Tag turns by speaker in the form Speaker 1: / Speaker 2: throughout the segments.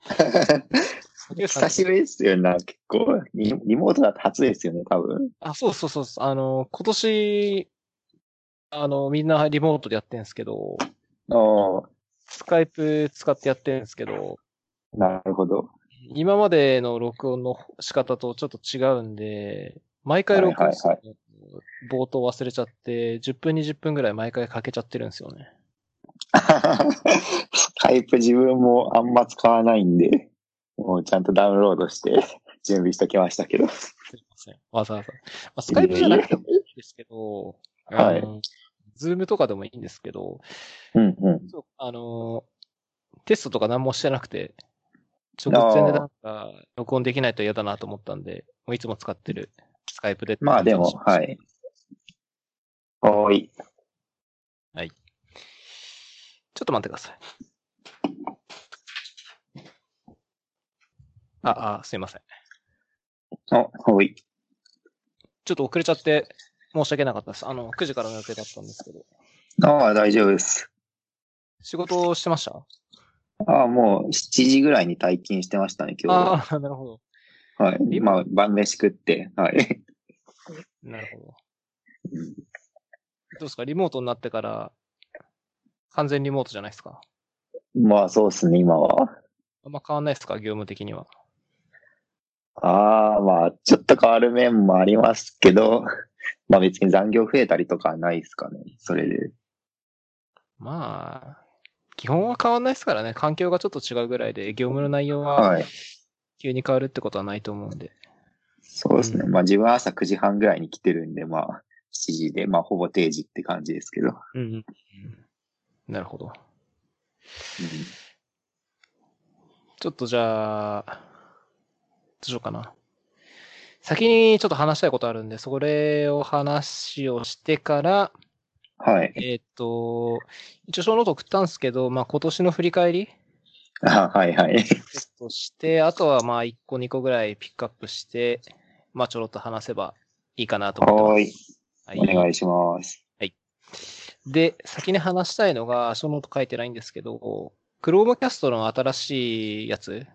Speaker 1: 久しぶりですよね、結構。リリモートだと初ですよね、多分。
Speaker 2: あ、そうそうそうそう。あの、今年、あの、みんなリモートでやってるんですけど、
Speaker 1: あ
Speaker 2: スカイプ使ってやってるんですけど、
Speaker 1: あ、なるほど。
Speaker 2: 今までの録音の仕方とちょっと違うんで、毎回録音する
Speaker 1: は
Speaker 2: の冒頭忘れちゃって、10分20分ぐらい毎回かけちゃってるんですよね。
Speaker 1: スカイプ自分もあんま使わないんで、もうちゃんとダウンロードして準備しときましたけど。
Speaker 2: すいません。わざわざ。まあ、スカイプじゃなくてもいいんですけど、
Speaker 1: はい
Speaker 2: あの。ズームとかでもいいんですけど、
Speaker 1: うんうん。
Speaker 2: そうあの、テストとか何もしてなくて、直前でなんか録音できないと嫌だなと思ったんで、もういつも使ってるスカイプで。
Speaker 1: まあでも、はい。おーい。
Speaker 2: ちょっと待ってください。あ、あ、すいません。
Speaker 1: お、おーい。
Speaker 2: ちょっと遅れちゃって申し訳なかったです。あの、9時からの予定だったんですけど。
Speaker 1: ああ、大丈夫です。
Speaker 2: 仕事をしてました
Speaker 1: ああ、もう7時ぐらいに退勤してましたね、今日は。
Speaker 2: ああ、なるほど。
Speaker 1: はい。
Speaker 2: 今
Speaker 1: まあ、晩飯食って、はい。
Speaker 2: なるほど。ど
Speaker 1: うん
Speaker 2: うですかリモートになってから、完全リモートじゃないですか。
Speaker 1: まあ、そうっすね、今は。
Speaker 2: あんま変わんないですか業務的には。
Speaker 1: ああ、まあ、ちょっと変わる面もありますけど、 まあ別に残業増えたりとかはないですかね、それで。
Speaker 2: まあ、基本は変わんないですからね。環境がちょっと違うぐらいで、業務の内容は
Speaker 1: はい。
Speaker 2: 急に変わるってことはないと思うんで。
Speaker 1: そうですね。
Speaker 2: う
Speaker 1: まあ自分は朝9時半ぐらいに来てるんで、まあ7時で、まあほぼ定時って感じですけど。
Speaker 2: うんうん。うんなるほど。ちょっとじゃあ、どうしようかな。先にちょっと話したいことあるんで、それを話をしてから、
Speaker 1: うん、はい。
Speaker 2: えーっと、一応小ノート送ったんですけど、まあ今年の振り返り
Speaker 1: あはいはい。
Speaker 2: として、あとはまあ1個2個ぐらいピックアップして、まあちょろっと話せばいいかなと思
Speaker 1: は
Speaker 2: って
Speaker 1: い。
Speaker 2: ます。
Speaker 1: お
Speaker 2: は
Speaker 1: 願いします。
Speaker 2: い。で、先に話したいのが、小ノート書いてないんですけど、Chromecast の新しいやつ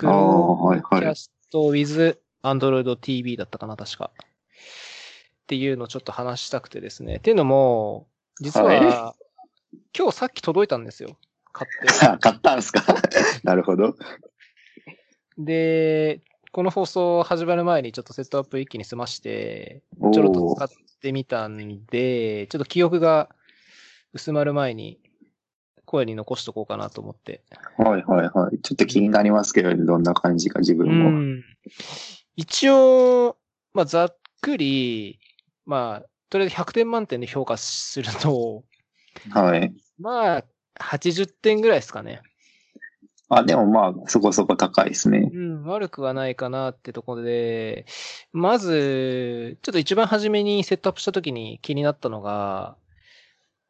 Speaker 1: ああ、はいは
Speaker 2: Chromecast with Android TV だったかな、確か。っていうのをちょっと話したくてですね。っていうのも、実は、
Speaker 1: は
Speaker 2: 今日さっき届いたんですよ。買って。
Speaker 1: い。買ったんすか なるほど。
Speaker 2: で、この放送始まる前にちょっとセットアップ一気に済まして、
Speaker 1: お
Speaker 2: ちょろっと
Speaker 1: お
Speaker 2: 使ってみたんで、ちょっと記憶が薄まる前に声に残しとこうかなと思って。
Speaker 1: はいはいはい。ちょっと気になりますけど、どんな感じか自分も。
Speaker 2: 一応、まあ、ざっくり、まあ、とりあえず100点満点で評価すると、
Speaker 1: はい。
Speaker 2: まあ、80点ぐらいですかね。
Speaker 1: あ、でもまあ、そこそこ高いですね。
Speaker 2: うん、悪くはないかなってところで、まず、ちょっと一番初めにセットアップした時に気になったのが、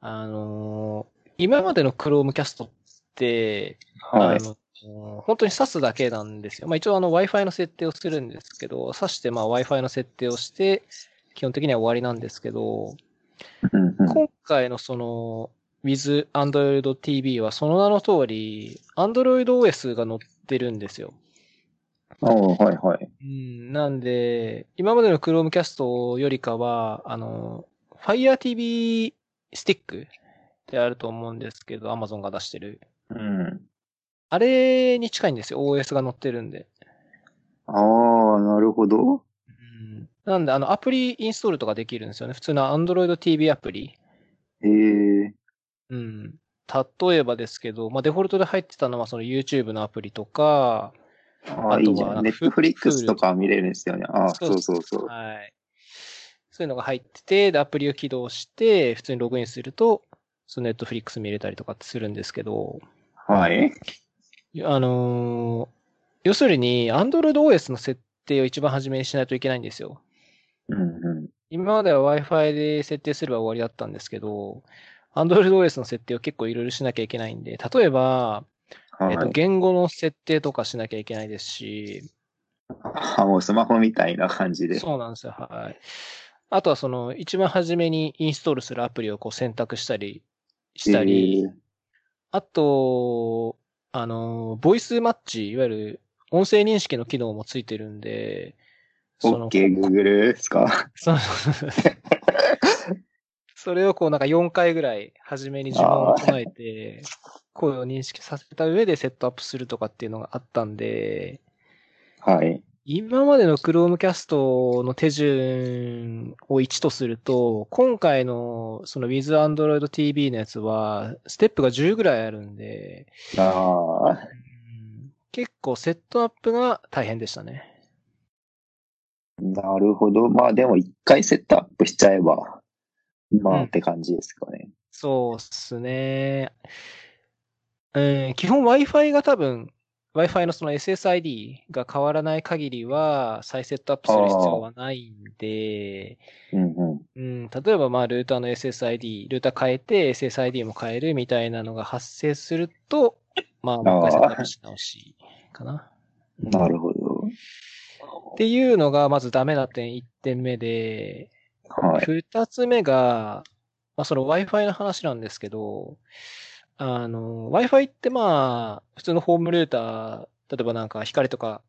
Speaker 2: あのー今までの Chromecast って、
Speaker 1: はい。
Speaker 2: あの、本当に挿すだけなんですよ。まあ一応あの Wi-Fi の設定をするんですけど、挿してまあ Wi-Fi の設定をして、基本的には終わりなんですけど、
Speaker 1: うんうん
Speaker 2: 今回のその、with Android TV はその名の通り、Android OS が載ってるんですよ。
Speaker 1: おーはいはい。
Speaker 2: うん、なんで、今までの Chromecast よりかは、あの、Fire TV スティックってあると思うんですけど、Amazon が出してる。
Speaker 1: うん。
Speaker 2: あれに近いんですよ、OS が載ってるんで。
Speaker 1: ああ、なるほど。
Speaker 2: うんなんで、あの、アプリインストールとかできるんですよね。普通の Android TV アプリ。
Speaker 1: へえ。
Speaker 2: うん。例えばですけど、まあ、デフォルトで入ってたのは、その YouTube のアプリとか、
Speaker 1: あ
Speaker 2: あとは
Speaker 1: あ、いいじゃ。
Speaker 2: なんんか
Speaker 1: ネットフリックスとか見れるんですよね。ああ、
Speaker 2: そう
Speaker 1: そうそうそう。
Speaker 2: はい。そういうのが入ってて、で、アプリを起動して、普通にログインすると、その Netflix 見れたりとかってするんですけど、
Speaker 1: はい。
Speaker 2: あのー要するに、Android OS の設定を一番初めにしないといけないんですよ。
Speaker 1: うんう
Speaker 2: 今までは Wi-Fi で設定すれば終わりだったんですけど、Android OS の設定を結構いろいろしなきゃいけないんで、例えば、
Speaker 1: ん。はい。
Speaker 2: えっと、言語の設定とかしなきゃいけないですし、
Speaker 1: あもうスマホみたいな感じで。
Speaker 2: そうなんですよ、はい。あとはその、一番初めにインストールするアプリをこう選択したりしたり、
Speaker 1: へー
Speaker 2: あと、あの、ボイスマッチ、いわゆる音声認識の機能もついてるんで、その、
Speaker 1: OK、Google ですか
Speaker 2: そうそうそう それをこうなんか4回ぐらい初めに自分を唱えて、声を認識させた上でセットアップするとかっていうのがあったんで、
Speaker 1: はい。
Speaker 2: 今までの Chromecast の手順を1とすると、今回のその With Android TV のやつは、ステップが10ぐらいあるんで、
Speaker 1: ああ、
Speaker 2: うん結構セットアップが大変でしたね。
Speaker 1: なるほど。まあでも一回セットアップしちゃえば、ま
Speaker 2: うん
Speaker 1: あって感じですかね。
Speaker 2: そうっすね。うん、基本 Wi-Fi が多分、Wi-Fi のその SSID が変わらない限りは再セットアップする必要はないんで、
Speaker 1: うんうん。
Speaker 2: うん、例えばまあルーターの SSID、ルーター変えて SSID も変えるみたいなのが発生すると、まあもう一回セットアップし直しかな。
Speaker 1: なるほど。
Speaker 2: っていうのがまずダメな点1点目で、
Speaker 1: はい。
Speaker 2: 二つ目が、まあ、その Wi-Fi の話なんですけど、あの、Wi-Fi ってまあ、普通のホームルーター、例えばなんか光とか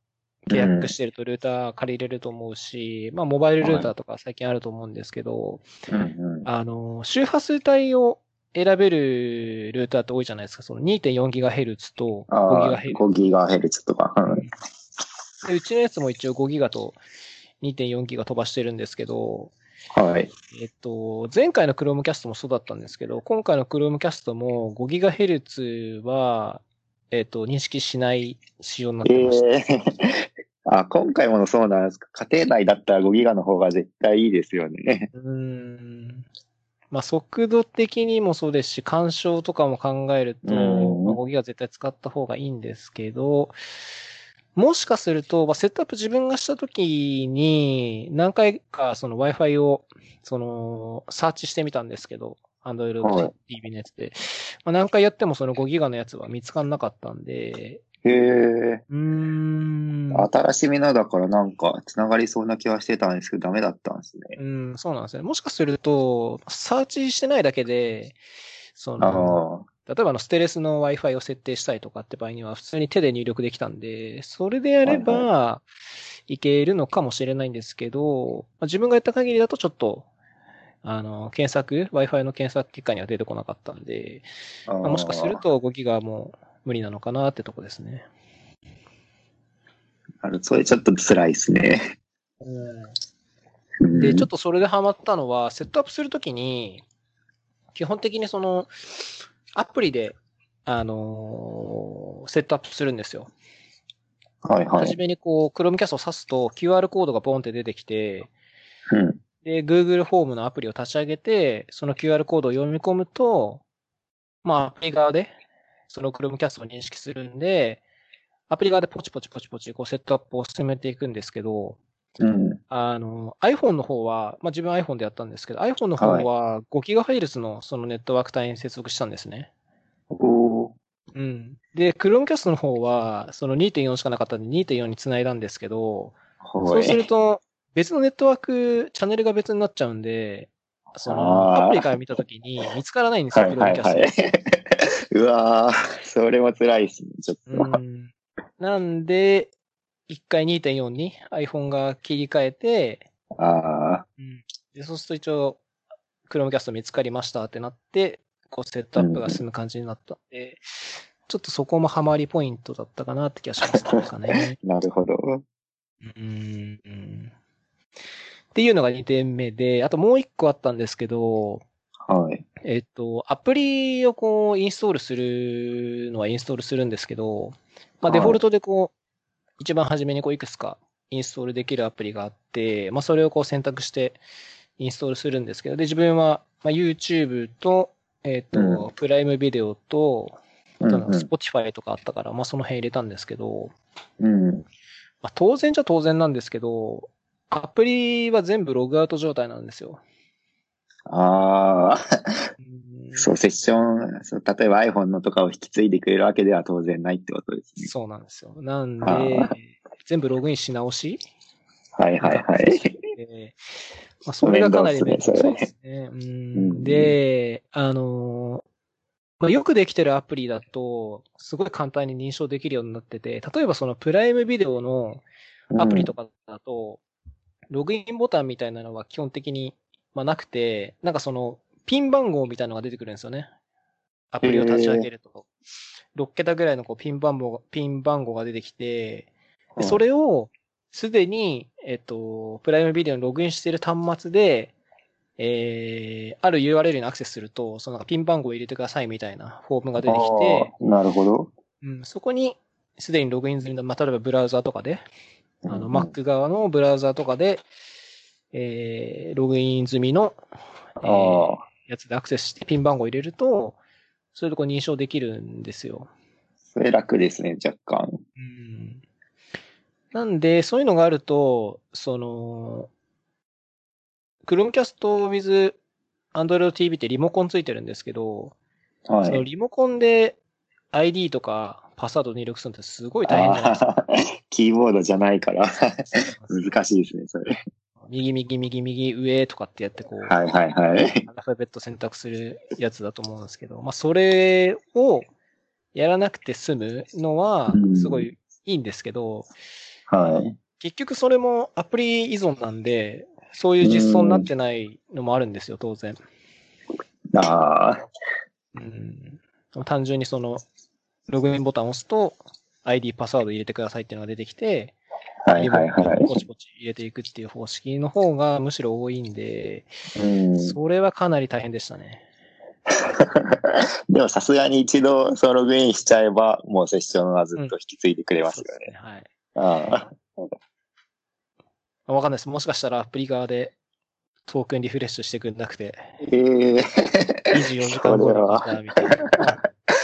Speaker 2: 契約してるとルーター借りれると思うし、まあ、モバイルルーターとか最近あると思うんですけど、
Speaker 1: うんうん。
Speaker 2: あの、周波数帯を選べるルーターって多いじゃないですか。その 2.4GHz と
Speaker 1: ああ、
Speaker 2: 5GHz。
Speaker 1: 5ギガヘルツとか。うん
Speaker 2: でうちのやつも一応 5GB と 2.4GB 飛ばしてるんですけど、
Speaker 1: はい。
Speaker 2: えっと、前回の Chromecast もそうだったんですけど、今回の Chromecast も 5GHz は、えっと、認識しない仕様になっ
Speaker 1: え
Speaker 2: てました。
Speaker 1: え あ、今回もそうなんですか。家庭内だったら5ギガの方が絶対いいですよね。
Speaker 2: うーん。まあ、速度的にもそうですし、干渉とかも考えると、
Speaker 1: う
Speaker 2: まあ、
Speaker 1: ん
Speaker 2: 5GB 絶対使った方がいいんですけど、もしかすると、まあ、セットアップ自分がした時に、何回かその Wi-Fi を、その、サーチしてみたんですけど、Android
Speaker 1: はい
Speaker 2: TV のやつで。まあ、何回やってもその 5GB のやつは見つからなかったんで、
Speaker 1: へえ。
Speaker 2: うーん。
Speaker 1: 新しめのだからなんか、繋がりそうな気はしてたんですけど、ダメだったんですね。
Speaker 2: うん、そうなんですよね。もしかすると、サーチしてないだけで、そ
Speaker 1: あ
Speaker 2: の、
Speaker 1: あ、
Speaker 2: 例えばあのステレスの Wi-Fi を設定したいとかって場合には普通に手で入力できたんで、それでや
Speaker 1: は
Speaker 2: れ
Speaker 1: い
Speaker 2: ばいけるのかもしれないんですけど、まあ自分がやった限りだとちょっと、あの、検索、Wi-Fi の検索結果には出てこなかったんで、
Speaker 1: あ
Speaker 2: まあもしかすると5ギガも無理なのかなってとこですね。
Speaker 1: あの、それちょっと辛いですね。
Speaker 2: で、ちょ
Speaker 1: っ
Speaker 2: っとそれでハマったのは、セットアップするときに、基本的にその、アプリで、あのーセットアップするんですよ。
Speaker 1: と、はいは。
Speaker 2: はいめにこう、Chromecast を挿すと QR コードがボンって出てきて、
Speaker 1: うん。
Speaker 2: で、Google フォームのアプリを立ち上げて、その QR コードを読み込むと、まあ、アプリ側で、その Chromecast を認識するんで、アプリ側でポチポチポチポチ、こう、セットアップを進めていくんですけど、
Speaker 1: うん。
Speaker 2: あの、iPhone の方は、まあ自分 iPhone でやったんですけど、iPhone の方は 5GHz のそのネットワーク帯に接続したんですね。
Speaker 1: おー
Speaker 2: うん。で、Chromecast の方は、その2.4しかなかったんで2.4に繋いだんですけど、そ
Speaker 1: は
Speaker 2: うする
Speaker 1: い。
Speaker 2: と、別のネットワーク、チャンネルが別になっちゃうんで、そ
Speaker 1: あー
Speaker 2: の、アプリから見たときに見つからないんですよ、
Speaker 1: はいはい
Speaker 2: Chromecast
Speaker 1: は。い。 うわー、それも辛いですね、ちょっ と。
Speaker 2: うん。なんで、一回2.4に iPhone が切り替えて、
Speaker 1: あ
Speaker 2: でそうすると一応、Chromecast 見つかりましたってなって、こうセットアップが進む感じになったんで、ちょっとそこもハマりポイントだったかなって気がしますかね。
Speaker 1: ー、なるほど。
Speaker 2: うんうんっていうのが2点目で、あともう1個あったんですけど、
Speaker 1: はい。
Speaker 2: えっと、アプリをこう、インストールするのはインストールするんですけど、まあ、
Speaker 1: はい
Speaker 2: デフォルトでこう、一番初めにこう、いくつかインストールできるアプリがあって、まあ、それをこう選択してインストールするんですけど、で、自分は、まあ、YouTube と、えっ
Speaker 1: う
Speaker 2: と、プライムビデオと、
Speaker 1: う
Speaker 2: あとなん
Speaker 1: ん
Speaker 2: か Spotify とかあったから、まあ、その辺入れたんですけど、
Speaker 1: うん。うん。
Speaker 2: まあ、当然じゃ当然なんですけど、アプリは全部ログアウト状態なんですよ。
Speaker 1: あー、そう、セッション、そう例えば iPhone のとかを引き継いでくれるわけでは当然ないってことですね。
Speaker 2: そうなんですよ。なんで
Speaker 1: あー、
Speaker 2: 全部ログインし直し
Speaker 1: はいはいはい。
Speaker 2: でまあ、それがかなり面倒くさいですね。う
Speaker 1: うん
Speaker 2: んで、あのーまあ、よくできてるアプリだと、すごい簡単に認証できるようになってて、例えばそのプライムビデオの アプリとかだと、ログインボタンみたいなのは基本的に、まあ、なくて、なんかその、ピン番号みたいなのが出てくるんですよね。アプリを立ち上げると。6桁ぐらいのこうピン番号が、ピン番号が出てきて、でそれを、すでに、えっと、プライムビデオにログインしている端末で、えー、ある URL にアクセスすると、そのなんかピン番号を入れてくださいみたいなフォームが出てきて、
Speaker 1: あーなるほど。
Speaker 2: うん、そこにすでにログイン済みの、まあ、例えばブラウザとかで、あ
Speaker 1: うんう
Speaker 2: の、
Speaker 1: ん
Speaker 2: Mac 側のブラウザとかで、えー、ログイン済みの、え
Speaker 1: あ
Speaker 2: ー
Speaker 1: あ、
Speaker 2: やつでアクセスしてピン番号を入れると、それでこう認証できるんですよ。
Speaker 1: それ楽ですね、若干。
Speaker 2: うんなんで、そういうのがあると、その、Chromecast with Android TV ってリモコンついてるんですけど、
Speaker 1: は
Speaker 2: その
Speaker 1: い。
Speaker 2: リモコンで ID とかパスワード入力するのってすごい大変じゃないですか。
Speaker 1: あー キーボードじゃないから、 難しいですね、それ。
Speaker 2: 右右右右上とかってやってこう、
Speaker 1: はいはいはい。
Speaker 2: アルファベット選択するやつだと思うんですけど、まあそれをやらなくて済むのは
Speaker 1: うん
Speaker 2: すごいいいんですけど、
Speaker 1: はい。
Speaker 2: 結局それもアプリ依存なんで、そういう実装になってないのもあるんですよ、当然。
Speaker 1: ああ、
Speaker 2: うん、単純にその、ログインボタンを押すと、ID、パスワード入れてくださいっていうのが出てきて、
Speaker 1: はいはいは
Speaker 2: ポチポチ入れていくっていう方式の方がむしろ多いんで、
Speaker 1: い。うん。
Speaker 2: それはかなり大変でしたね。
Speaker 1: でもさすがに一度そのログインしちゃえば、もうセッションはずっと引き継いでくれます
Speaker 2: そう
Speaker 1: よ
Speaker 2: で
Speaker 1: ね。
Speaker 2: すね。はい。
Speaker 1: あ
Speaker 2: まあわかんないです。もしかしたらアプリ側でトークンリフレッシュしてくれなく て、
Speaker 1: あ。ええ
Speaker 2: 24時間後にまたみた いな。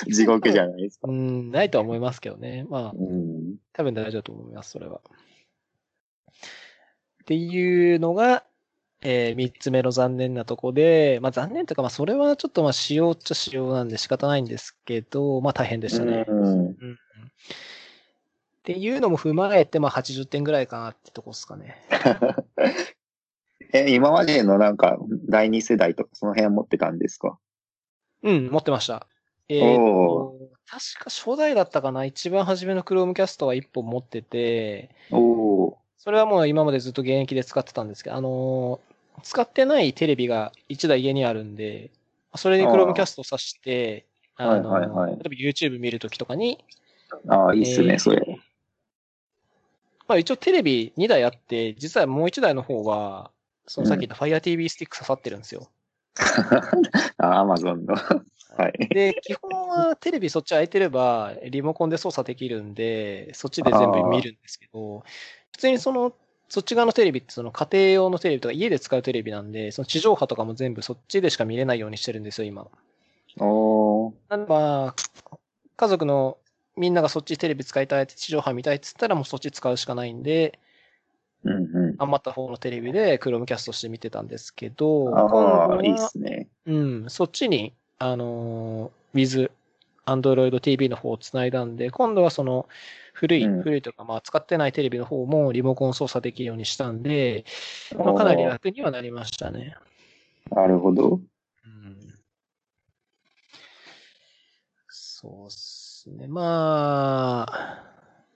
Speaker 1: 地獄じゃないですか。
Speaker 2: うん、ないとは思いますけどね。まあ、
Speaker 1: うん。
Speaker 2: 多分大丈夫だと思います、それは。っていうのが、えー、三つ目の残念なとこで、まあ残念というか、まあそれはちょっとまあ仕様っちゃ仕様なんで仕方ないんですけど、まあ大変でしたね。
Speaker 1: うん
Speaker 2: うんっていうのも踏まえて、まあ80点ぐらいかなってとこですかね。
Speaker 1: え、今までのなんか、第二世代とかその辺は持ってたんですか
Speaker 2: うん、持ってました。えーと
Speaker 1: お、
Speaker 2: 確か初代だったかな一番初めの Chromecast は一本持ってて、
Speaker 1: おお
Speaker 2: それはもう今までずっと現役で使ってたんですけど、あのー使ってないテレビが1台家にあるんで、それに
Speaker 1: あー
Speaker 2: Chromecast を挿して、あのー
Speaker 1: はいはいはい
Speaker 2: 例えば YouTube 見るときとかに、
Speaker 1: ー。ああ、いいっすね、
Speaker 2: えー
Speaker 1: それ。
Speaker 2: まあ一応テレビ2台あって、実はもう1台の方は、そのさっき言った Fire TV スティック刺さってるんですよ。
Speaker 1: アマゾンの。はい。
Speaker 2: で、基本はテレビそっち空いてれば、リモコンで操作できるんで、そっちで全部見るんですけど、普通にその、そっち側のテレビってその家庭用のテレビとか家で使うテレビなんで、その地上波とかも全部そっちでしか見れないようにしてるんですよ、今。
Speaker 1: おー。
Speaker 2: なんでまあ、家族のみんながそっちテレビ使いたいって、地上波見たいって言ったらもうそっち使うしかないんで、
Speaker 1: うんう
Speaker 2: 余った方のテレビで Chromecast して見てたんですけど、
Speaker 1: ん。
Speaker 2: 今度
Speaker 1: あ
Speaker 2: は
Speaker 1: あ、いいっすね。
Speaker 2: うん、そっちに、あのー、with Android TV の方をつないだんで、今度はその古い、
Speaker 1: うん
Speaker 2: 古いというか、まあ使ってないテレビの方もリモコン操作できるようにしたんで、まあ、かなり
Speaker 1: おー
Speaker 2: 楽にはなりましたね。
Speaker 1: なるほど。
Speaker 2: うん、そうっすね。まあ、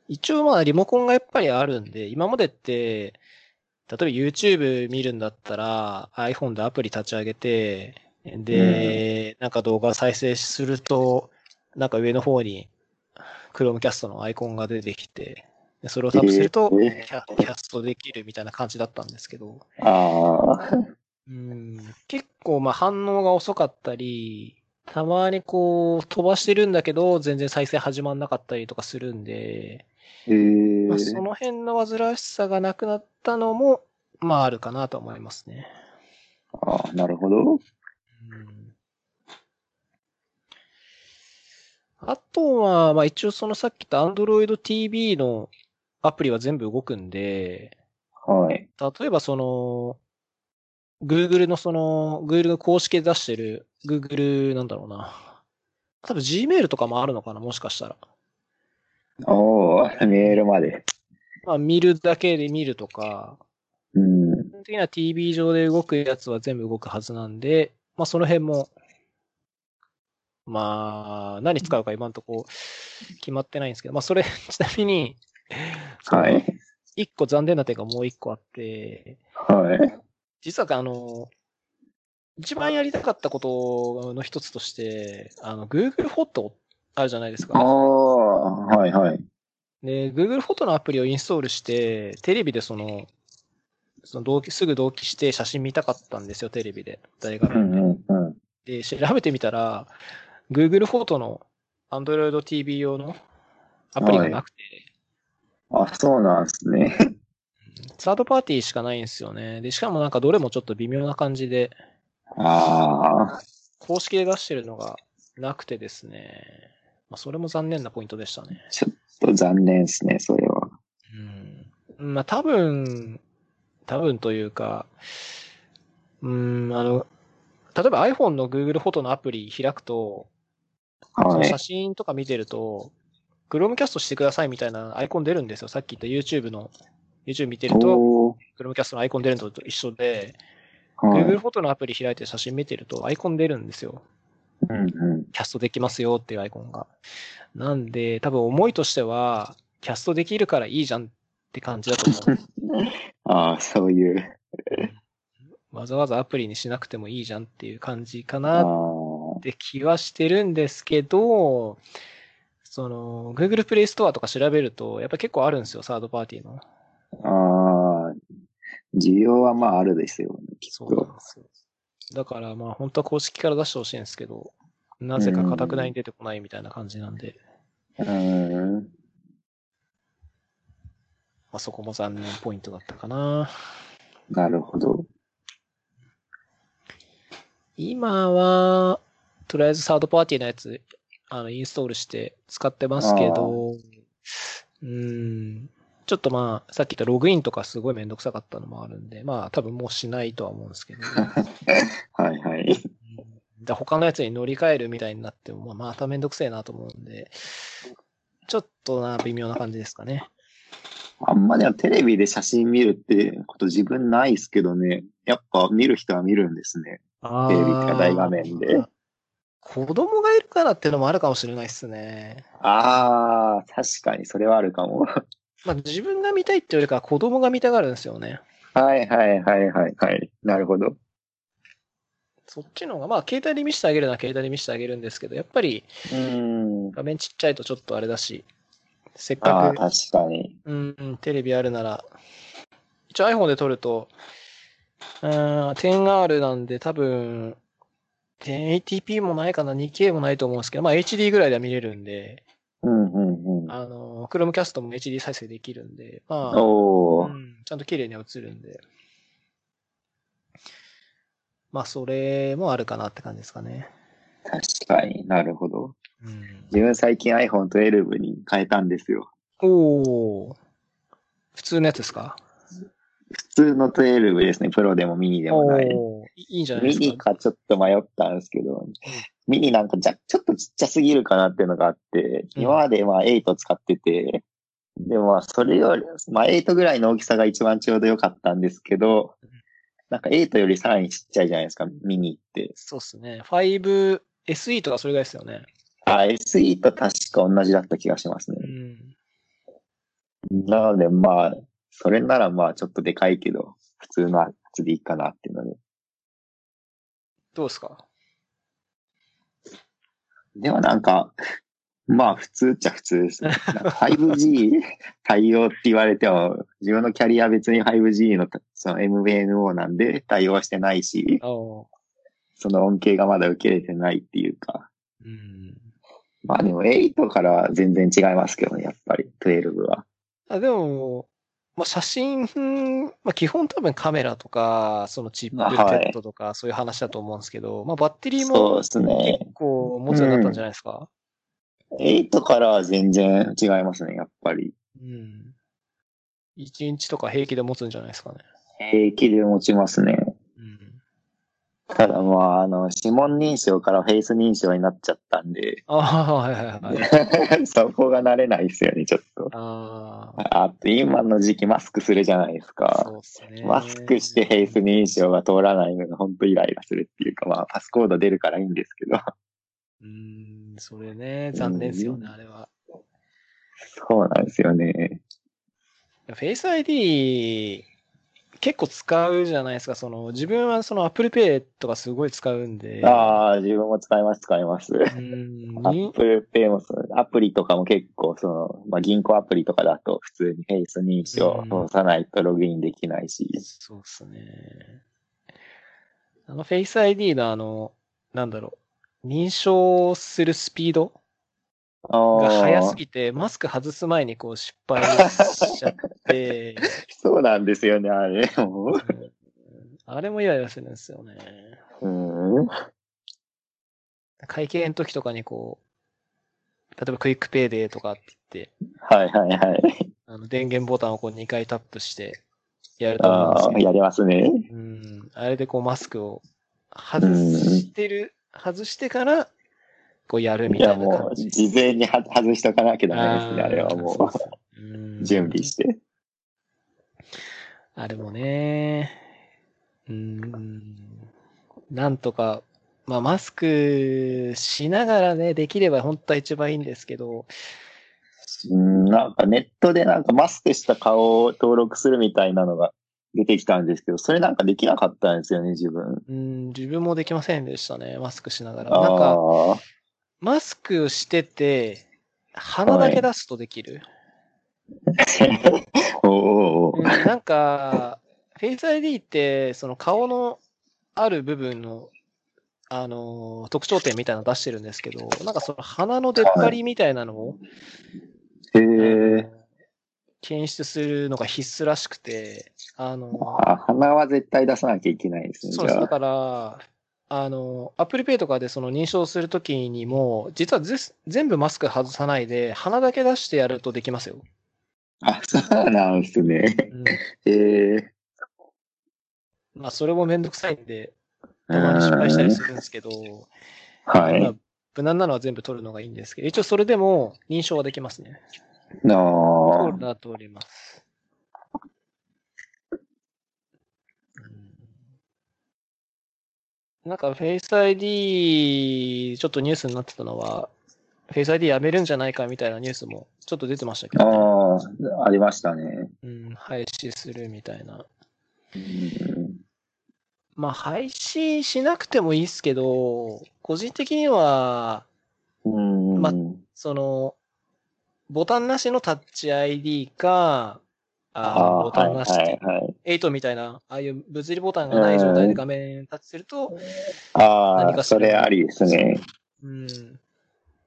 Speaker 2: 一応まあリモコンがやっぱりあるんで、今までって、例えば YouTube 見るんだったら iPhone でアプリ立ち上げて、で、なんか動画再生すると、なんか上の方に Chromecast のアイコンが出てきて、でそれをタップすると
Speaker 1: え
Speaker 2: キ
Speaker 1: ー
Speaker 2: ャ、キャストできるみたいな感じだったんですけど、
Speaker 1: ああ、
Speaker 2: うん結構まあ反応が遅かったり、たまにこう飛ばしてるんだけど全然再生始まんなかったりとかするんで、
Speaker 1: えー
Speaker 2: まあ、その辺の煩わしさがなくなったのも、まああるかなと思いますね。
Speaker 1: ああ、なるほど。
Speaker 2: うんあとは、まあ一応そのさっき言った Android TV のアプリは全部動くんで、
Speaker 1: はい。
Speaker 2: 例えばその、Google のその、Google が公式で出してる、Google なんだろうな。多分 Gmail とかもあるのかな、もしかしたら。
Speaker 1: おお、メールまで。
Speaker 2: まあ見るだけで見るとか、
Speaker 1: うん
Speaker 2: 基。本的には TV 上で動くやつは全部動くはずなんで、まあその辺も、まあ、何使うか今んとこ決まってないんですけど、まあそれ、 ちなみに、
Speaker 1: はい。
Speaker 2: 一個残念な点がもう一個あって、
Speaker 1: はい。
Speaker 2: 実はあの、一番やりたかったことの一つとして、あの、Google フォトあるじゃないです
Speaker 1: あ
Speaker 2: か。
Speaker 1: あ、はいはい。
Speaker 2: で、Google フォトのアプリをインストールして、テレビでその、その同期、すぐ同期して写真見たかったんですよ、テレビで。誰が。
Speaker 1: うんうんうん。
Speaker 2: で、調べてみたら、Google フォトの Android TV 用のアプリがなくて、
Speaker 1: あ、そうなんですね。
Speaker 2: サードパーティーしかないんですよね。で、しかもなんかどれもちょっと微妙な感じで、
Speaker 1: ああ、
Speaker 2: 公式で出してるのがなくてですね。まあ、それも残念なポイントでしたね。
Speaker 1: ちょっと残念ですね、それは。
Speaker 2: うん。まあ、多分、多分というか、うん、あの、例えば iPhone の Google フォトのアプリ開くと、その
Speaker 1: はい
Speaker 2: 写。真とか見てると、Chromecast してくださいみたいなアイコン出るんですよ。さっき言った YouTube の、YouTube 見てると、
Speaker 1: おー
Speaker 2: Chromecast のアイコン出るのと一緒で、
Speaker 1: はい。
Speaker 2: Google フォトのアプリ開いて写真見てるとアイコン出るんですよ。
Speaker 1: うんうん。
Speaker 2: キャストできますよっていうアイコンが。なんで、多分思いとしては、キャストできるからいいじゃんって感じだと思う。
Speaker 1: ああ、そういう。
Speaker 2: わざわざアプリにしなくてもいいじゃんっていう感じか
Speaker 1: あ
Speaker 2: なっ
Speaker 1: あ、
Speaker 2: て気はしてるんですけど、その、Google Play Store とか調べると、やっぱ結構あるんですよ、サードパーティーの。
Speaker 1: ああ、需要はまああるですよね、きっ
Speaker 2: そうなん
Speaker 1: と。
Speaker 2: ですよ。だからまあ本当は公式から出してほしいんですけど、なぜか固くなに出てこないみたいな感じなんで、
Speaker 1: うーん。
Speaker 2: まあそこも残念ポイントだったかな。
Speaker 1: なるほど。
Speaker 2: 今は、とりあえずサードパーティーのやつ、あの、インストールして使ってますけど、うーん、ちょっとまあ、さっき言ったログインとかすごいめんどくさかったのもあるんで、まあ多分もうしないとは思うんですけど、
Speaker 1: はいはい。
Speaker 2: で他のやつに乗り換えるみたいになっても、まあまためんどくせえなと思うんで、ちょっとな、微妙な感じですかね。
Speaker 1: あんまでもテレビで写真見るってこと自分ないですけどね。やっぱ見る人は見るんですね。
Speaker 2: あ
Speaker 1: テレビか大画面で。
Speaker 2: 子供がいるからっていうのもあるかもしれないですね。
Speaker 1: ああ、確かにそれはあるかも。
Speaker 2: まあ自分が見たいっていうよりかは子供が見たがるんですよね。
Speaker 1: はいはいはいはいはい。なるほど。
Speaker 2: そっちの方が、まあ携帯で見せてあげるのは携帯で見せてあげるんですけど、やっぱり
Speaker 1: うーん。
Speaker 2: 画面ちっちゃいとちょっとあれだし、せっ
Speaker 1: あ
Speaker 2: か
Speaker 1: あ、
Speaker 2: く
Speaker 1: 確かに。
Speaker 2: うん、テレビあるなら、一応 iPhone で撮ると、うん、10R なんで多分、1080p もないかな、2K もないと思うんですけど、まあ HD ぐらいでは見れるんで、
Speaker 1: うんうんうん。
Speaker 2: あの、Chromecast も HD 再生できるんで、まあ、
Speaker 1: お
Speaker 2: う
Speaker 1: お、
Speaker 2: ん、ちゃんと綺麗には映るんで、まあそれもあるかなって感じですかね。
Speaker 1: 確かになるほど。
Speaker 2: うん、
Speaker 1: 自分最近 iPhone12 に変えたんですよ。
Speaker 2: おー。普通のやつですか
Speaker 1: 普通の12ですね。プロでもミニでもない。
Speaker 2: おーいいんじゃないで
Speaker 1: ミ
Speaker 2: す
Speaker 1: ニ
Speaker 2: か。
Speaker 1: かちょっと迷ったんですけど、ミニなんかじゃちょっとちっちゃすぎるかなっていうのがあって、
Speaker 2: うん
Speaker 1: 今までまあ8使ってて、でもまあそれより、まあ8ぐらいの大きさが一番ちょうど良かったんですけど、なんか8よりさらにちっちゃいじゃないですか、ミニって。
Speaker 2: そうっすね。5、SE とかそれぐらいですよね。
Speaker 1: あ、SE と確か同じだった気がします
Speaker 2: う
Speaker 1: ね。
Speaker 2: ん。
Speaker 1: なのでまあ、それならまあちょっとでかいけど、普通のやつでいいかなっていうので。
Speaker 2: どうですか
Speaker 1: でもなんか、まあ普通っちゃ普通ですね。なんか 5G 対応って言われても、自分のキャリア別に 5G のその MVNO なんで対応してないし、
Speaker 2: お
Speaker 1: その恩恵がまだ受けれてないっていうか。
Speaker 2: うん。
Speaker 1: まあでも8からは全然違いますけどね、やっぱり12は。
Speaker 2: あ、でも、まあ、写真、まあ、基本多分カメラとか、そのチップセットとか、そういう話だと思うんですけど、まあ、バッテリー
Speaker 1: そう
Speaker 2: も
Speaker 1: です
Speaker 2: 結
Speaker 1: ね。
Speaker 2: 構持つようになったんじゃないですか
Speaker 1: 8からは全然違いますね、やっぱり。
Speaker 2: うん。1日とか平気で持つんじゃないですかね。
Speaker 1: 平気で持ちますね。
Speaker 2: うん。
Speaker 1: ただまあ、あの、指紋認証からフェイス認証になっちゃったんで、
Speaker 2: ああ、はいはいはい。
Speaker 1: そこが慣れないですよね、ちょっと。
Speaker 2: ああ。
Speaker 1: あと、今の時期マスクするじゃないですか。
Speaker 2: そうっすね。
Speaker 1: マスクしてフェイス認証が通らないのが本当イライラするっていうか、まあ、パスコード出るからいいんですけど。
Speaker 2: うーん、それね、残念ですよね、
Speaker 1: うん
Speaker 2: あれは。
Speaker 1: そうなんですよね。
Speaker 2: フェイス ID、結構使うじゃないですか。その、自分はその Apple Pay とかすごい使うんで。
Speaker 1: ああ、自分も使います、使います。
Speaker 2: うーん、
Speaker 1: ア
Speaker 2: に
Speaker 1: ップルペイもそう、アプリとかも結構、その、まあ、銀行アプリとかだと普通にフェイス認証を通さないとログインできないし。
Speaker 2: そうっすね。あの、フェイス ID のあの、なんだろう、認証するスピード
Speaker 1: あ
Speaker 2: が
Speaker 1: あ、
Speaker 2: 速すぎて、マスク外す前にこう失敗しち ゃって、
Speaker 1: そうなんですよね、あれも。
Speaker 2: うんあれもイライラするんですよね。
Speaker 1: うん。
Speaker 2: 会計の時とかにこう、例えばクイックペイでとかって言って、
Speaker 1: はいはいはい。
Speaker 2: あの電源ボタンをこう2回タップしてやると思うんです
Speaker 1: ああ、
Speaker 2: けど、
Speaker 1: やれますね。
Speaker 2: うん、あれでこうマスクを外してる、外してから、こうやるみ
Speaker 1: い
Speaker 2: た
Speaker 1: や
Speaker 2: いな
Speaker 1: も
Speaker 2: 感
Speaker 1: う、
Speaker 2: じ。
Speaker 1: 事前には外しとかなきゃダメですね、
Speaker 2: ー
Speaker 1: あれはも
Speaker 2: そう
Speaker 1: う。
Speaker 2: そううん
Speaker 1: 準備して。
Speaker 2: あれもね、うん、なんとか、まあマスクしながらね、できれば本当は一番いいんですけど、
Speaker 1: うん、なんかネットでなんかマスクした顔を登録するみたいなのが出てきたんですけど、それなんかできなかったんですよね、自分。
Speaker 2: うん、自分もできませんでしたね、マスクしながら。
Speaker 1: あ
Speaker 2: なんか、
Speaker 1: あー、
Speaker 2: マスクをしてて、鼻だけ出すとできる。
Speaker 1: おおお
Speaker 2: うんなんか、フェイス ID って、その顔のある部分の、あのー特徴点みたいなの出してるんですけど、なんかその鼻の出っ張りみたいなのを、
Speaker 1: へえ
Speaker 2: あの。検出するのが必須らしくて、あのー
Speaker 1: あ、鼻は絶対出さなきゃいけないですね。
Speaker 2: そ
Speaker 1: じ
Speaker 2: うです。
Speaker 1: ゃ
Speaker 2: だ
Speaker 1: あ。
Speaker 2: から、あの、Apple Pay とかでその認証するときにも、実はぜ全部マスク外さないで、鼻だけ出してやるとできますよ。
Speaker 1: あ、そうなんですね。
Speaker 2: うん。
Speaker 1: へえ。
Speaker 2: まあ、それもめんどくさいんで、たまに失敗したりするんですけど、
Speaker 1: は
Speaker 2: まあ
Speaker 1: い。
Speaker 2: 無難なのは全部取るのがいいんですけど、一応それでも認証はできますね。
Speaker 1: なあ。
Speaker 2: 通るのは通ります。うんなんか Face ID、ちょっとニュースになってたのは、Face ID やめるんじゃないかみたいなニュースもちょっと出てましたけど、ね
Speaker 1: ああ、ありましたね。
Speaker 2: うん、廃止するみたいな。
Speaker 1: うん
Speaker 2: まあ廃止しなくてもいいですけど、個人的には、
Speaker 1: うん。
Speaker 2: まその、ボタンなしのタッチ ID か、あ
Speaker 1: あ
Speaker 2: ーボタンなしっていう
Speaker 1: はいはいはい。
Speaker 2: 8みたいな、ああいう物理ボタンがない状態で画面タッチすると、
Speaker 1: あ
Speaker 2: 何
Speaker 1: あ、
Speaker 2: かす
Speaker 1: そ
Speaker 2: る
Speaker 1: れありですね。
Speaker 2: うん。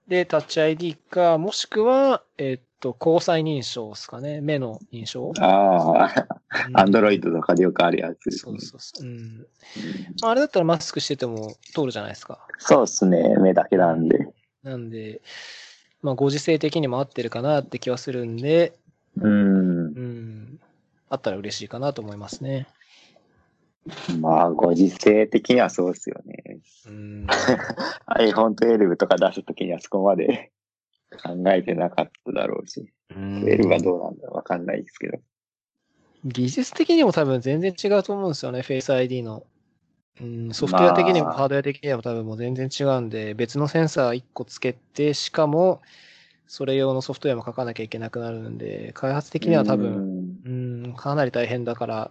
Speaker 2: で、タッチ ID か、もしくは、えっと、交際認証ですかね。目の認証。
Speaker 1: ああ、
Speaker 2: うん
Speaker 1: アンドロイドとかでよくあるやつです
Speaker 2: そ
Speaker 1: ね
Speaker 2: う。そうそう。うん。まあ、あれだったらマスクしてても通るじゃないですか。
Speaker 1: そうですね。目だけなんで。
Speaker 2: なんで、まあ、ご時世的にも合ってるかなって気はするんで、
Speaker 1: うん。
Speaker 2: うん。あったら嬉しいかなと思いますね。
Speaker 1: まあ、ご時世的にはそうですよね。
Speaker 2: うん。
Speaker 1: iPhone 12とか出すときにはそこまで 考えてなかっただろうし。12はどうなんだろうわかんないですけど。
Speaker 2: 技術的にも多分全然違うと思うんですよね、Face ID の。うん、ソフトウェア的にも
Speaker 1: まあ
Speaker 2: ハードウェア的にも多分もう全然違うんで、別のセンサー1個つけて、しかも、それ用のソフトウェアも書かなきゃいけなくなるんで、開発的には多分、
Speaker 1: 分。
Speaker 2: うん、かなり大変だから、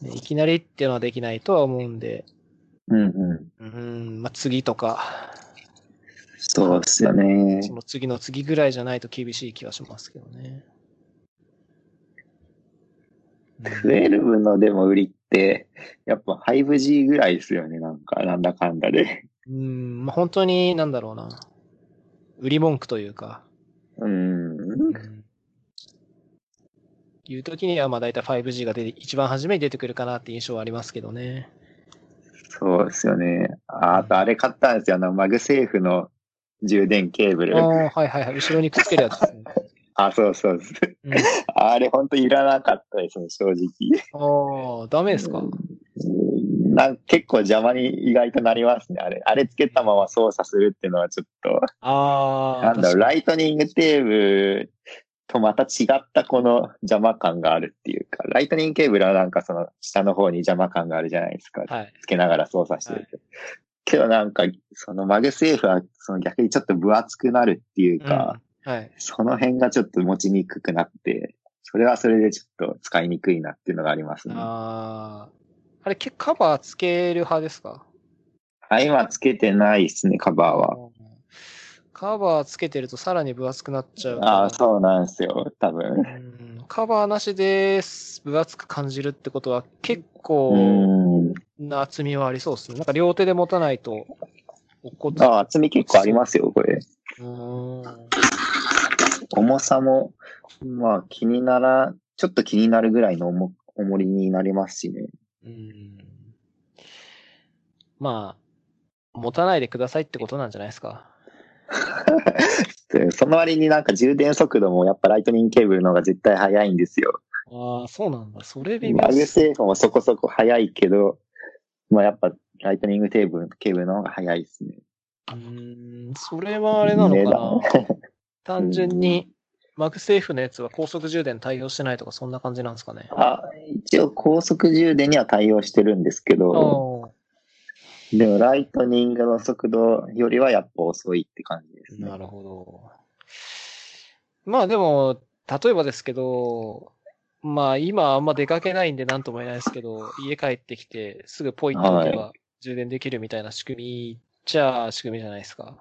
Speaker 2: ねいきなりっていうのはできないとは思うんで、
Speaker 1: うんうん。
Speaker 2: うん、まあ次とか、
Speaker 1: そうっすよね。
Speaker 2: その次の次ぐらいじゃないと厳しい気はしますけどね。うん
Speaker 1: 12のでも売りって、やっぱ 5G ぐらいですよね。なんか、なんだかんだで。
Speaker 2: うん、まあ、本当に、なんだろうな。売り文句というか、
Speaker 1: うん。
Speaker 2: うん、いう時には、まあ、大体 5G が出て、一番初めに出てくるかなって印象はありますけどね。
Speaker 1: そうっすよね。ああと、あれ買ったんですよ。あの、マグセーフの充電ケーブ
Speaker 2: あ
Speaker 1: ル。
Speaker 2: あ、はいはいはい。後ろにくっつけるやつですね。
Speaker 1: あ、そうそうそう。
Speaker 2: うん、
Speaker 1: あれ、本当いらなかったですね、正直。
Speaker 2: ああ、ダメですか、
Speaker 1: うんなんか結構邪魔に意外となりますね、あれ。あれつけたまま操作するっていうのはちょっと、
Speaker 2: ああ、
Speaker 1: なんだろう、
Speaker 2: 確か
Speaker 1: ライトニングテーブルとまた違ったこの邪魔感があるっていうか、ライトニングケーブルはなんかその下の方に邪魔感があるじゃないですか。
Speaker 2: にはい。
Speaker 1: つけながら操作してると。けどなんか、そのマグセーフは、その逆にちょっと分厚くなるっていうか、
Speaker 2: うんはい。
Speaker 1: その辺がちょっと持ちにくくなって、それはそれでちょっと使いにくいなっていうのがありますね。
Speaker 2: あーあれ、けカバーつける派ですか
Speaker 1: あ、今つけてないですね、カバーは。
Speaker 2: うんカバーつけてるとさらに分厚くなっちゃうから。
Speaker 1: ああ、そうなんですよ、多分。
Speaker 2: うんカバーなしです分厚く感じるってことは結構
Speaker 1: うん。
Speaker 2: な厚みはありそうですね。なんか両手で持たないと落っこち
Speaker 1: ああ、厚み結構ありますよ、これ。
Speaker 2: うーん
Speaker 1: 重さも、まあ気になら、ちょっと気になるぐらいの重重りになりますしね。
Speaker 2: うん。まあ、持たないでくださいってことなんじゃないですか。
Speaker 1: でその割になんか充電速度もやっぱライトニングケーブルの方が絶対速いんですよ。
Speaker 2: ああ、そうなんだ。それ微妙
Speaker 1: マグセーフもそこそこ速いけど、まあやっぱライトニングテーブル、ケーブルの方が速いですね。
Speaker 2: うーん、それはあれなのかな。
Speaker 1: 値段
Speaker 2: 単純に、マグセーフのやつは高速充電対応してないとか、そんな感じなんですかね。
Speaker 1: あ、一応高速充電には対応してるんですけど、
Speaker 2: あ
Speaker 1: でもライトニングの速度よりはやっぱ遅いって感じです
Speaker 2: あ、
Speaker 1: ね
Speaker 2: な。るほど。まあでも、例えばですけど、まあ今あんま出かけないんで何とも言えないですけど、家帰ってきてすぐポイって置けば充電できるみたいな仕組みじゃあ仕組みじゃないですか。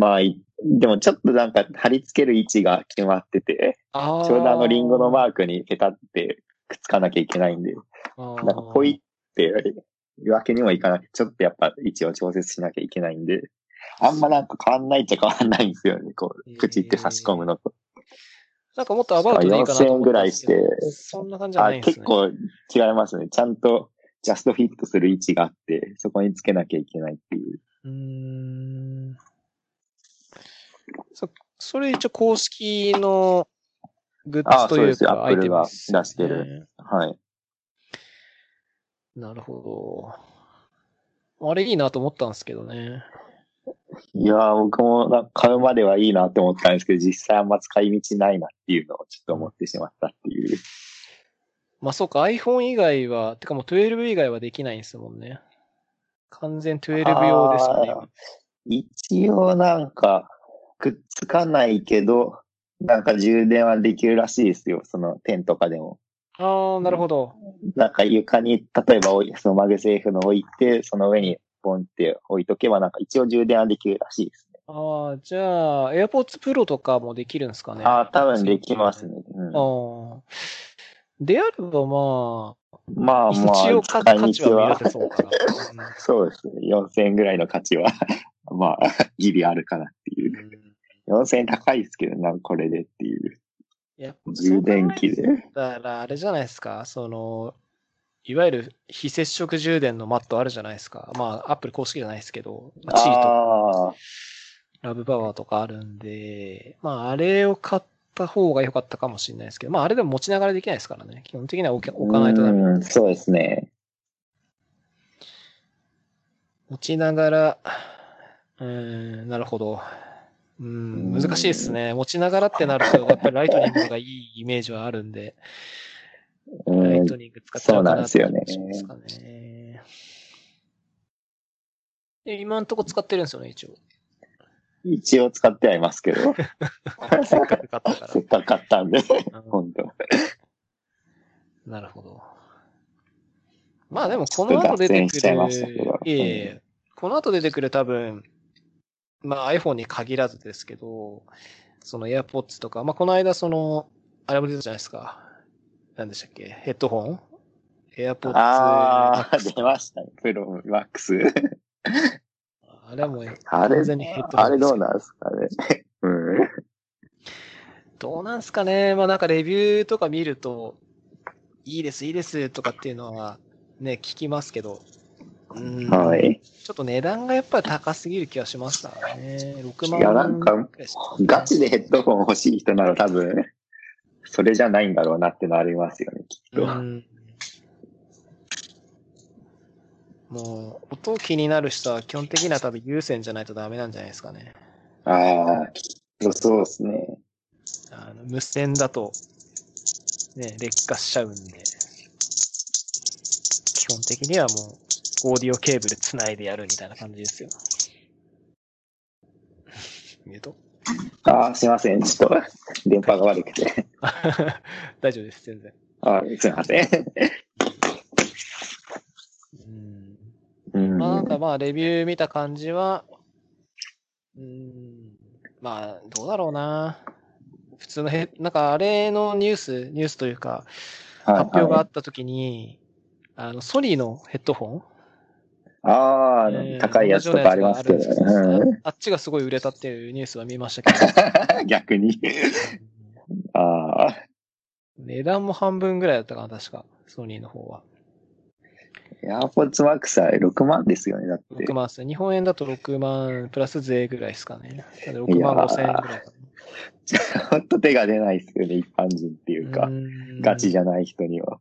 Speaker 1: まあ、いでもちょっとなんか貼り付ける位置が決まってて、
Speaker 2: ああ。
Speaker 1: ちょうどあのリンゴのマ
Speaker 2: ー
Speaker 1: ークにペタってくっつかなきゃいけないんで、
Speaker 2: ク
Speaker 1: なんかポイっていうわけにもいかなくて、ちょっとやっぱ位置を調節しなきゃいけないんで、あんまなんか変わんないっちゃ変わんないんですよね、こう、プチって差し込むのと。
Speaker 2: なんかもっとアバウトでいいかなと思ったんですけど。
Speaker 1: 4000ぐらいして
Speaker 2: そんな感じじゃ
Speaker 1: あ
Speaker 2: ないんです
Speaker 1: 結
Speaker 2: ね。
Speaker 1: 構違いますね。ちゃんとジャストフィットする位置があって、そこにつけなきゃいけないっていう。
Speaker 2: うーんそ、それ一応公式のグッズという
Speaker 1: あそう
Speaker 2: か、アイ
Speaker 1: です
Speaker 2: テムですよね
Speaker 1: Apple が出してる。はい。
Speaker 2: なるほど。あれいいなと思ったんですけどね。
Speaker 1: いやー、僕もな買うまではいいなって思ったんですけど、実際あんま使い道ないなっていうのをちょっと思ってしまったっていう。
Speaker 2: まあそうか、iPhone 以外は、てかもう12以外はできないんですもんね。完全12用ですよね
Speaker 1: あー。一応なんか、くっつかないけど、なんか充電はできるらしいですよ。その点とかでも。
Speaker 2: ああー、なるほど。
Speaker 1: なんか床に、例えば置いそのマグセーフの置いて、その上にポンって置いとけば、なんか一応充電はできるらしいですね。
Speaker 2: ああ、じゃあ、AirPods Pro とかもできるんですかね。
Speaker 1: ああ、多分できますね。うん、
Speaker 2: ああ。であればまあ、
Speaker 1: まあま
Speaker 2: 一応
Speaker 1: あ、
Speaker 2: か
Speaker 1: 使い
Speaker 2: 価値
Speaker 1: 道
Speaker 2: は見
Speaker 1: は
Speaker 2: 出。せそ うかな。うん
Speaker 1: そうですね。4000円ぐらいの価値は、 まあ、ギリあるかなっていう。4000円高いですけどな、これでっていう。
Speaker 2: やっぱ
Speaker 1: 充電器で。
Speaker 2: だから、あれじゃないですか、その、いわゆる非接触充電のマットあるじゃないですか。まあ、アップル公式じゃないですけど、チート、
Speaker 1: ああ、
Speaker 2: ラブパワーとかあるんで、まあ、あれを買った方が良かったかもしれないですけど、まあ、あれでも持ちながらできないですからね。基本的には置け置かないとダメ。
Speaker 1: うんそうですね。
Speaker 2: 持ちながら、うーん、なるほど。うん、
Speaker 1: うん
Speaker 2: 難しいですね。持ちながらってなると、やっぱりライトニングがいいイメージはあるんで、
Speaker 1: う
Speaker 2: ライ
Speaker 1: ん
Speaker 2: ト、ニング使っちゃうかなっていう気がしますかね。で今んとこ使ってるんですよね、一応。
Speaker 1: 一応使ってはいますけど、
Speaker 2: せっかく買ったか
Speaker 1: せっかく買ったんで、
Speaker 2: ら。うん
Speaker 1: 今度。
Speaker 2: なるほど。まあでも、この後出て
Speaker 1: ちょっと脱線し
Speaker 2: く
Speaker 1: ちゃい
Speaker 2: る
Speaker 1: ましたけど、
Speaker 2: いえいえ、この後出てくる多分、まあ iPhone に限らずですけど、その AirPods とか、まあこの間その、あれも出たじゃないですか。何でしたっけヘッドホン ?AirPods
Speaker 1: ああ、
Speaker 2: Max
Speaker 1: 出ましたね。プロマックス。
Speaker 2: あれも
Speaker 1: あれ
Speaker 2: 完全にヘッ、ドホンですよ
Speaker 1: あれどうなんですかね。うん。
Speaker 2: どうなんすかね。まあなんかレビューとか見ると、いいです、いいですとかっていうのはね、聞きますけど、うん
Speaker 1: はい。
Speaker 2: ちょっと値段がやっぱり高すぎる気がしますからね。6万
Speaker 1: いやなんか
Speaker 2: ぐらいしますね
Speaker 1: ガチでヘッドホン欲しい人なら多分、それじゃないんだろうなってのありますよね、きっと。
Speaker 2: うんもう、音気になる人は基本的には多分優先じゃないとダメなんじゃないですかね。
Speaker 1: ああ、きっとそうですね。
Speaker 2: あの無線だと、ね、劣化しちゃうんで、基本的にはもう、オーディオケーブル繋いでやるみたいな感じ ですよ。ミュート
Speaker 1: あー、すいません。ちょっと、電波が悪くて。
Speaker 2: 大丈夫です、全然。
Speaker 1: あーすいません。
Speaker 2: うん
Speaker 1: うん。
Speaker 2: まあなんかまあレビュー見た感じは、うーん、まあどうだろうな。普通のへ、なんかあれのニュース、ニュースというか、
Speaker 1: はい
Speaker 2: 発表があ
Speaker 1: はい
Speaker 2: った時に、あの、ソニーのヘッドホン
Speaker 1: あ
Speaker 2: えー
Speaker 1: ー、高いやつとかありますけど。
Speaker 2: 同じようなやつがあるんです
Speaker 1: う
Speaker 2: けどああっちがすごい売れたっていうニュースは見ましたけど、
Speaker 1: ん 逆に。ああ。
Speaker 2: 値段も半分ぐらいだったかな、確か。ソニーの方は。
Speaker 1: AirPods Max は6万ですよね、だって。
Speaker 2: 6万ですね。日本円だと6万プラス税ぐらいですかね。なので6万5千円ぐらいか
Speaker 1: ほんと手が出ないですよね、一般人っていう
Speaker 2: な。
Speaker 1: か。
Speaker 2: ん
Speaker 1: ガチじゃない人には。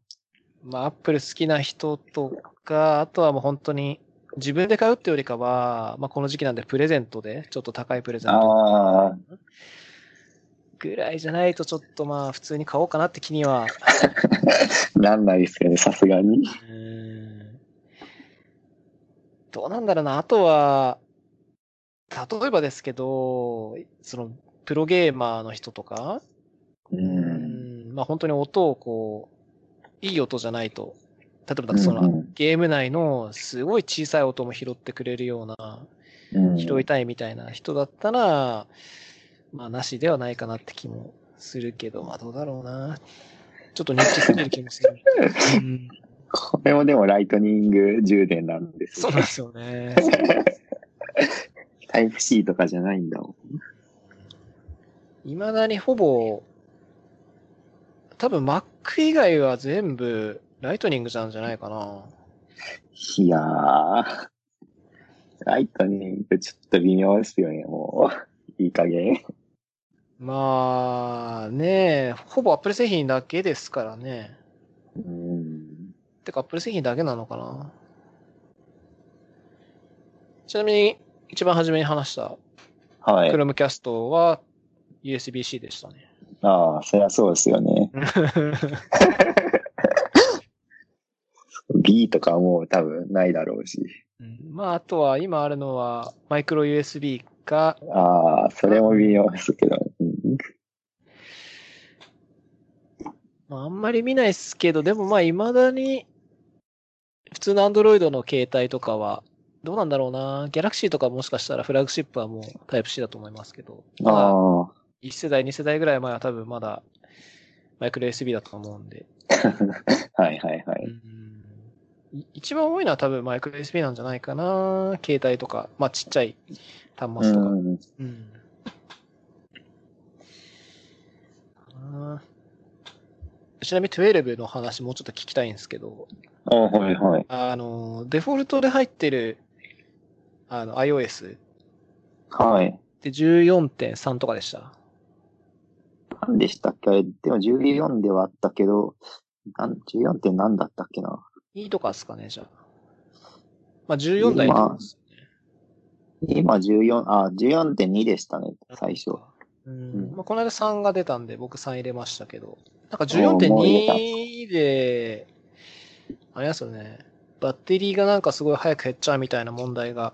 Speaker 2: まあ、アップル好きな人とか、あとはもう本当に、自分で買うってよりかは、まあ、この時期なんでプレゼントで、ちょっと高いプレゼント
Speaker 1: ああ、
Speaker 2: ぐらいじゃないと、ちょっとまあ、普通に買おうかなって気には、
Speaker 1: なんないですよね、さすがに。
Speaker 2: うーんどうなんだろうな。あとは、例えばですけど、その、プロゲーマーの人とか、
Speaker 1: う。
Speaker 2: うんんまあ本当に音をこう、いい音じゃないと、例えばその、
Speaker 1: うんうん
Speaker 2: ゲーム内のすごい小さい音も拾ってくれるような、
Speaker 1: うん、
Speaker 2: 拾いたいみたいな人だったら、まあなしではないかなって気もするけど、まあどうだろうな。ちょっとニッチすぎる気も する。うん、
Speaker 1: これもでもライトニング充電なんです
Speaker 2: そ
Speaker 1: よ
Speaker 2: うなんですよね。
Speaker 1: タイプ C とかじゃないんだも
Speaker 2: いまだにほぼ、多分 Mac 以外は全部ライトニングなんじゃないかな。
Speaker 1: ん。いやー。ライトニングちょっと微妙ですよね、もう。いい加減。
Speaker 2: まあねえ、ほぼ Apple 製品だけですからね。
Speaker 1: うん。
Speaker 2: てか Apple 製品だけなのかな。ちなみに、一番初めに話した
Speaker 1: はい。
Speaker 2: Chromecast は USB-C でしたね。
Speaker 1: ああ、そりゃそうですよ ね。B とかもう多分ないだろうし。
Speaker 2: うんまあ、あとは今あるのはマイクロ USB か、
Speaker 1: ああ、それも微妙ですけど。うん
Speaker 2: まあ、あんまり見ないですけど、でもまあ未だに普通の Android の携帯とかはどうなんだろうな。Galaxy とかもしかしたらフラッグシップはもう Type-C だと思いますけど。まあ
Speaker 1: あ
Speaker 2: 1世代、2世代ぐらい前は多分まだマイクロ USB だと思うんで。
Speaker 1: あ、はいはいは
Speaker 2: う
Speaker 1: い。
Speaker 2: んい一番多いのは多分マイクロ USB なんじゃないかな。携帯とか、まあちっちゃい端
Speaker 1: う
Speaker 2: 末とか。
Speaker 1: ん。
Speaker 2: うん。かなちなみに12の話もうちょっと聞きたいんですけど、
Speaker 1: あはいはい。
Speaker 2: あの、デフォルトで入ってる、あの、iOS っ
Speaker 1: はい。
Speaker 2: て14.3とかでした。
Speaker 1: 何でしたっけあれでも14ではあったけど、なん14って何だったっけない
Speaker 2: いとかですかね、じゃあ。まあ14台とかですよね。
Speaker 1: 今14、あ、14.2でしたね、最初。。
Speaker 2: うん
Speaker 1: う。ん
Speaker 2: まあ、この間3が出たんで、僕3入れましたけど、なんか
Speaker 1: もう
Speaker 2: 14.2で、あれなんですよね、バッテリーがなんかすごい早く減っちゃうみたいな問題が、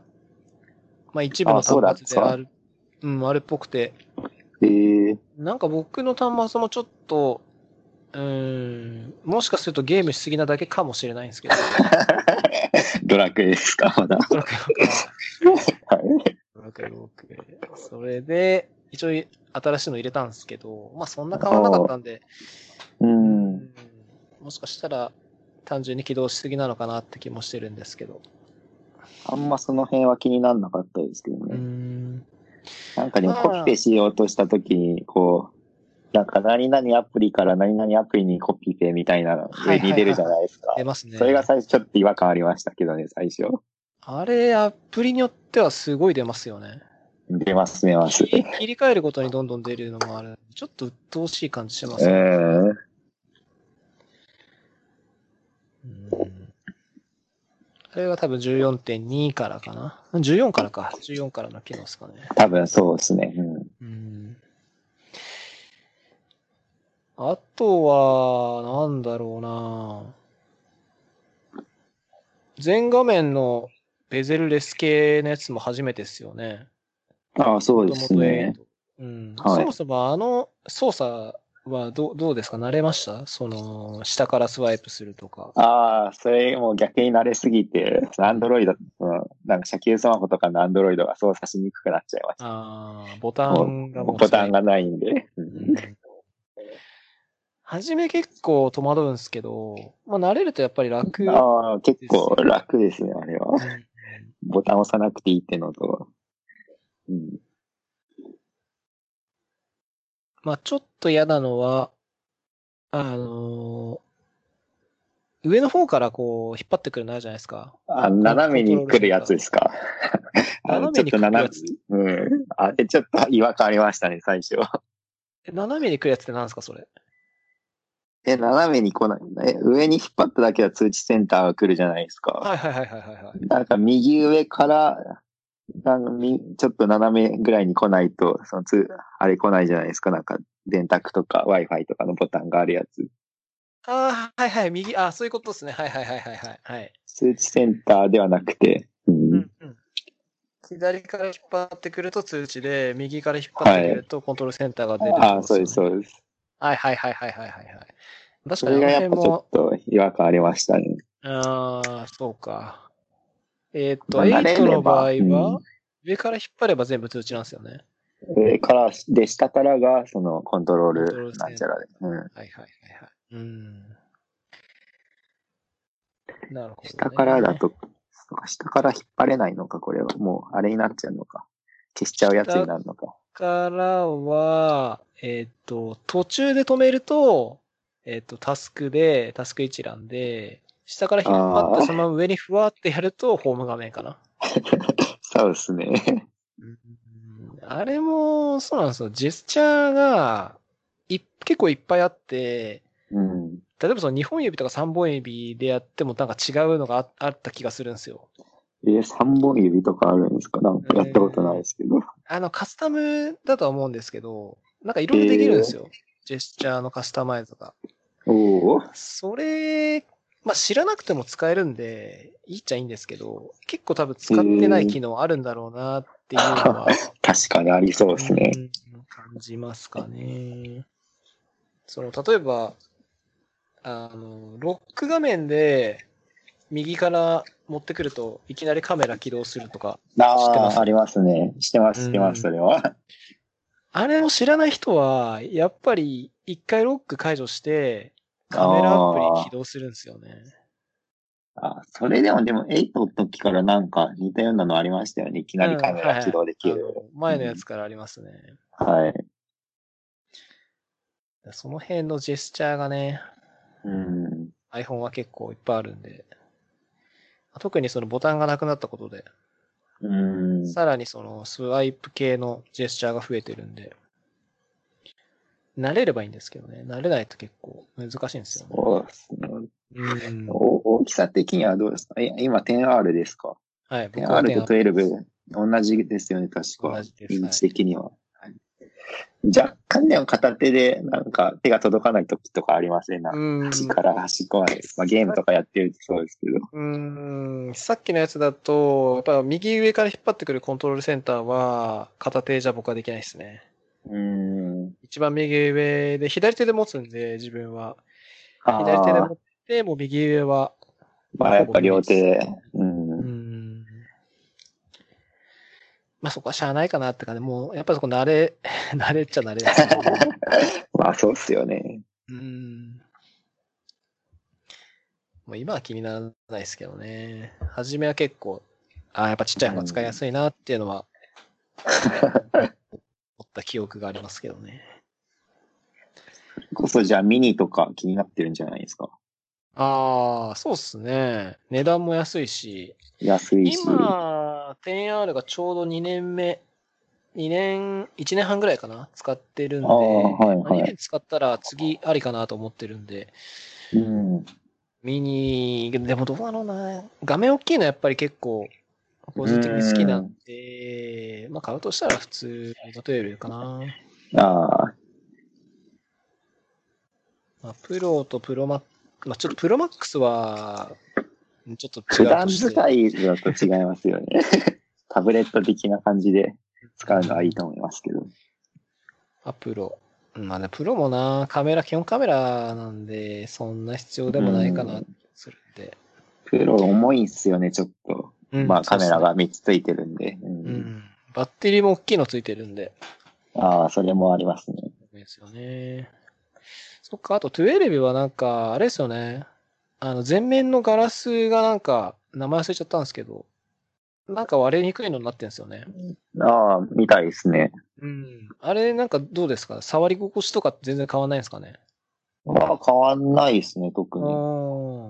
Speaker 2: まあ一部の
Speaker 1: あそうだ
Speaker 2: 端末である、うん、あるっぽくて、
Speaker 1: ええ
Speaker 2: なんか僕の端末もちょっと、うーん、もしかするとゲームしすぎなだけかもしれないんですけど、
Speaker 1: ドラクエですか、まだ。
Speaker 2: ドラクエ六 か
Speaker 1: はい。
Speaker 2: ドラクエ6それで、一応新しいの入れたんですけど、まあそんな変わらなかったんで、
Speaker 1: うん。
Speaker 2: もしかしたら単純に起動しすぎなのかなって気もしてるんですけど。
Speaker 1: あんまその辺は気にならなかったですけどね。
Speaker 2: ん。
Speaker 1: なんかでもコピペしようとしたときに、こう、なんか何々アプリから何々アプリにコピペみたいなの
Speaker 2: はいは
Speaker 1: 上
Speaker 2: いはい
Speaker 1: に出るじゃないですか。
Speaker 2: 出ますね。
Speaker 1: それが最初ちょっと違和感ありましたけどね、最初。
Speaker 2: あれ、アプリによってはすごい出ますよね。
Speaker 1: 出ます、出ます。
Speaker 2: 切り切り替えることにどんどん出るのもある。ちょっと鬱陶しい感じします
Speaker 1: う
Speaker 2: ね。
Speaker 1: ん。
Speaker 2: うんあれは多分14.2からかな。14からか。14からの機能ですかね。
Speaker 1: 多分そうですね。うん。
Speaker 2: うんあとは、なんだろうな全画面のベゼルレス系のやつも初めてですよね。
Speaker 1: ああ、そうですね。
Speaker 2: うん。
Speaker 1: はい
Speaker 2: そもそもあの操作はどうどうですか慣れましたその、下からスワイプするとか。
Speaker 1: ああ、それもう逆に慣れすぎて、アンドロイド、うんなんか、車級スマホとかのアンドロイドが操作しにくくなっちゃいました。
Speaker 2: ああ、ボタンがもう
Speaker 1: ボタンがないんで。うん
Speaker 2: 初め結構戸惑うんですけど、まあ慣れるとやっぱり楽。
Speaker 1: ああ、結構楽ですね、あれは。
Speaker 2: うん
Speaker 1: ボタン押さなくていいってのと。うん、
Speaker 2: まあちょっと嫌なのは、あのー上の方からこう引っ張ってくるのあるじゃないですか。
Speaker 1: あ斜めに来るやつですか。 あの
Speaker 2: 斜めに来るや
Speaker 1: ちょ
Speaker 2: つ
Speaker 1: っと斜め、うん。あれちょっと違和感ありましたね、最初。
Speaker 2: え斜めに来るやつって何ですかそれ。
Speaker 1: え、斜めに来ないんだ。え、上に引っ張っただけは通知センターが来るじゃないですか。
Speaker 2: はいはいはいはいはいはい。
Speaker 1: なんか右上から、なんかみちょっと斜めぐらいに来ないと、そのつ、あれ来ないじゃないですか。なんか電卓とか Wi-Fi とかのボタンがあるやつ。
Speaker 2: ああ、はいはい、右、あそういうことですね。はいはいはいはいはいはい。
Speaker 1: 通知センターではなくて、うん
Speaker 2: うんうん左から引っ張ってくると通知で、右から引っ張ってくるとコントロールセンターが出る、
Speaker 1: ああ、そうです、
Speaker 2: う。
Speaker 1: そうです。
Speaker 2: はいはいはいはいはいはいはい。確
Speaker 1: そ
Speaker 2: かに
Speaker 1: れ
Speaker 2: あ
Speaker 1: がやっ
Speaker 2: の辺
Speaker 1: ぱちょ
Speaker 2: も
Speaker 1: っ、と違和感ありましたね。
Speaker 2: ああ、そうか。えーっと、
Speaker 1: まあ慣れれば
Speaker 2: 8の場合は、
Speaker 1: うん
Speaker 2: 上から引っ張れば全部通知なんですよね。
Speaker 1: 上から、で、下からが、その、コントロール、なんちゃらで。うん。
Speaker 2: はいはいはいはい。うん。なるほど、ね。
Speaker 1: 下からだ。と、そうか下から引っ張れないのか、これは。もう、あれになっちゃうのか。消しちゃうやつになるのか。
Speaker 2: からは、えーっと、途中で止めると、えーっと、タスクで、タスク一覧で、下から引っ張
Speaker 1: あ
Speaker 2: っ
Speaker 1: ー
Speaker 2: てそのまま上にふわってやると、ホーム画面かな。
Speaker 1: そうですね。
Speaker 2: うんあれも、そうなんですよ。ジェスチャーが、い、結構いっぱいあって、
Speaker 1: うん。
Speaker 2: 例えばその2本指とか3本指でやってもなんか違うのがああった気がするんですよ。
Speaker 1: えー、3本指とかあるんですかなんかやったことないですけど。
Speaker 2: あの、カスタムだとは思うんですけど、なんかいろいろできるんですよ。ジェスチャーのカスタマイズが。
Speaker 1: おお
Speaker 2: それ、まあ知らなくても使えるんで、いいっちゃいいんですけど、結構多分使ってない機能あるんだろうなっていうのは、
Speaker 1: 確かにありそうですね。
Speaker 2: うん感じますかね。その、例えば、あの、ロック画面で、右から持ってくると、いきなりカメラ起動するとか、知って
Speaker 1: あ
Speaker 2: ま
Speaker 1: あ、
Speaker 2: す
Speaker 1: ありますね。してます、してま
Speaker 2: うん
Speaker 1: す、それは。
Speaker 2: あれを知らない人は、やっぱり、一回ロック解除して、カメラアプリ起動するんですよね。
Speaker 1: あそれでも、でも、8の時からなんか似たようなのありましたよね。いきなりカメ
Speaker 2: うんはいは
Speaker 1: ラ
Speaker 2: い
Speaker 1: 起動できる。
Speaker 2: あの前のやつからありますね。
Speaker 1: はい。
Speaker 2: その辺のジェスチャーがね、
Speaker 1: うん。
Speaker 2: iPhone は結構いっぱいあるんで、特にそのボタンがなくなったことで、
Speaker 1: うん。
Speaker 2: さらにそのスワイプ系のジェスチャーが増えてるんで、慣れればいいんですけどね。慣れないと結構難しいんですよね。
Speaker 1: そうですね。
Speaker 2: うん
Speaker 1: お大きさ的にはどうですかいや今 10R ですか
Speaker 2: はい、僕は
Speaker 1: ?10R と
Speaker 2: 10
Speaker 1: 12同じですよね、確
Speaker 2: 同
Speaker 1: か
Speaker 2: じ。です
Speaker 1: インチ的には。はい若干でも片手でなんか手が届かない時とかありません、なんか
Speaker 2: うん
Speaker 1: 端から端っこまで。まあゲームとかやってるとそうですけど。
Speaker 2: うん、さっきのやつだと、やっぱ右上から引っ張ってくるコントロールセンターは、片手じゃ僕はできないですね。
Speaker 1: うん。
Speaker 2: 一番右上で、左手で持つんで、自分は。
Speaker 1: あー
Speaker 2: 左手で持って、もう右上は。
Speaker 1: まあやっぱ両手で。う。
Speaker 2: うんん。まあそこはしゃあないかなって感じ。もう、やっぱそこ慣れ、 慣れっちゃ慣れですね。
Speaker 1: まあそうっすよね。
Speaker 2: うん。もう今は気にならないですけどね。初めは結構、ああ、やっぱちっちゃい方が使いやすいなっていうのは、思った記憶がありますけどね。
Speaker 1: こそじゃあミニとか気になってるんじゃないですか。
Speaker 2: ああ、そうっすね。値段も安いし、
Speaker 1: 安いし。
Speaker 2: 今、10R がちょうど2年目、2年、1年半ぐらいかな使ってるんで、
Speaker 1: ああはいはい
Speaker 2: 2年使ったら次ありかなと思ってるんで、
Speaker 1: うん。
Speaker 2: ミニ、でもどうだろうな。画面大きいのやっぱり結構、個人的に好きなんで、まあ買うとしたら普通のトゥエルかな。
Speaker 1: ああ、
Speaker 2: まあ、プロとプロマックまあちょっとプロマックスは、ちょっと違
Speaker 1: 普
Speaker 2: う
Speaker 1: 段
Speaker 2: として
Speaker 1: 使いだと違いますよね。 タブレット的な感じで使うのはいいと思いますけど。
Speaker 2: あ、プロ。まあね、プロもな、カメラ、基本カメラなんで、そんな必要でもないか
Speaker 1: う、
Speaker 2: なんするんで。
Speaker 1: プロ重いんすよね、ちょっと。
Speaker 2: うん
Speaker 1: まあカメラ。
Speaker 2: そう
Speaker 1: が3つついてるんで。う、
Speaker 2: っすねうんん。バッテリーも大きいのついてるんで。
Speaker 1: ああ、それもありますね。
Speaker 2: ですよね。そっか、あと12はなんか、あれですよね。あの、前面のガラスがなんか、名前忘れちゃったんですけど、なんか割れにくいのになってるんですよね。
Speaker 1: ああ、みたいですね。
Speaker 2: うん。あれ、なんかどうですか触り心地とか全然変わんないんですかね
Speaker 1: まあ変わんないですね、特
Speaker 2: う
Speaker 1: に。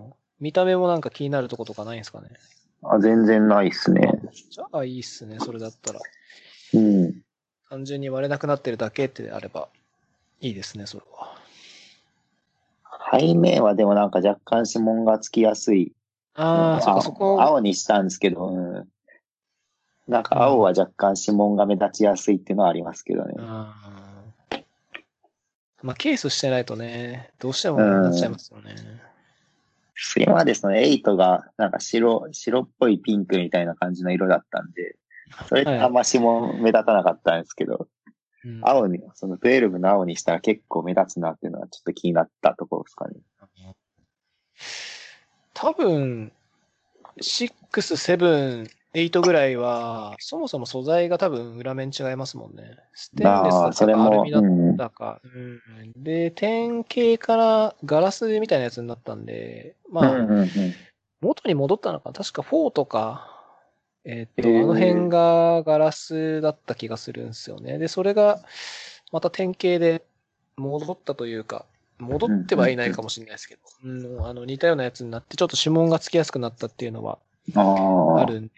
Speaker 2: ん。見た目もなんか気になるとことかないんですかね
Speaker 1: あ全然ないですね。
Speaker 2: じゃあいいっすね、それだったら。
Speaker 1: うん。
Speaker 2: 単純に割れなくなってるだけってあれば、いいですね、それは。
Speaker 1: 背面はでもなんか若干指紋がつきやすい。
Speaker 2: ああ、そっか、そ
Speaker 1: 青
Speaker 2: こ。
Speaker 1: 青にしたんですけど、うん。なんか青は若干指紋が目立ちやすいっていうのはありますけどね。
Speaker 2: あーまあ、ケースしてないとね、どうしてもなっちゃいますよね。
Speaker 1: 今ですね、8がなんか白、白っぽいピンクみたいな感じの色だったんで、それってあんま指紋目立たなかったんですけど、
Speaker 2: うん
Speaker 1: 青に、その12の青にしたら結構目立つなっていうのはちょっと気になったところですかね。
Speaker 2: 多分、6、7、8ぐらいは、そもそも素材が多分裏面違いますもんね。ステンレス
Speaker 1: あ
Speaker 2: だ
Speaker 1: あ、それ
Speaker 2: かアル
Speaker 1: も、
Speaker 2: ミだっ
Speaker 1: うん。
Speaker 2: だか、うん。で、点形からガラスみたいなやつになったんで、
Speaker 1: うん
Speaker 2: まあ、
Speaker 1: うんうん。
Speaker 2: 元に戻ったのかな確か4とか、えーっと、
Speaker 1: へー
Speaker 2: あの辺がガラスだった気がするんですよね。で、それが、また点形で戻ったというか、戻ってはいないかもしれないですけど、うん、あの似たようなやつになって、ちょっと指紋がつきやすくなったっていうのは
Speaker 1: あ
Speaker 2: あ
Speaker 1: あ、
Speaker 2: るんで、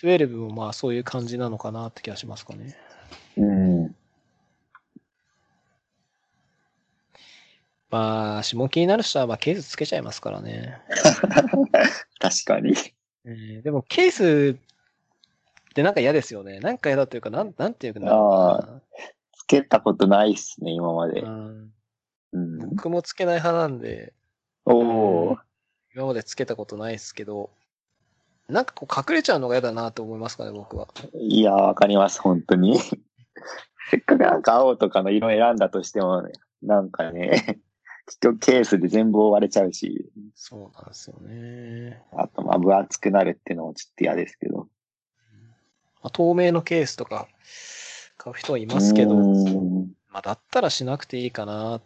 Speaker 2: 12もまあそういう感じなのかなって気がしますかね。
Speaker 1: うん。
Speaker 2: まあ、指紋気になる人はまあケースつけちゃいますからね。
Speaker 1: 確かに。
Speaker 2: えーでもケースってなんか嫌ですよね。なんか嫌だというか、なん、なんていうかな。
Speaker 1: あつけたことないっすね、今まで。
Speaker 2: うん
Speaker 1: うん。
Speaker 2: 僕もつけない派なんで、
Speaker 1: おー。
Speaker 2: 今までつけたことないですけど、なんかこう隠れちゃうのが嫌だなと思いますかね、僕は。
Speaker 1: いやー、わかります、本当に。 せっかくなんか青とかの色選んだとしても、なんかね、 きっとケースで全部覆われちゃうし、
Speaker 2: そうなんですよね。
Speaker 1: あとまあ分厚くなるっていうのもちょっと嫌ですけど。
Speaker 2: まあ、透明のケースとか買う人はいますけど、
Speaker 1: うーん。
Speaker 2: まあだったらしなくていいかな。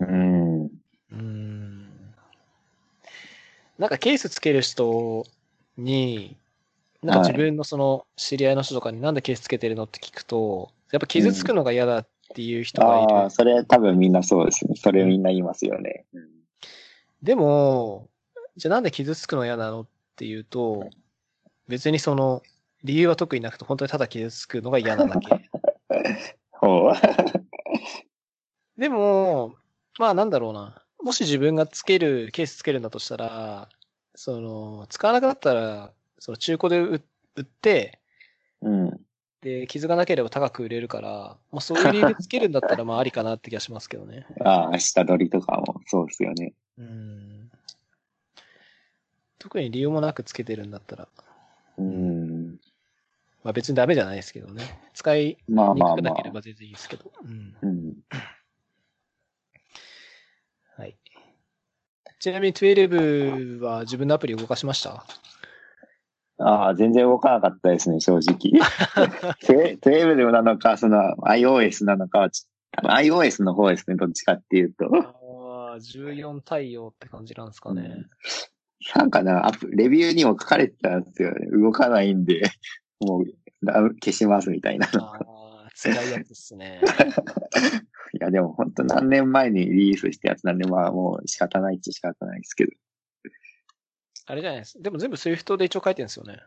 Speaker 1: うん。
Speaker 2: うん。なんかケースつける人に、なんか自分のその知り合いの人とかになんでケースつけてるのって聞くと、やっぱ傷つくのが嫌だっていう人がいる。
Speaker 1: ああ、それ多分みんなそうですね。それみんな言いますよね。
Speaker 2: でも、じゃあなんで傷つくの嫌なのっていうと、別にその、理由は特になくて、本当にただ傷つくのが嫌なだけ。
Speaker 1: ほう。
Speaker 2: でも、まあなんだろうな。もし自分がつける、ケースつけるんだとしたら、その、使わなくなったら、その中古で売売って、
Speaker 1: うん。
Speaker 2: で、傷がなければ高く売れるから、まあそういう理由でつけるんだったら、まあありかなって気がしますけどね。
Speaker 1: ああ、下取りとかもそうですよね。
Speaker 2: うん。特に理由もなくつけてるんだったら、
Speaker 1: うん。
Speaker 2: まあ別にダメじゃないですけどね。使い
Speaker 1: まあま
Speaker 2: に
Speaker 1: あ
Speaker 2: く
Speaker 1: ま
Speaker 2: くな
Speaker 1: あ
Speaker 2: けれ。ば全然いいですけど。うん。
Speaker 1: うん。
Speaker 2: はい。ちなみに12は自分のアプリ動かしました
Speaker 1: ああ、全然動かなかったですね、正直。12なのか、その iOS なのかはち、多分 iOS の方ですね、どっちかっていうと。
Speaker 2: ああ、14対応って感じなんですかね。
Speaker 1: なんかな、アップレビューにも書かれてたんですよね。動かないんで、もうダウン消しますみたいな。い
Speaker 2: ああ、辛いやつですね。
Speaker 1: や、でも本当何年前にリリースしたやつなんで、まあもう仕方ないっちゃ仕方ないですけど。
Speaker 2: あれじゃないです。でも全部 Swift で一応書いてるんですよね。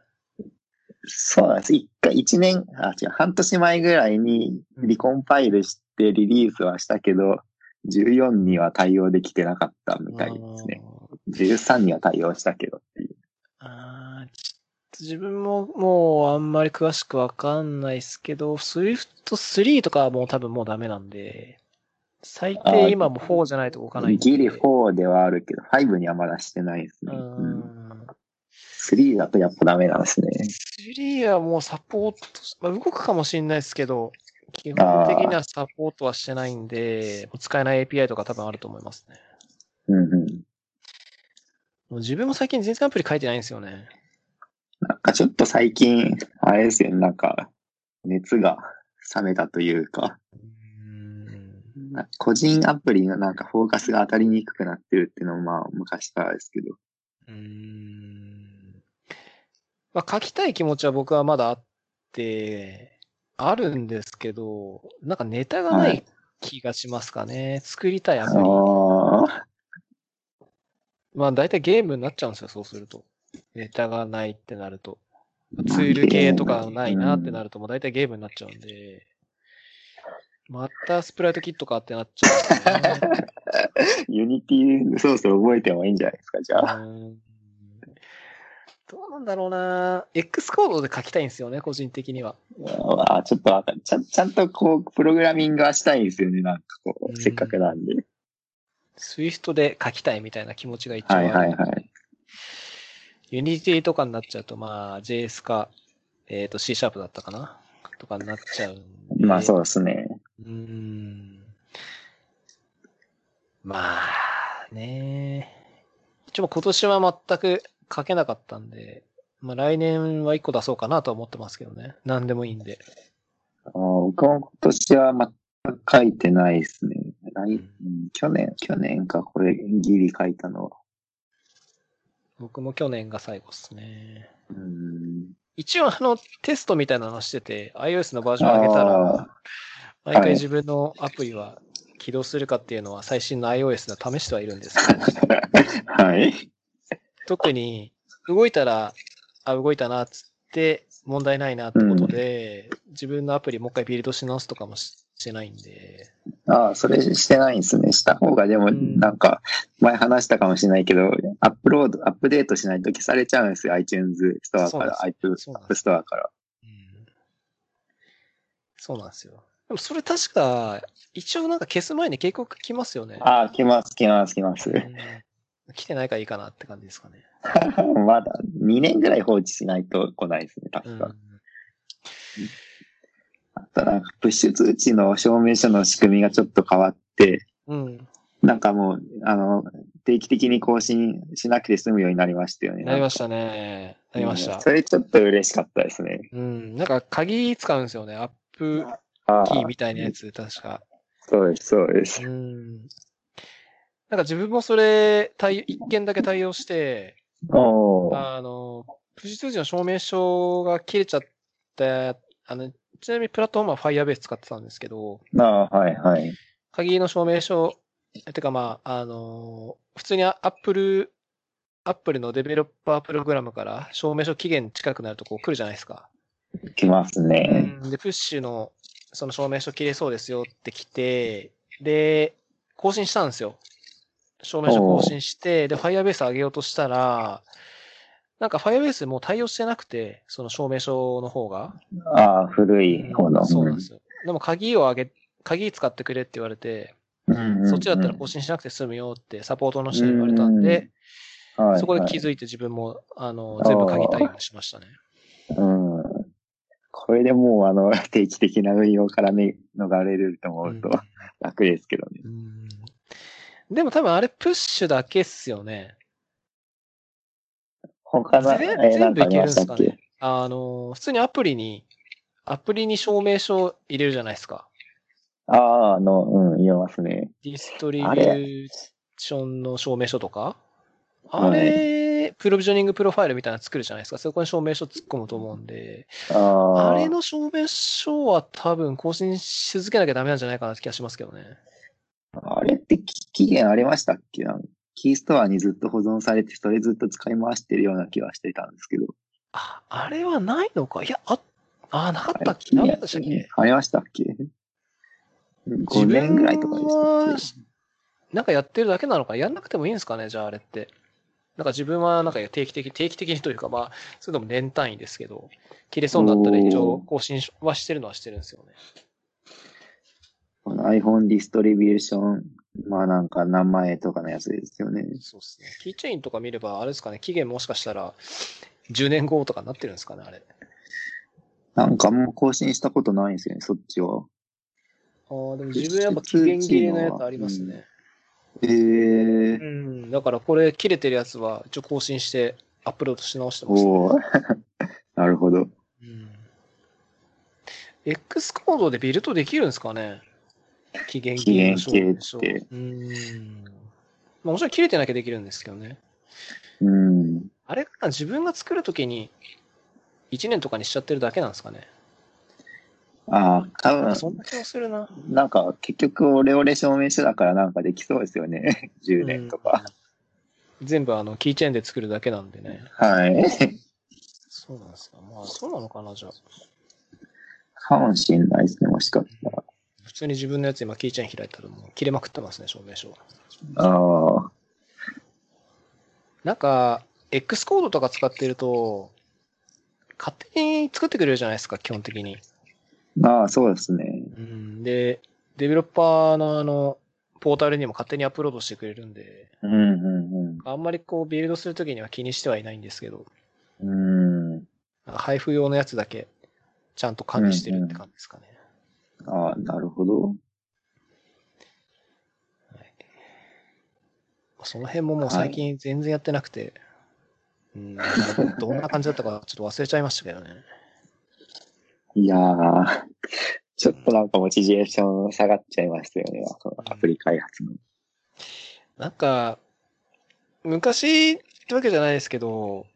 Speaker 1: そうなんです。一回、一年、あ、違う、半年前ぐらいにリコンパイルしてリリースはしたけど、14には対応できてなかったみたいですね。13には対応したけどっていう。
Speaker 2: あー。あーちょっと自分ももうあんまり詳しくわかんないですけど、Swift 3とかはもう多分もうダメなんで、最
Speaker 1: あー
Speaker 2: 低今も4じゃないと動かないんで。
Speaker 1: ギリ4ではあるけど、5にはまだしてないです
Speaker 2: う
Speaker 1: ね。
Speaker 2: ー
Speaker 1: うん
Speaker 2: ん
Speaker 1: 3だとやっぱダメなんですね。
Speaker 2: 3はもうサポート、まあ、動くかもしれないですけど、基本的にはサポートはしてないんで、使えない API とか多分あると思いますね。
Speaker 1: うんうん。
Speaker 2: もう自分も最近全然アプリ書いてないんですよね。
Speaker 1: なんかちょっと最近、あれですよね、なんか、熱が冷めたというか、
Speaker 2: うーん。
Speaker 1: な個人アプリのなんかフォーカスが当たりにくくなってるっていうのもまあ昔からですけど。
Speaker 2: うーん。まあ、書きたい気持ちは僕はまだあって、あるんですけど、なんかネタがな
Speaker 1: はい
Speaker 2: い気がしますかね。作りたいアプリ。
Speaker 1: ああ、
Speaker 2: まあ大体ゲームになっちゃうんですよ、そうすると。ネタがないってなると。ツール系とかないなってな
Speaker 1: る。
Speaker 2: ると、もう大体ゲームになっちゃうんで、またスプライトキットかってなっちゃうんですよね。
Speaker 1: ユニティ、そろそろ覚えてもいいんじゃないですか、じゃあ。
Speaker 2: うんどうなんだろうな X コードで書きたいんですよね、個人的には。
Speaker 1: あーちょっとわかるちゃん。ちゃんとこう、プログラミングはしたいんですよね、なんかこ
Speaker 2: うん
Speaker 1: う、せっかくなんで。
Speaker 2: Swift で書きたいみたいな気持ちが一応あ
Speaker 1: は
Speaker 2: る。
Speaker 1: いはいはい。
Speaker 2: ユニティとかになっちゃうと、まあ、JS か、えっ、と、C シャープだったかなとかになっちゃうんで。
Speaker 1: まあそうですね。
Speaker 2: うーん。まあ、ね一応今年は全く書けなかったんで、まあ来年は一個出そうかなとは思ってますけどね。何でもいいんで。
Speaker 1: あー僕も今年は全く書いてないですね。来
Speaker 2: うん
Speaker 1: うん去年、去年か、これ、ギリ書いたのは。
Speaker 2: 僕も去年が最後っすね。
Speaker 1: うん。
Speaker 2: 一応あのテストみたいなのしてて、iOS のバージョン上げたら、毎
Speaker 1: は
Speaker 2: 回
Speaker 1: い
Speaker 2: 自分のアプリは起動するかっていうのは最新の iOS では試してはいるんですけど、
Speaker 1: はい。
Speaker 2: 特に動いたら、あ、動いたなっつって問題ないなってことで、自分のアプリもう一回ビルドし直すとかもししてないんで、
Speaker 1: ああ、それしてないんですね。した方が、でも、
Speaker 2: うん
Speaker 1: なんか、前話したかもしれないけど、アップロード、アップデートしないと消されちゃうんですよ。iTunes ストアから、
Speaker 2: そう
Speaker 1: iTunes
Speaker 2: そうなんです
Speaker 1: App ストアから。
Speaker 2: うんそうなんですよ。でもそれ確か、一応なんか消す前に警告来ますよね。
Speaker 1: ああ、来ます、来ます、来ます。
Speaker 2: うん来てないからいいかなって感じですかね。
Speaker 1: まだ、2年ぐらい放置しないと来ないですね、
Speaker 2: う
Speaker 1: 確か。
Speaker 2: ん
Speaker 1: あと、なんか、プッシュ通知の証明書の仕組みがちょっと変わって、
Speaker 2: うん。
Speaker 1: なんかもう、あの、定期的に更新しなくて済むようになりましたよね。
Speaker 2: なりましたね。なりました
Speaker 1: うん。それちょっと嬉しかったですね。
Speaker 2: うん。なんか鍵使うんですよね。アップ
Speaker 1: ああ
Speaker 2: キーみたいなやつ、確か。
Speaker 1: そうです、そうで
Speaker 2: う
Speaker 1: す。
Speaker 2: ん。なんか自分もそれ、対一件だけ対応して、
Speaker 1: おー
Speaker 2: あの、プシ通知の証明書が切れちゃって、あの、ちなみにプラットフォームは Firebase 使ってたんですけど、
Speaker 1: ああ、はい、はい。
Speaker 2: 鍵の証明書、てかまあ、あの、普通に Apple、Apple のデベロッパープログラムから証明書期限近くなるとこう来るじゃないですか。
Speaker 1: 来ますね。
Speaker 2: うんで、プッシュの、その証明書切れそうですよって来て、で、更新したんですよ。証明書更新して、で、Firebase 上げようとしたら、なんか Firebase もう対応してなくて、その証明書の方が。
Speaker 1: ああ、古い方の。
Speaker 2: そうなんですよ。でも鍵を上げ、鍵使ってくれって言われて、そっちだったら更新しなくて済むよってサポートの人に言われたんで、
Speaker 1: うんはい
Speaker 2: そこで気
Speaker 1: はい
Speaker 2: づいて自分も、あの、全部鍵対応しましたね。
Speaker 1: うん。これでもう、あの、 定期的な運用からね、逃れると思うと
Speaker 2: うん
Speaker 1: 楽ですけどね。
Speaker 2: うんでも多分あれプッシュだけっすよね。
Speaker 1: 他の、
Speaker 2: 全
Speaker 1: えーな
Speaker 2: 全
Speaker 1: ん
Speaker 2: 部
Speaker 1: かあ
Speaker 2: い
Speaker 1: り
Speaker 2: ける
Speaker 1: ま
Speaker 2: んで
Speaker 1: した
Speaker 2: す
Speaker 1: っ
Speaker 2: か
Speaker 1: け
Speaker 2: ねあの、普通にアプリに、アプリに証明書を入れるじゃないですか。
Speaker 1: ああ、あの、うん、言えますね。
Speaker 2: ディストリビューションの証明書とか。あれ、プロビジョニングプロファイルみたいなの作るじゃないですか。そこに証明書突っ込むと思うんで。
Speaker 1: ああ。
Speaker 2: あれの証明書は多分更新し続けなきゃダメなんじゃないかなって気がしますけどね。
Speaker 1: あれって期限ありましたっけなんかキーストアにずっと保存されて、それずっと使い回してるような気はしてたんですけど。
Speaker 2: あ、あれはないのか。いや、あ、あ、なか
Speaker 1: あ
Speaker 2: っ
Speaker 1: れ
Speaker 2: たっけ
Speaker 1: 期
Speaker 2: な
Speaker 1: 限
Speaker 2: かったでしたっけ
Speaker 1: ありましたっけ ?5 年ぐらいとかでし
Speaker 2: 自分はなんかやってるだけなのか、やんなくてもいいんですかね、じゃああれって。なんか自分はなんか定期的、定期的にというか、まあ、それでも年単位ですけど、切れそうになったら一応
Speaker 1: おー
Speaker 2: 更新はしてるのはしてるんですよね。
Speaker 1: たっけこの iPhone ディストリビューションまあなんか名前とかのやつですよね。
Speaker 2: そうですね。キーチェインとか見れば、あれですかね、期限もしかしたら10年後とかになってるんですかね、あれ。
Speaker 1: なんかもう更新したことないんですよね、そっちは。
Speaker 2: ああ、でも自分やっぱ期限切れのやつありますね。
Speaker 1: ええー
Speaker 2: う、ん、だからこれ切れてるやつは一応更新してアップロードし直してます、
Speaker 1: おお なるほど。
Speaker 2: うん。X コードでビルトできるんですかね期限切れの証明書
Speaker 1: 期限切れっ
Speaker 2: うん。まあもちろん切れてなきゃできるんですけどね。
Speaker 1: うん。
Speaker 2: あれかな自分が作るときに1年とかにしちゃってるだけなんですかね。
Speaker 1: ああ、多
Speaker 2: なん
Speaker 1: 分
Speaker 2: かそんな気がするな。
Speaker 1: なんか結局オレオレ証明書だからなんかできそうですよね。10年 とか。
Speaker 2: うん。全部あの、キーチェーンで作るだけなんでね。
Speaker 1: はい。
Speaker 2: そうなんですか。まあ、そうなのかな、じゃあ。
Speaker 1: かもしんないですね、もしかしたら。
Speaker 2: 普通に自分のやつ今、キーチェーン開いたらもう切れまくってますね、証明書。
Speaker 1: ああ、
Speaker 2: なんか、X コードとか使ってると、勝手に作ってくれるじゃないですか、基本的に。
Speaker 1: まあそうですね。
Speaker 2: うん、で、デベロッパーのあの、ポータルにも勝手にアップロードしてくれるんで、
Speaker 1: うんうん
Speaker 2: あんまりこう、ビルドするときには気にしてはいないんですけど、
Speaker 1: うん。うん。
Speaker 2: 配布用のやつだけ、ちゃんと管理してるって感じですかね。
Speaker 1: ああ、なるほど。
Speaker 2: その辺ももう最近全然やってなくて、うん、どんな感じだったかちょっと忘れちゃいましたけどね。
Speaker 1: いやー、ちょっとなんかモチベーション下がっちゃいましたよね、そのアプリ開発の。
Speaker 2: なんか、昔ってわけじゃないですけど、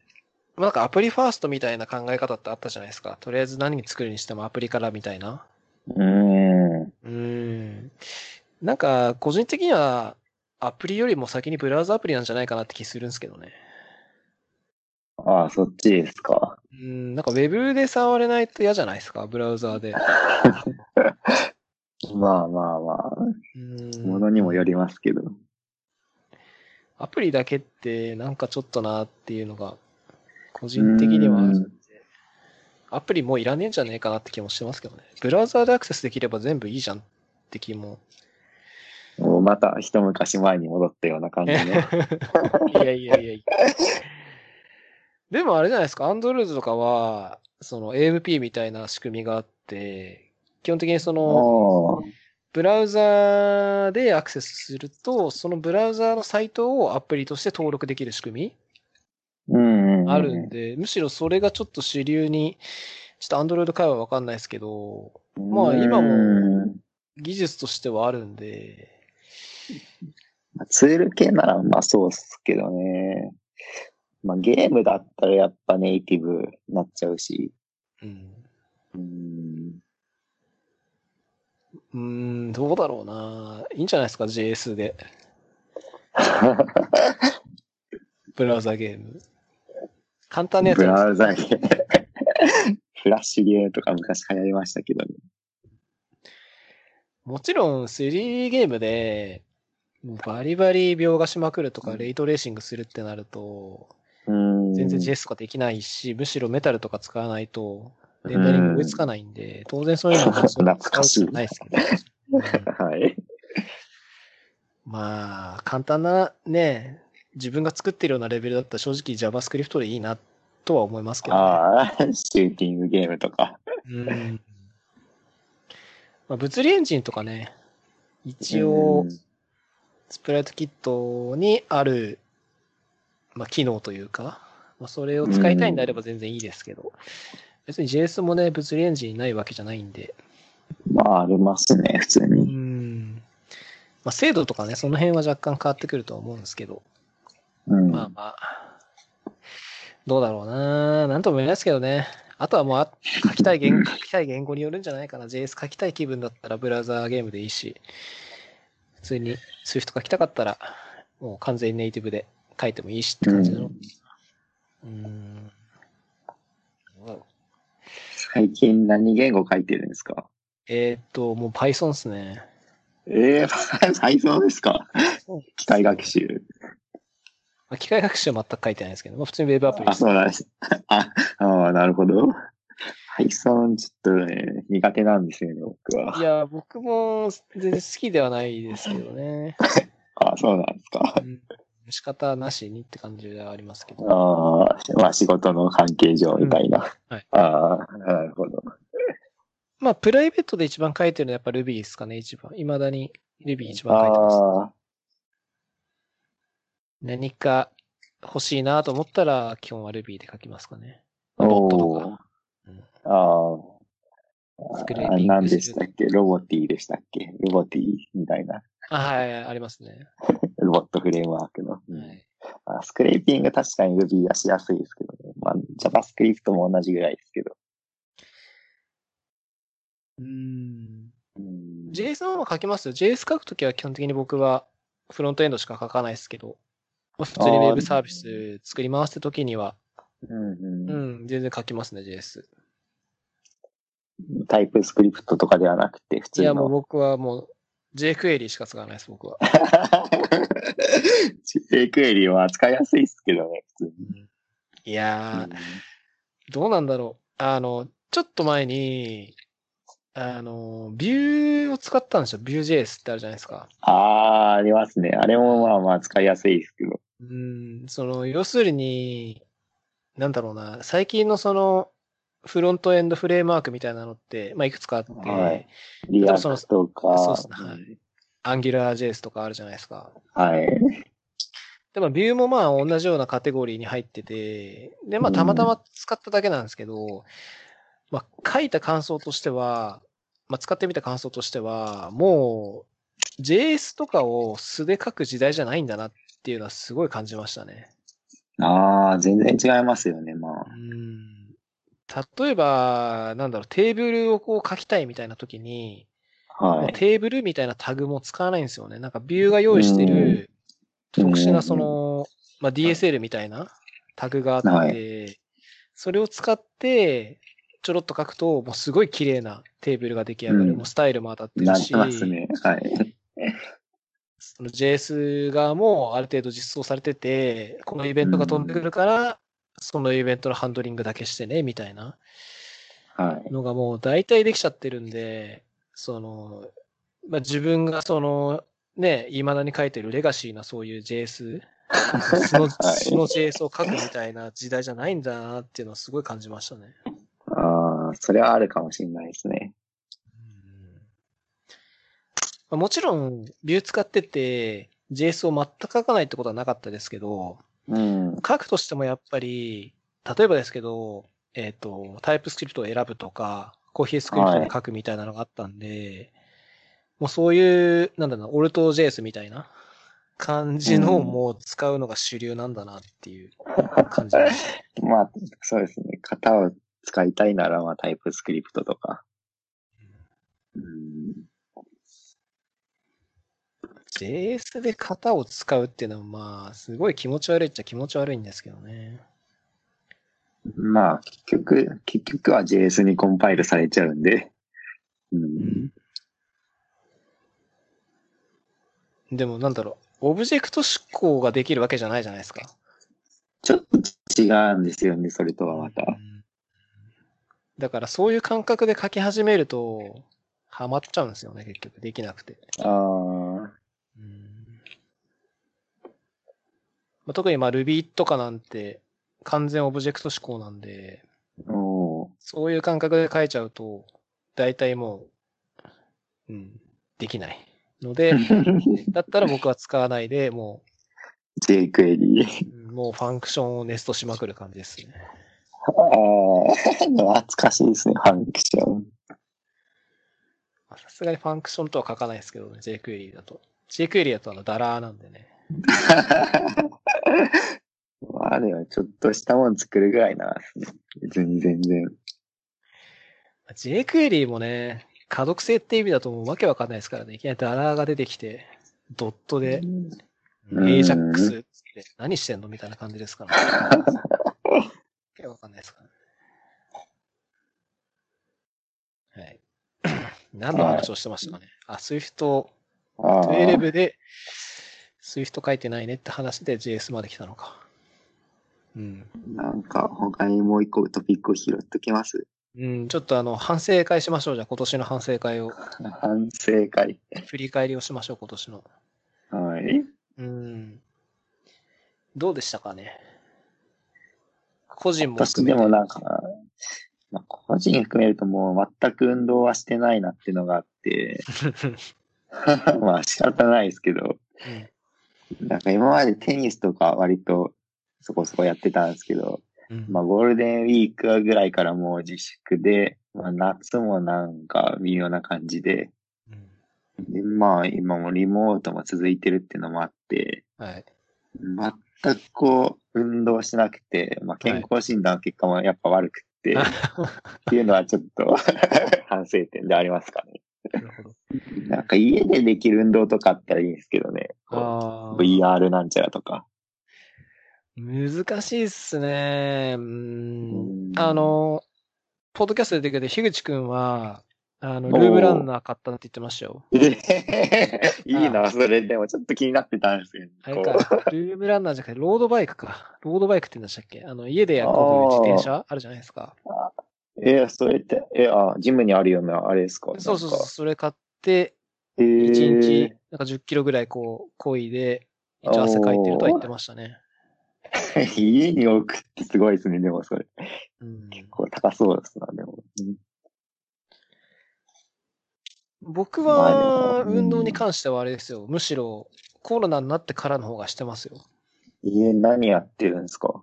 Speaker 2: なんかアプリファーストみたいな考え方ってあったじゃないですか。とりあえず何作るにしてもアプリからみたいな。
Speaker 1: うーん。
Speaker 2: うーん。なんか、個人的にはアプリよりも先にブラウザアプリなんじゃないかなって気するんですけどね。
Speaker 1: ああ、そっちですか。
Speaker 2: うん、なんかウェブで触れないと嫌じゃないですか、ブラウザーで。
Speaker 1: まあまあま
Speaker 2: う
Speaker 1: あ、
Speaker 2: ん
Speaker 1: ものにもよりますけど。
Speaker 2: アプリだけってなんかちょっとなっていうのが、個人的にはあるんで、アプリもういらねえんじゃねえかなって気もしてますけどね。ブラウザーでアクセスできれば全部いいじゃんって気も。
Speaker 1: もうまた一昔前に戻ったような感じ
Speaker 2: いや
Speaker 1: の。
Speaker 2: いやいやいや。でもあれじゃないですか、アンドロイドとかは、その AMP みたいな仕組みがあって、基本的にその、
Speaker 1: おー
Speaker 2: ブラウザーでアクセスすると、そのブラウザーのサイトをアプリとして登録できる仕組み
Speaker 1: うんうん。
Speaker 2: あるんで、むしろそれがちょっと主流に、ちょっとアンドロイド界はわかんないですけど、まあ今も技術としてはあるんで、
Speaker 1: まあツール系ならまあそうっすけどね。まあゲームだったらやっぱネイティブになっちゃうし。
Speaker 2: うん。
Speaker 1: うん。
Speaker 2: うーん、どうだろうな。いいんじゃないですか、JS で。ブラウザゲーム。簡単なやつ
Speaker 1: ブ
Speaker 2: なんです
Speaker 1: ラウザで。 フラッシュゲーとか昔流行りましたけどね。
Speaker 2: もちろん 3D ゲームで、もうバリバリ描画しまくるとか、レイトレーシングするってなると、
Speaker 1: うん。
Speaker 2: 全然 JS とかできないし、むしろメタルとか使わないと、レンダリング追いつかないんで、当然そういうのはもうそう
Speaker 1: 懐かしい
Speaker 2: 使うしかないです けど、うん
Speaker 1: はい。
Speaker 2: まあ、簡単なね、自分が作ってるようなレベルだったら正直 JavaScript でいいなとは思いますけど、ね
Speaker 1: ああ、シューティングゲームとか。
Speaker 2: うんまあ、物理エンジンとかね、一応
Speaker 1: うん、
Speaker 2: スプライトキットにある、まあ、機能というか、まあ、それを使いたいんであれば全然いいですけど、別に JS もね、物理エンジンないわけじゃないんで、
Speaker 1: まあありますね、普通
Speaker 2: う
Speaker 1: に。
Speaker 2: ん。まあ、精度とかね、その辺は若干変わってくるとは思うんですけど、
Speaker 1: うん。
Speaker 2: まあまあ、どうだろうななんとも言えないですけどね。あとはもうあ、書きたい言語、書きたい言語によるんじゃないかな。JS 書きたい気分だったらブラウザーゲームでいいし、普通に Swift 書きたかったら、もう完全にネイティブで書いてもいいしって感じの。うーん。どうだろう
Speaker 1: 最近何言語書いてるんですか
Speaker 2: えーっと、もう Python っすね。
Speaker 1: ええー、 最初ですか機械学習。
Speaker 2: まあ機械学習は全く書いてないですけど、まあ、普通に Web アプリ で
Speaker 1: あ、
Speaker 2: す。
Speaker 1: そうなんです。あ、あーなるほど。 Python ちょっとね、苦手なんですよね、僕
Speaker 2: い
Speaker 1: は。
Speaker 2: や、僕も全然好きではないですけどね。
Speaker 1: あそうなんです
Speaker 2: う
Speaker 1: か。
Speaker 2: ん、仕方なしにって感じではありますけど。
Speaker 1: ああ、まあ仕事の関係上みたいな。
Speaker 2: うんはい
Speaker 1: ああ、なるほど。
Speaker 2: まあ、プライベートで一番書いてるのはやっぱ Ruby ですかね、一番。未だに Ruby 一番書いてます。
Speaker 1: ああ、
Speaker 2: 何か欲しいなと思ったら、基本は Ruby で書きますかね。
Speaker 1: おー
Speaker 2: ロボットとか。うん
Speaker 1: あ
Speaker 2: スクレー
Speaker 1: あ、
Speaker 2: ピング
Speaker 1: 何でしたっけロボティでしたっけロボティみたいな。
Speaker 2: あ、はい、ありますね。
Speaker 1: ロボットフレームワークの。うん
Speaker 2: はい。
Speaker 1: あスクレーピング確かに Ruby はしやすいですけどね。まあ JavaScript も同じぐらいですけど。
Speaker 2: うん。
Speaker 1: うん、
Speaker 2: JS も書きますよ。JS 書くときは基本的に僕はフロントエンドしか書かないですけど、まあ普通にウェブサービス作り回すときには、
Speaker 1: うんうん
Speaker 2: うん、全然書きますね、JS。
Speaker 1: タイプスクリプトとかではなくて、普
Speaker 2: い
Speaker 1: 通の。
Speaker 2: や、もう僕はもう JQuery しか使わないです、僕は。
Speaker 1: J ク エリは扱いやすいですけどね、普通に。
Speaker 2: いやー、どうなんだろう。あの、ちょっと前に、あの、ビューを使ったんですよ。Vue.js ってあるじゃないですか。
Speaker 1: ああー、ありますね。あれもまあまあ使いやすいですけど。
Speaker 2: うん、その、要するに、なんだろうな、最近のその、フロントエンドフレームワークみたいなのって、まあ、いくつかあって、
Speaker 1: はい
Speaker 2: え
Speaker 1: リ
Speaker 2: ば
Speaker 1: ア
Speaker 2: その
Speaker 1: クトとか。
Speaker 2: そうっすねはい AngularJS とかあるじゃないですか。
Speaker 1: はい。
Speaker 2: で、まあ、ビューもまあ、同じようなカテゴリーに入ってて、で、まあ、たまたま使っただけなんですけど、まあ、書いた感想としては、まあ、使ってみた感想としては、もう、JS とかを素で書く時代じゃないんだなっていうのはすごい感じましたね。
Speaker 1: ああ、全然違いますよね、まあ
Speaker 2: う。ん。例えば、なんだろう、テーブルをこう書きたいみたいな時に、
Speaker 1: は
Speaker 2: もう
Speaker 1: い。
Speaker 2: テーブルみたいなタグも使わないんですよね。なんかビューが用意してる
Speaker 1: うん
Speaker 2: 特殊
Speaker 1: うん
Speaker 2: なその、まあ、DSL みたいなタグがあって、
Speaker 1: は
Speaker 2: それを使ってちょろっと書くと、もうすごい綺麗なテーブルが出来上がる。
Speaker 1: うん
Speaker 2: もうスタイルも当たって
Speaker 1: な
Speaker 2: る
Speaker 1: っ
Speaker 2: し、
Speaker 1: てますね。はい。
Speaker 2: その JS 側もある程度実装されてて、このイベントが飛んでくるから、そのイベントのハンドリングだけしてね、みたいな。
Speaker 1: はい。
Speaker 2: のがもう大体できちゃってるんで、その、まあ、自分がその、ね、未だに書いてるレガシーなそういう JS、その、
Speaker 1: はい
Speaker 2: その JS を書くみたいな時代じゃないんだなっていうのはすごい感じましたね。
Speaker 1: ああ、それはあるかもしれないですね。
Speaker 2: まあ、もちろん、ビュー使ってて、JS を全く書かないってことはなかったですけど、
Speaker 1: うん。
Speaker 2: 書くとしてもやっぱり、例えばですけど、えっ、と、タイプスクリプトを選ぶとか、コーヒースクリプトで書くみたいなのがあったんで、もうそういう、なんだろうな、オルト JS みたいな感じの
Speaker 1: うん
Speaker 2: もう使うのが主流なんだなっていう感じです。
Speaker 1: まあ、そうですね。型を使いたいなら、まあ、タイプスクリプトとか。うん。
Speaker 2: JS で型を使うっていうのは、まあ、すごい気持ち悪いっちゃ気持ち悪いんですけどね。
Speaker 1: まあ、結局、結局は JS にコンパイルされちゃうんで。うん。
Speaker 2: でも、なんだろう、オブジェクト思考ができるわけじゃないじゃないですか。
Speaker 1: ちょっと違うんですよね、それとはまた。
Speaker 2: うんだからそういう感覚で書き始めると、ハマっちゃうんですよね、結局。できなくて。
Speaker 1: ああ、
Speaker 2: まあ、特にまあ Ruby とかなんて完全オブジェクト思考なんで、
Speaker 1: おー
Speaker 2: そういう感覚で書いちゃうと、大体もう、うん、できない。ので、だったら僕は使わないで、も
Speaker 1: J クエリー。
Speaker 2: う、もうファンクションをネストしまくる感じですね。
Speaker 1: ああ、懐かしいですね、ハンクション。
Speaker 2: まあさすがにファンクションとは書かないですけどね、JQuery だと。JQuery だとあの、ダラーなんでね。
Speaker 1: まあでも、ちょっとしたもん作るぐらいならですね。別に全然。
Speaker 2: JQuery もね、可読性って意味だともうわけわかんないですからね。いきなりダラーが出てきて、ドットで、
Speaker 1: うん
Speaker 2: AJAX って何してんのみたいな感じですから、ね。わけわかんないですからね。はい。 何の話をしてましたかね。あ、Swift
Speaker 1: ああ、
Speaker 2: 12で、Swift 書いてないねって話で JS まで来たのか。うん。
Speaker 1: なんか他にもう一個トピックを拾っときます。
Speaker 2: うん、ちょっとあの、反省会しましょう。じゃあ今年の反省会を。
Speaker 1: 反省会。
Speaker 2: 振り返りをしましょう、今年の。
Speaker 1: はい。
Speaker 2: うん。どうでしたかね。個人も
Speaker 1: 私
Speaker 2: 含め
Speaker 1: で
Speaker 2: て
Speaker 1: もなんか、まあ、個人含めるともう全く運動はしてないなっていうのがあ って、まあ仕方ないですけど、
Speaker 2: うん
Speaker 1: なんか今までテニスとか割とそこそこやってたんですけど、
Speaker 2: うん
Speaker 1: まあゴールデンウィークぐらいからもう自粛で、まあ夏もなんか微妙な感じで、
Speaker 2: うん
Speaker 1: でまあ今もリモートも続いてるっていうのもあって、
Speaker 2: はい。
Speaker 1: 全くこう運動しなくて、まあ健康診断の結果もやっぱ悪く って、っていうのはちょっと 反省点でありますかね。
Speaker 2: なる ほど。
Speaker 1: なんか家でできる運動とかあったらいいんですけどね。こ
Speaker 2: あ
Speaker 1: う
Speaker 2: ー
Speaker 1: VR なんちゃらとか。
Speaker 2: 難しいっすね。う
Speaker 1: う
Speaker 2: ん
Speaker 1: ん
Speaker 2: あの、ポッドキャストで出てくる樋口くんは、あの、
Speaker 1: おー
Speaker 2: ルームランナー買ったって言ってましたよ。
Speaker 1: いいな、それでもちょっと気になってたんですけ
Speaker 2: あれ
Speaker 1: ど。
Speaker 2: か
Speaker 1: こう、
Speaker 2: ルームランナーじゃなくて、ロードバイクか。ロードバイクって言うんでしたっけあの、家でやこぐ自転車あるじゃないですか。
Speaker 1: え、それって、え、あ、ジムにあるような、あれですか
Speaker 2: そうそう
Speaker 1: なん
Speaker 2: そう、
Speaker 1: か
Speaker 2: それ買って、
Speaker 1: え
Speaker 2: 1
Speaker 1: ー
Speaker 2: 日、なんか10キロぐらいこう、漕いで、一応汗かいてるとは言ってましたね。
Speaker 1: 家に置くってすごいですね、でもそれ。
Speaker 2: うん、
Speaker 1: こう高そうですな、でも。うん
Speaker 2: 僕
Speaker 1: ま
Speaker 2: は、
Speaker 1: あでもうん
Speaker 2: 運動に関してはあれですよ。むしろ、コロナになってからの方がしてますよ。
Speaker 1: 家何やってるんですか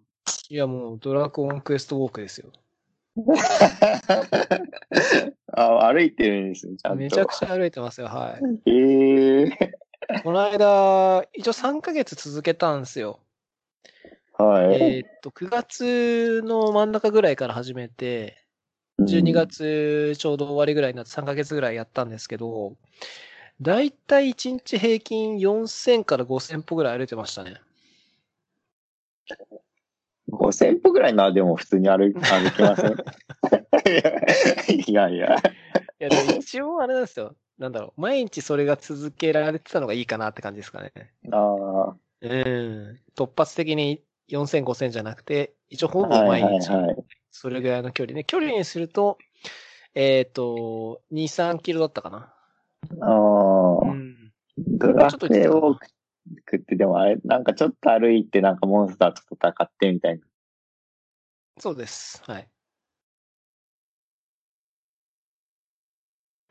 Speaker 2: いや、もう、ドラゴンクエストウォークですよ。
Speaker 1: あ、歩いてるんですね、ちゃんと。
Speaker 2: めちゃくちゃ歩いてますよ、は
Speaker 1: ええ
Speaker 2: い。この間、一応3ヶ月続けたんですよ。
Speaker 1: はい。
Speaker 2: えーっと、9月の真ん中ぐらいから始めて、12月ちょうど終わりぐらいになって3ヶ月ぐらいやったんですけど、だいたい1日平均4000から5000歩ぐらい歩いてましたね。
Speaker 1: 5000歩ぐらいならでも普通に歩歩けません いやいや。
Speaker 2: いや、でも一応あれなんですよ。なんだろう。毎日それが続けられてたのがいいかなって感じですかね。
Speaker 1: あ
Speaker 2: うん。突発的に4000、5000じゃなくて、一応
Speaker 1: あ。
Speaker 2: ほぼ
Speaker 1: はい
Speaker 2: 毎
Speaker 1: はい
Speaker 2: 日
Speaker 1: はい。
Speaker 2: それぐらいの距離ね。距離にすると、えっ、と、2、3キロだったかな。
Speaker 1: あ
Speaker 2: う
Speaker 1: あ。
Speaker 2: ん。
Speaker 1: ドラクエウォークってでもあれ、なんかちょっと歩いてなんかモンスターと戦ってみたいな。
Speaker 2: そうです。はい。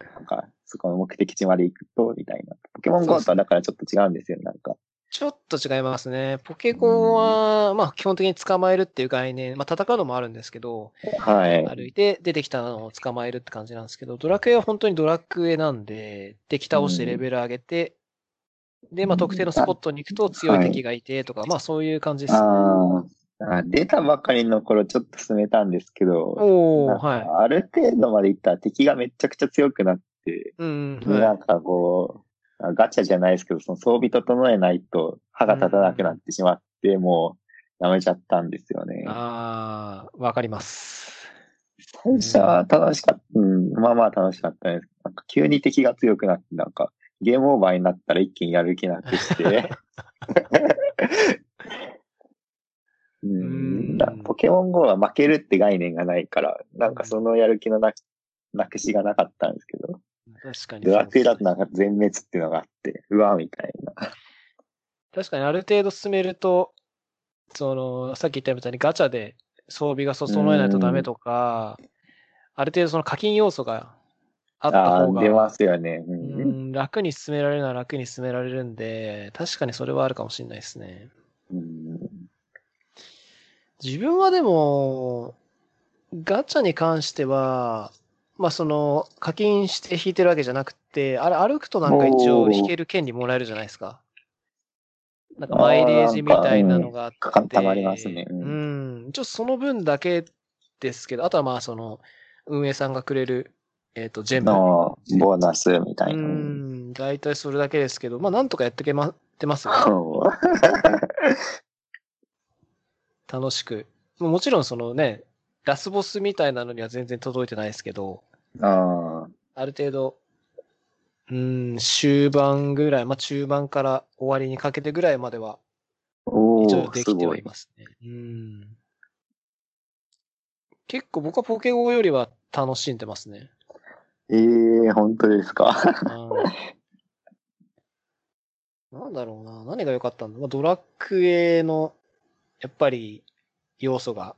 Speaker 1: なんか、そこの目的地まで行くと、みたいな。ポケモン GO とはだからちょっと違うんですよ、なんか。
Speaker 2: ちょっと違いますね。ポケコンは、まあ基本的に捕まえるっていう概念、まあ戦うのもあるんですけど、
Speaker 1: はい。
Speaker 2: 歩いて出てきたのを捕まえるって感じなんですけど、ドラクエは本当にドラクエなんで、敵倒してレベル上げて、で、まあ特定のスポットに行くと強い敵がいてとか、まあそういう感じですね。
Speaker 1: あああ。出たばかりの頃ちょっと進めたんですけど、
Speaker 2: お
Speaker 1: なん
Speaker 2: ー、はい。
Speaker 1: かある程度まで行ったら敵がめちゃくちゃ強くなって、
Speaker 2: うん、うん
Speaker 1: な
Speaker 2: は
Speaker 1: んかこう、あガチャじゃないですけど、その装備整えないと歯が立たなくなってしまって、もうやめちゃったんですよね
Speaker 2: い。。ああ、わかります。
Speaker 1: 最初は楽しかった、うん、まあまあ楽しかったんですけど、なんか急に敵が強くなって、なんかゲームオーバーになったら一気にやる気なく して。う
Speaker 2: うん
Speaker 1: ん、だポケモン GO は負けるって概念がないから、なんかそのやる気のななくしがなかったんですけど、
Speaker 2: 確かにそうですね。
Speaker 1: ドラクエだとなんか全滅っていうのがあって、うわ、みたいな。
Speaker 2: 確かにある程度進めると、その、さっき言ったみたいにガチャで装備が整えないとダメとか、ある程度その課金要素があった方
Speaker 1: あー出ま
Speaker 2: が、
Speaker 1: すよね。う。
Speaker 2: うんん、楽に進められるなら楽に進められるんで、確かにそれはあるかもしれないですね。
Speaker 1: うん、
Speaker 2: 自分はでも、ガチャに関しては、まあその、課金して引いてるわけじゃなくて、あれ歩くとなんか一応引ける権利もらえるじゃないですか。なんかマイレージみたいなのがあって。
Speaker 1: あーなんかうんたまりますね
Speaker 2: う
Speaker 1: うん
Speaker 2: ん。ちょっとその分だけですけど、あとはまあその、運営さんがくれる、えっ、と、ジェム。
Speaker 1: のボーナスみた
Speaker 2: う
Speaker 1: いな。 うん
Speaker 2: ん。大体それだけですけど、まあなんとかやってけま、ってますよ。 楽しく。もうもちろんそのね、ラスボスみたいなのには全然届いてないですけど、
Speaker 1: あー
Speaker 2: ある程度、うーん、終盤ぐらい、まあ中盤から終わりにかけてぐらいまでは、
Speaker 1: お
Speaker 2: 一応
Speaker 1: ー
Speaker 2: ですきて
Speaker 1: ご
Speaker 2: はい
Speaker 1: い。
Speaker 2: ますね。うん。結構僕はポケゴよりは楽しんでますね。
Speaker 1: ええ本当ですか。
Speaker 2: うんなんだろうな。何が良かったんだ。まあ、ドラクエの、やっぱり、要素が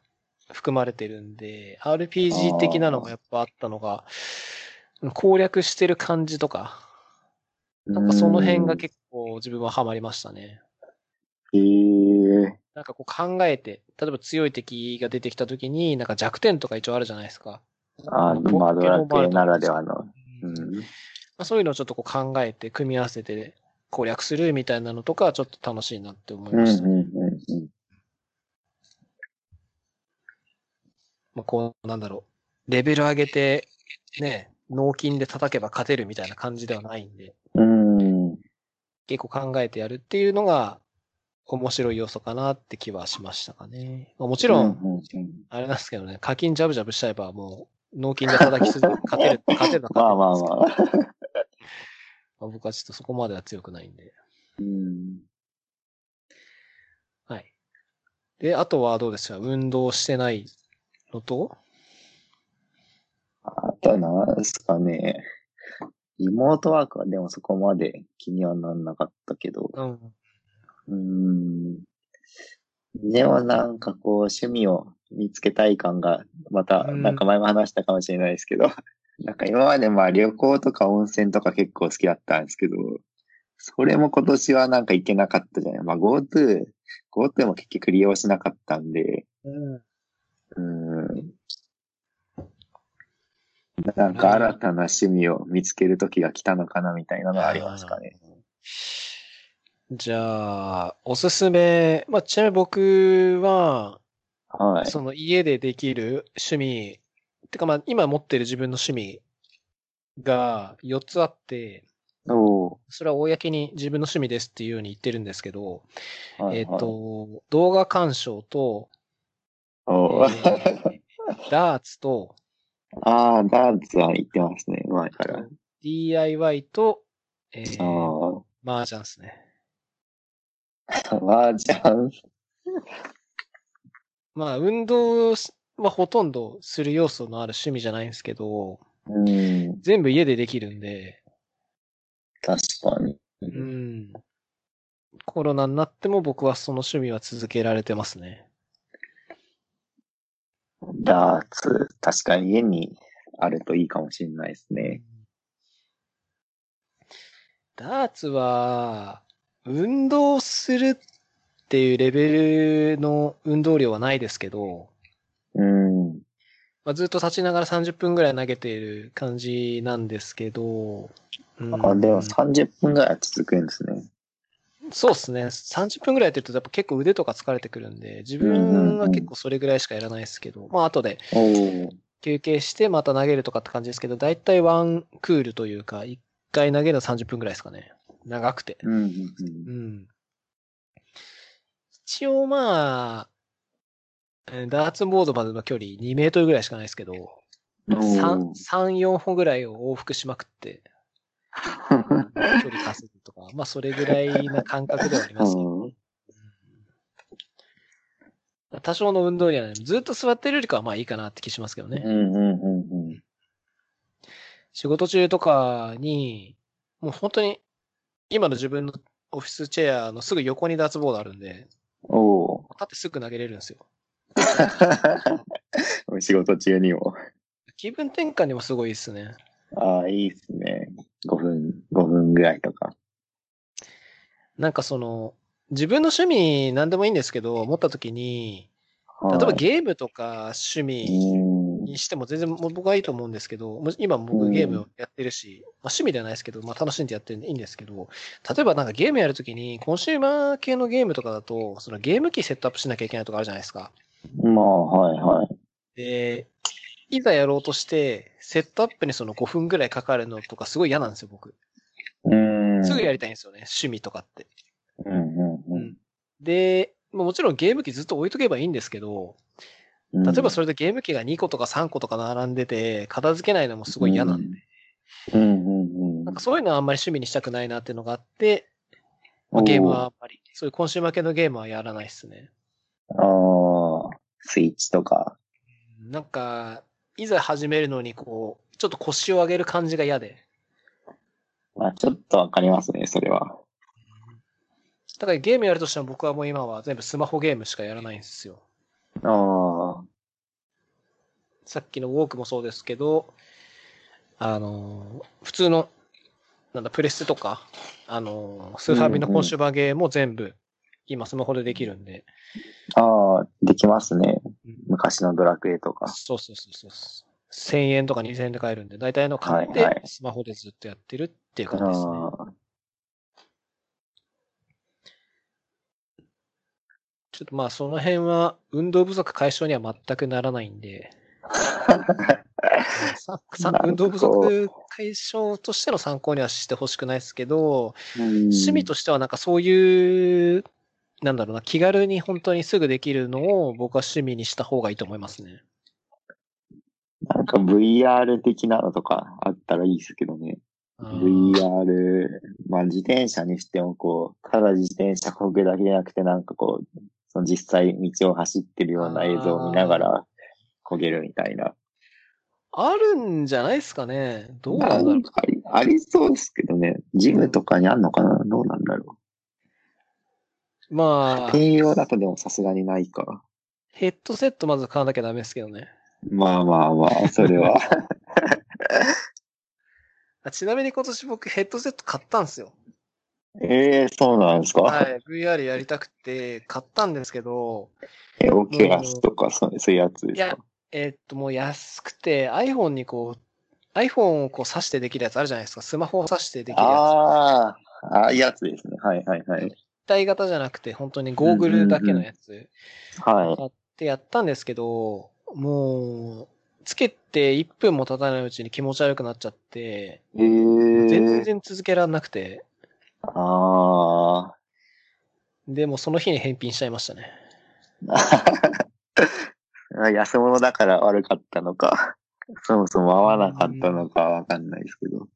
Speaker 2: 含まれてるんで、RPG 的なのがやっぱあったのが、攻略してる感じとか、やっぱその辺が結構自分はハマりましたね。
Speaker 1: 構。ええ
Speaker 2: なんかこう考えて、例えば強い敵が出てきた時に、なんか弱点とか一応あるじゃないですか。
Speaker 1: あ
Speaker 2: ポケモンも
Speaker 1: まあ、ドラクエならでは
Speaker 2: ある
Speaker 1: の。
Speaker 2: と
Speaker 1: う
Speaker 2: 思うんですけど
Speaker 1: ん。
Speaker 2: まあ、そういうのをちょっとこう考えて、組み合わせて攻略するみたいなのとかはちょっと楽しいなって思い
Speaker 1: うん、うん、
Speaker 2: ました。
Speaker 1: うんうん。
Speaker 2: まあ、こう、なんだろう。レベル上げて、ね、脳筋で叩けば勝てるみたいな感じではないんで、
Speaker 1: うん。
Speaker 2: 結構考えてやるっていうのが面白い要素かなって気はしましたかね。まあもちろ、
Speaker 1: うんんうんうん
Speaker 2: あれなんですけどね、課金ジャブジャブしちゃえばもう、脳筋で叩きすぎて 勝てる、勝てるの
Speaker 1: まあまあ
Speaker 2: ま
Speaker 1: まあ。
Speaker 2: あ僕はちょっとそこまでは強くないんで。
Speaker 1: うん。
Speaker 2: はい。で、あとはどうですか運動してないのと
Speaker 1: あとはなんですかね。リモートワークはでもそこまで気にはなんなかったけど。
Speaker 2: うん。
Speaker 1: うーん。でもなんかこう趣味を見つけたい感が、また、
Speaker 2: うん
Speaker 1: なんか前も話したかもしれないですけど、 なんか今までまあ旅行とか温泉とか結構好きだったんですけど、それも今年はなんか行けなかったじゃない。まあ GoTo、GoTo も結局利用しなかったんで、
Speaker 2: うん。
Speaker 1: うーん。なんか新たな趣味を見つける時が来たのかなみたいなのはありますかね。
Speaker 2: じゃあ、おすすめ、まあ、ちなみに僕は、
Speaker 1: はい。
Speaker 2: その家でできる趣味、てかまあ、今持ってる自分の趣味が4つあって、
Speaker 1: おー
Speaker 2: それは公に自分の趣味ですっていうように言ってるんですけど、
Speaker 1: はい
Speaker 2: えっ、
Speaker 1: はい
Speaker 2: と、動画鑑賞と、え
Speaker 1: おー
Speaker 2: ー ダーツと、
Speaker 1: ああ、ダーツは行ってますね、前から。
Speaker 2: DIY と、え
Speaker 1: あ
Speaker 2: ー、
Speaker 1: ー
Speaker 2: 麻雀ですね。
Speaker 1: 麻雀
Speaker 2: まあ、運動はほとんどする要素のある趣味じゃないんですけど、
Speaker 1: うん、
Speaker 2: 全部家でできるんで、
Speaker 1: 確かに。
Speaker 2: うん。コロナになっても僕はその趣味は続けられてますね。
Speaker 1: ダーツ、確かに家にあるといいかもしれないですね。
Speaker 2: ダーツは、運動するっていうレベルの運動量はないですけど、
Speaker 1: うん。
Speaker 2: まあ、ずっと立ちながら30分ぐらい投げている感じなんですけど、うん
Speaker 1: あ、でも30分ぐらいは続くんですね。
Speaker 2: そうですね。30分ぐらいやってると、やっぱ結構腕とか疲れてくるんで、自
Speaker 1: うんうんう
Speaker 2: 分
Speaker 1: ん
Speaker 2: は結構それぐらいしかやらないですけど、まあ後で
Speaker 1: おお。
Speaker 2: 休憩してまた投げるとかって感じですけど、だいたいワンクールというか、一回投げるの30分ぐらいですかね。長くて。
Speaker 1: うんうん
Speaker 2: う。
Speaker 1: うん
Speaker 2: 一応まあ、うんダーツボードまでの距離2メートルぐらいしかないですけど、
Speaker 1: ん。
Speaker 2: 3、
Speaker 1: おー
Speaker 2: 3 4歩ぐらいを往復しまくって、距離稼ぐとか、まあそれぐらいな感覚ではありますけど
Speaker 1: うん
Speaker 2: 多少の運動量はね、ずっと座ってるよりかはまあいいかなって気しますけどね。
Speaker 1: うんうんうんうん。
Speaker 2: 仕事中とかに、もう本当に、今の自分のオフィスチェアのすぐ横に脱ボードあるんで、
Speaker 1: おお。
Speaker 2: 立ってすぐ投げれるんですよ。
Speaker 1: 仕事中にも。
Speaker 2: 気分転換にもすごいですね。
Speaker 1: ああ、いいですね。5分、5分ぐらいとか。
Speaker 2: なんかその、自分の趣味何でもいいんですけど、持った時に、
Speaker 1: は
Speaker 2: 例
Speaker 1: い
Speaker 2: えばゲームとか趣味
Speaker 1: うん
Speaker 2: にしても全然もう僕はいいと思うんですけど、もう今
Speaker 1: う
Speaker 2: 僕
Speaker 1: ん
Speaker 2: ゲームやってるし、まあ、趣味ではないですけど、まあ、楽しんでやってるんでいいんですけど、例えばなんかゲームやるときに、コンシューマー系のゲームとかだと、そのゲーム機セットアップしなきゃいけないとかあるじゃないですか。
Speaker 1: まあ、はいはい。
Speaker 2: で、いざやろうとして、セットアップにその5分ぐらいかかるのとかすごい嫌なんですよ、僕。
Speaker 1: うん。
Speaker 2: すぐやりたいんですよね、趣味とかって。
Speaker 1: うんうん
Speaker 2: で、まあもちろんゲーム機ずっと置いとけばいいんですけど、
Speaker 1: うん。
Speaker 2: 例えばそれでゲーム機が2個とか3個とか並んでて、片付けないのもすごい嫌なんで、
Speaker 1: うんうんうん。
Speaker 2: なんかそういうのはあんまり趣味にしたくないなっていうのがあって、まあゲームはあんまり、そういう今週負けのゲームはやらないですね。
Speaker 1: おー。ああ、スイッチとか。
Speaker 2: ううん、なんか、いざ始めるのにこう、ちょっと腰を上げる感じが嫌で。
Speaker 1: まあ、ちょっとわかりますね、それは。
Speaker 2: だからゲームやるとしても僕はもう今は全部スマホゲームしかやらないんですよ。
Speaker 1: ああ、
Speaker 2: さっきのウォークもそうですけど、あの、普通の、なんだ、プレステとか、あの、スーファミのコンシューマーゲームも全部、今スマホでできるんで。
Speaker 1: ああ、できますね。昔のドラクエとか。
Speaker 2: そうそうそうそう。1000円とか2000円で買えるんで、大体の買っ
Speaker 1: はいは
Speaker 2: て
Speaker 1: い、
Speaker 2: スマホでずっとやってるっていう
Speaker 1: あ
Speaker 2: 感じですね。
Speaker 1: あ
Speaker 2: ちょっとまあその辺は運動不足解消には全くならないんで、さ
Speaker 1: な
Speaker 2: さ
Speaker 1: んか
Speaker 2: 運動不足解消としての参考にはしてほしくないですけど、
Speaker 1: ー、
Speaker 2: 趣味
Speaker 1: と
Speaker 2: としてはなんかそういう、なんだろうな、気軽に本当にすぐできるのを僕は趣味にした方がいいと思いますね。
Speaker 1: なんか VR 的なのとかあったらいいですけどね。
Speaker 2: うん、
Speaker 1: VR、まあ自転車にしてもこう、ただ自転車こぐだけじゃなくてなんかこう、その実際道を走ってるような映像を見ながらこげるみたいな。
Speaker 2: あるんじゃないですかね。どう
Speaker 1: まあ
Speaker 2: なんだろう。
Speaker 1: ありありそうですけどね。ジムとかにあんのかなどうなんだろ
Speaker 2: ま
Speaker 1: う。
Speaker 2: あ、
Speaker 1: 兼用だとでもさすがにないか。
Speaker 2: ヘッドセットまず買わなきゃダメですけどね。
Speaker 1: まあまあまあ、それ は。
Speaker 2: あちなみに今年僕ヘッドセット買ったんですよ。
Speaker 1: ええそうなんですか、
Speaker 2: はい、VR やりたくて買ったんですけど、
Speaker 1: え、オキュラスとかそうそういうやつで
Speaker 2: い
Speaker 1: す
Speaker 2: や
Speaker 1: か、
Speaker 2: えーっと、もう安くて iPhone にこう、iPhone をこう挿してできるやつあるじゃないですか。スマホを挿してできるやつ。
Speaker 1: ああ、ああいうやつですね。はいはいはい。
Speaker 2: 一体型じゃなくて、本当にゴーグルだけのやつ。
Speaker 1: はい。
Speaker 2: 買ってやったんですけど、もう、つけて1分も経たないうちに気持ち悪くなっちゃって、
Speaker 1: ええ
Speaker 2: 全然続けられなくて、
Speaker 1: あ
Speaker 2: でもその日に返品しちゃいましたね。
Speaker 1: あ。 安物だから悪かったのか、 そもそも合わなかったのかわかんないですけど。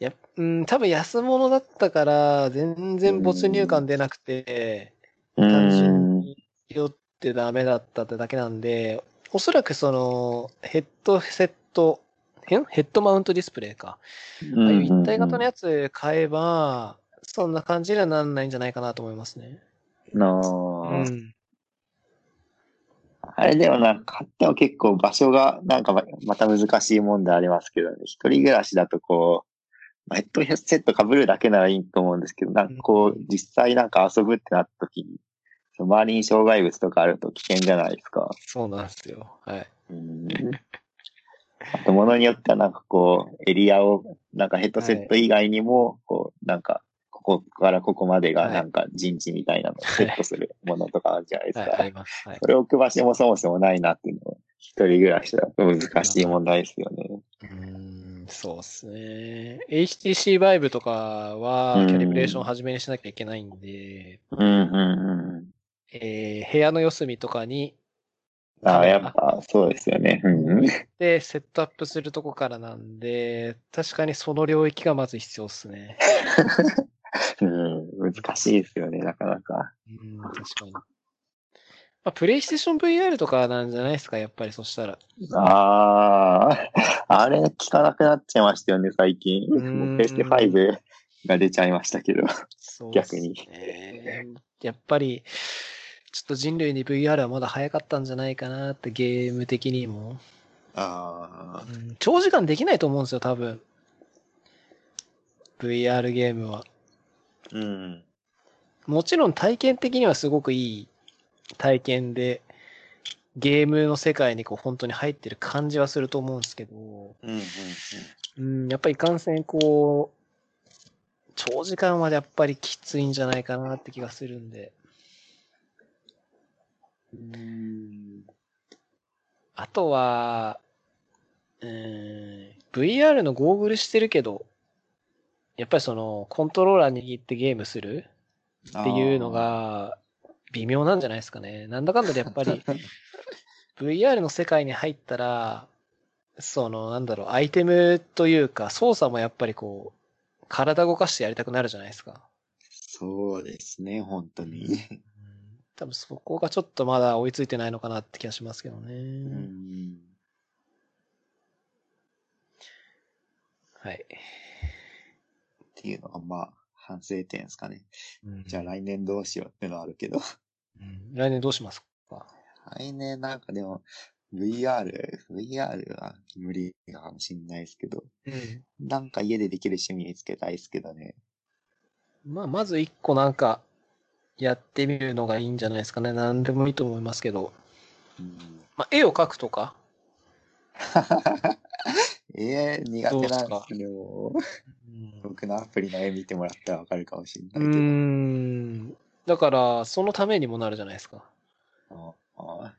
Speaker 2: いや、うん、多分安物だったから、全然没入感出なくて、
Speaker 1: う
Speaker 2: 単純
Speaker 1: ん。
Speaker 2: に酔ってダメだったってだけなんで、おそらくその、ヘッドセット、んヘッドマウントディスプレイか。ああいう一体型のやつ買えば、そんな感じにはなんないんじゃないかなと思いますね。
Speaker 1: な
Speaker 2: う
Speaker 1: あ
Speaker 2: ん。
Speaker 1: あれでもなんか買っても結構場所がなんかままた難しいもんでありますけどね。一人暮らしだとこう、まあヘッドセット被るだけならいいと思うんですけど、なんかこう、実際なんか遊ぶってなった時に、その周りに障害物とかあると危険じゃないですか。
Speaker 2: そうなんですよ。はい。
Speaker 1: うん。あと、ものによってはなんかこう、エリアを、なんかヘッドセット以外にも、こう、なんか、ここからここまでが
Speaker 2: はい
Speaker 1: なんか陣地みたいなのをセットするものとかあるじゃないです
Speaker 2: は
Speaker 1: か。
Speaker 2: い、あります。はい
Speaker 1: そ。れを置く場所もそもそもないなっていうのは、一人暮らしだと難しい問題ですよね。
Speaker 2: うーん、そうですね。HTC Vive とかは
Speaker 1: う、ん
Speaker 2: キャリブレーションを始めにしなきゃいけないんで、
Speaker 1: うんうんうん。
Speaker 2: えー部屋の四隅とかに、
Speaker 1: ああ、やっぱそうですよね。うん。
Speaker 2: で、セットアップするとこからなんで、確かにその領域がまず必要ですね。
Speaker 1: うん、難しいですよね、なかなか。
Speaker 2: うん、確かに。まあ、プレイステーション VR とかなんじゃないですか、やっぱりそしたら。
Speaker 1: あ あ、あれ聞かなくなっちゃいましたよね、最近。
Speaker 2: うん
Speaker 1: プレステ5が出ちゃいましたけど。
Speaker 2: そうっす
Speaker 1: 逆に
Speaker 2: ね。やっぱり、ちょっと人類に VR はまだ早かったんじゃないかなって、ゲーム的にも。
Speaker 1: あ
Speaker 2: うん長時間できないと思うんですよ、多分。VR ゲームは。
Speaker 1: あ、うん。
Speaker 2: もちろん体験的にはすごくいい体験で、ゲームの世界にこう本当に入ってる感じはすると思うんですけど、
Speaker 1: うんうん
Speaker 2: うん、やっぱりいかんせんこう、長時間はやっぱりきついんじゃないかなって気がするんで。
Speaker 1: うん。
Speaker 2: あとは、うーん、VR のゴーグルしてるけど、やっぱりその、コントローラー握ってゲームするっていうのが微妙なんじゃないですかね。なんだかんだでやっ ぱり VR の世界に入ったら、そのなんだろう、アイテムというか操作もやっぱりこう、体動かしてやりたくなるじゃないですか。
Speaker 1: そうですね、本当に。
Speaker 2: うん多分そこがちょっとまだ追いついてないのかなって気がしますけどね。
Speaker 1: うん。
Speaker 2: はい。
Speaker 1: っていうのが、まあ、反省点ですかね。じゃあ
Speaker 2: あ、
Speaker 1: 来年どうしようってのはあるけど。
Speaker 2: うん来年どうしますか
Speaker 1: 来年なんかでも、VR、VR は無理かもしんないですけど、
Speaker 2: うん。
Speaker 1: なんか家でできる趣味見つけたいですけどね。
Speaker 2: まあ、まず一個なんか、やってみるのがいいんじゃないですかね。何でもいいと思いますけど。
Speaker 1: うん、
Speaker 2: まあ、絵を描くとか。
Speaker 1: ええ苦手なんですけど、
Speaker 2: うん
Speaker 1: 僕のアプリの絵見てもらったらわかるかもしん
Speaker 2: う
Speaker 1: ないけど
Speaker 2: ーん。だから、そのためにもなるじゃないですか。。
Speaker 1: ああ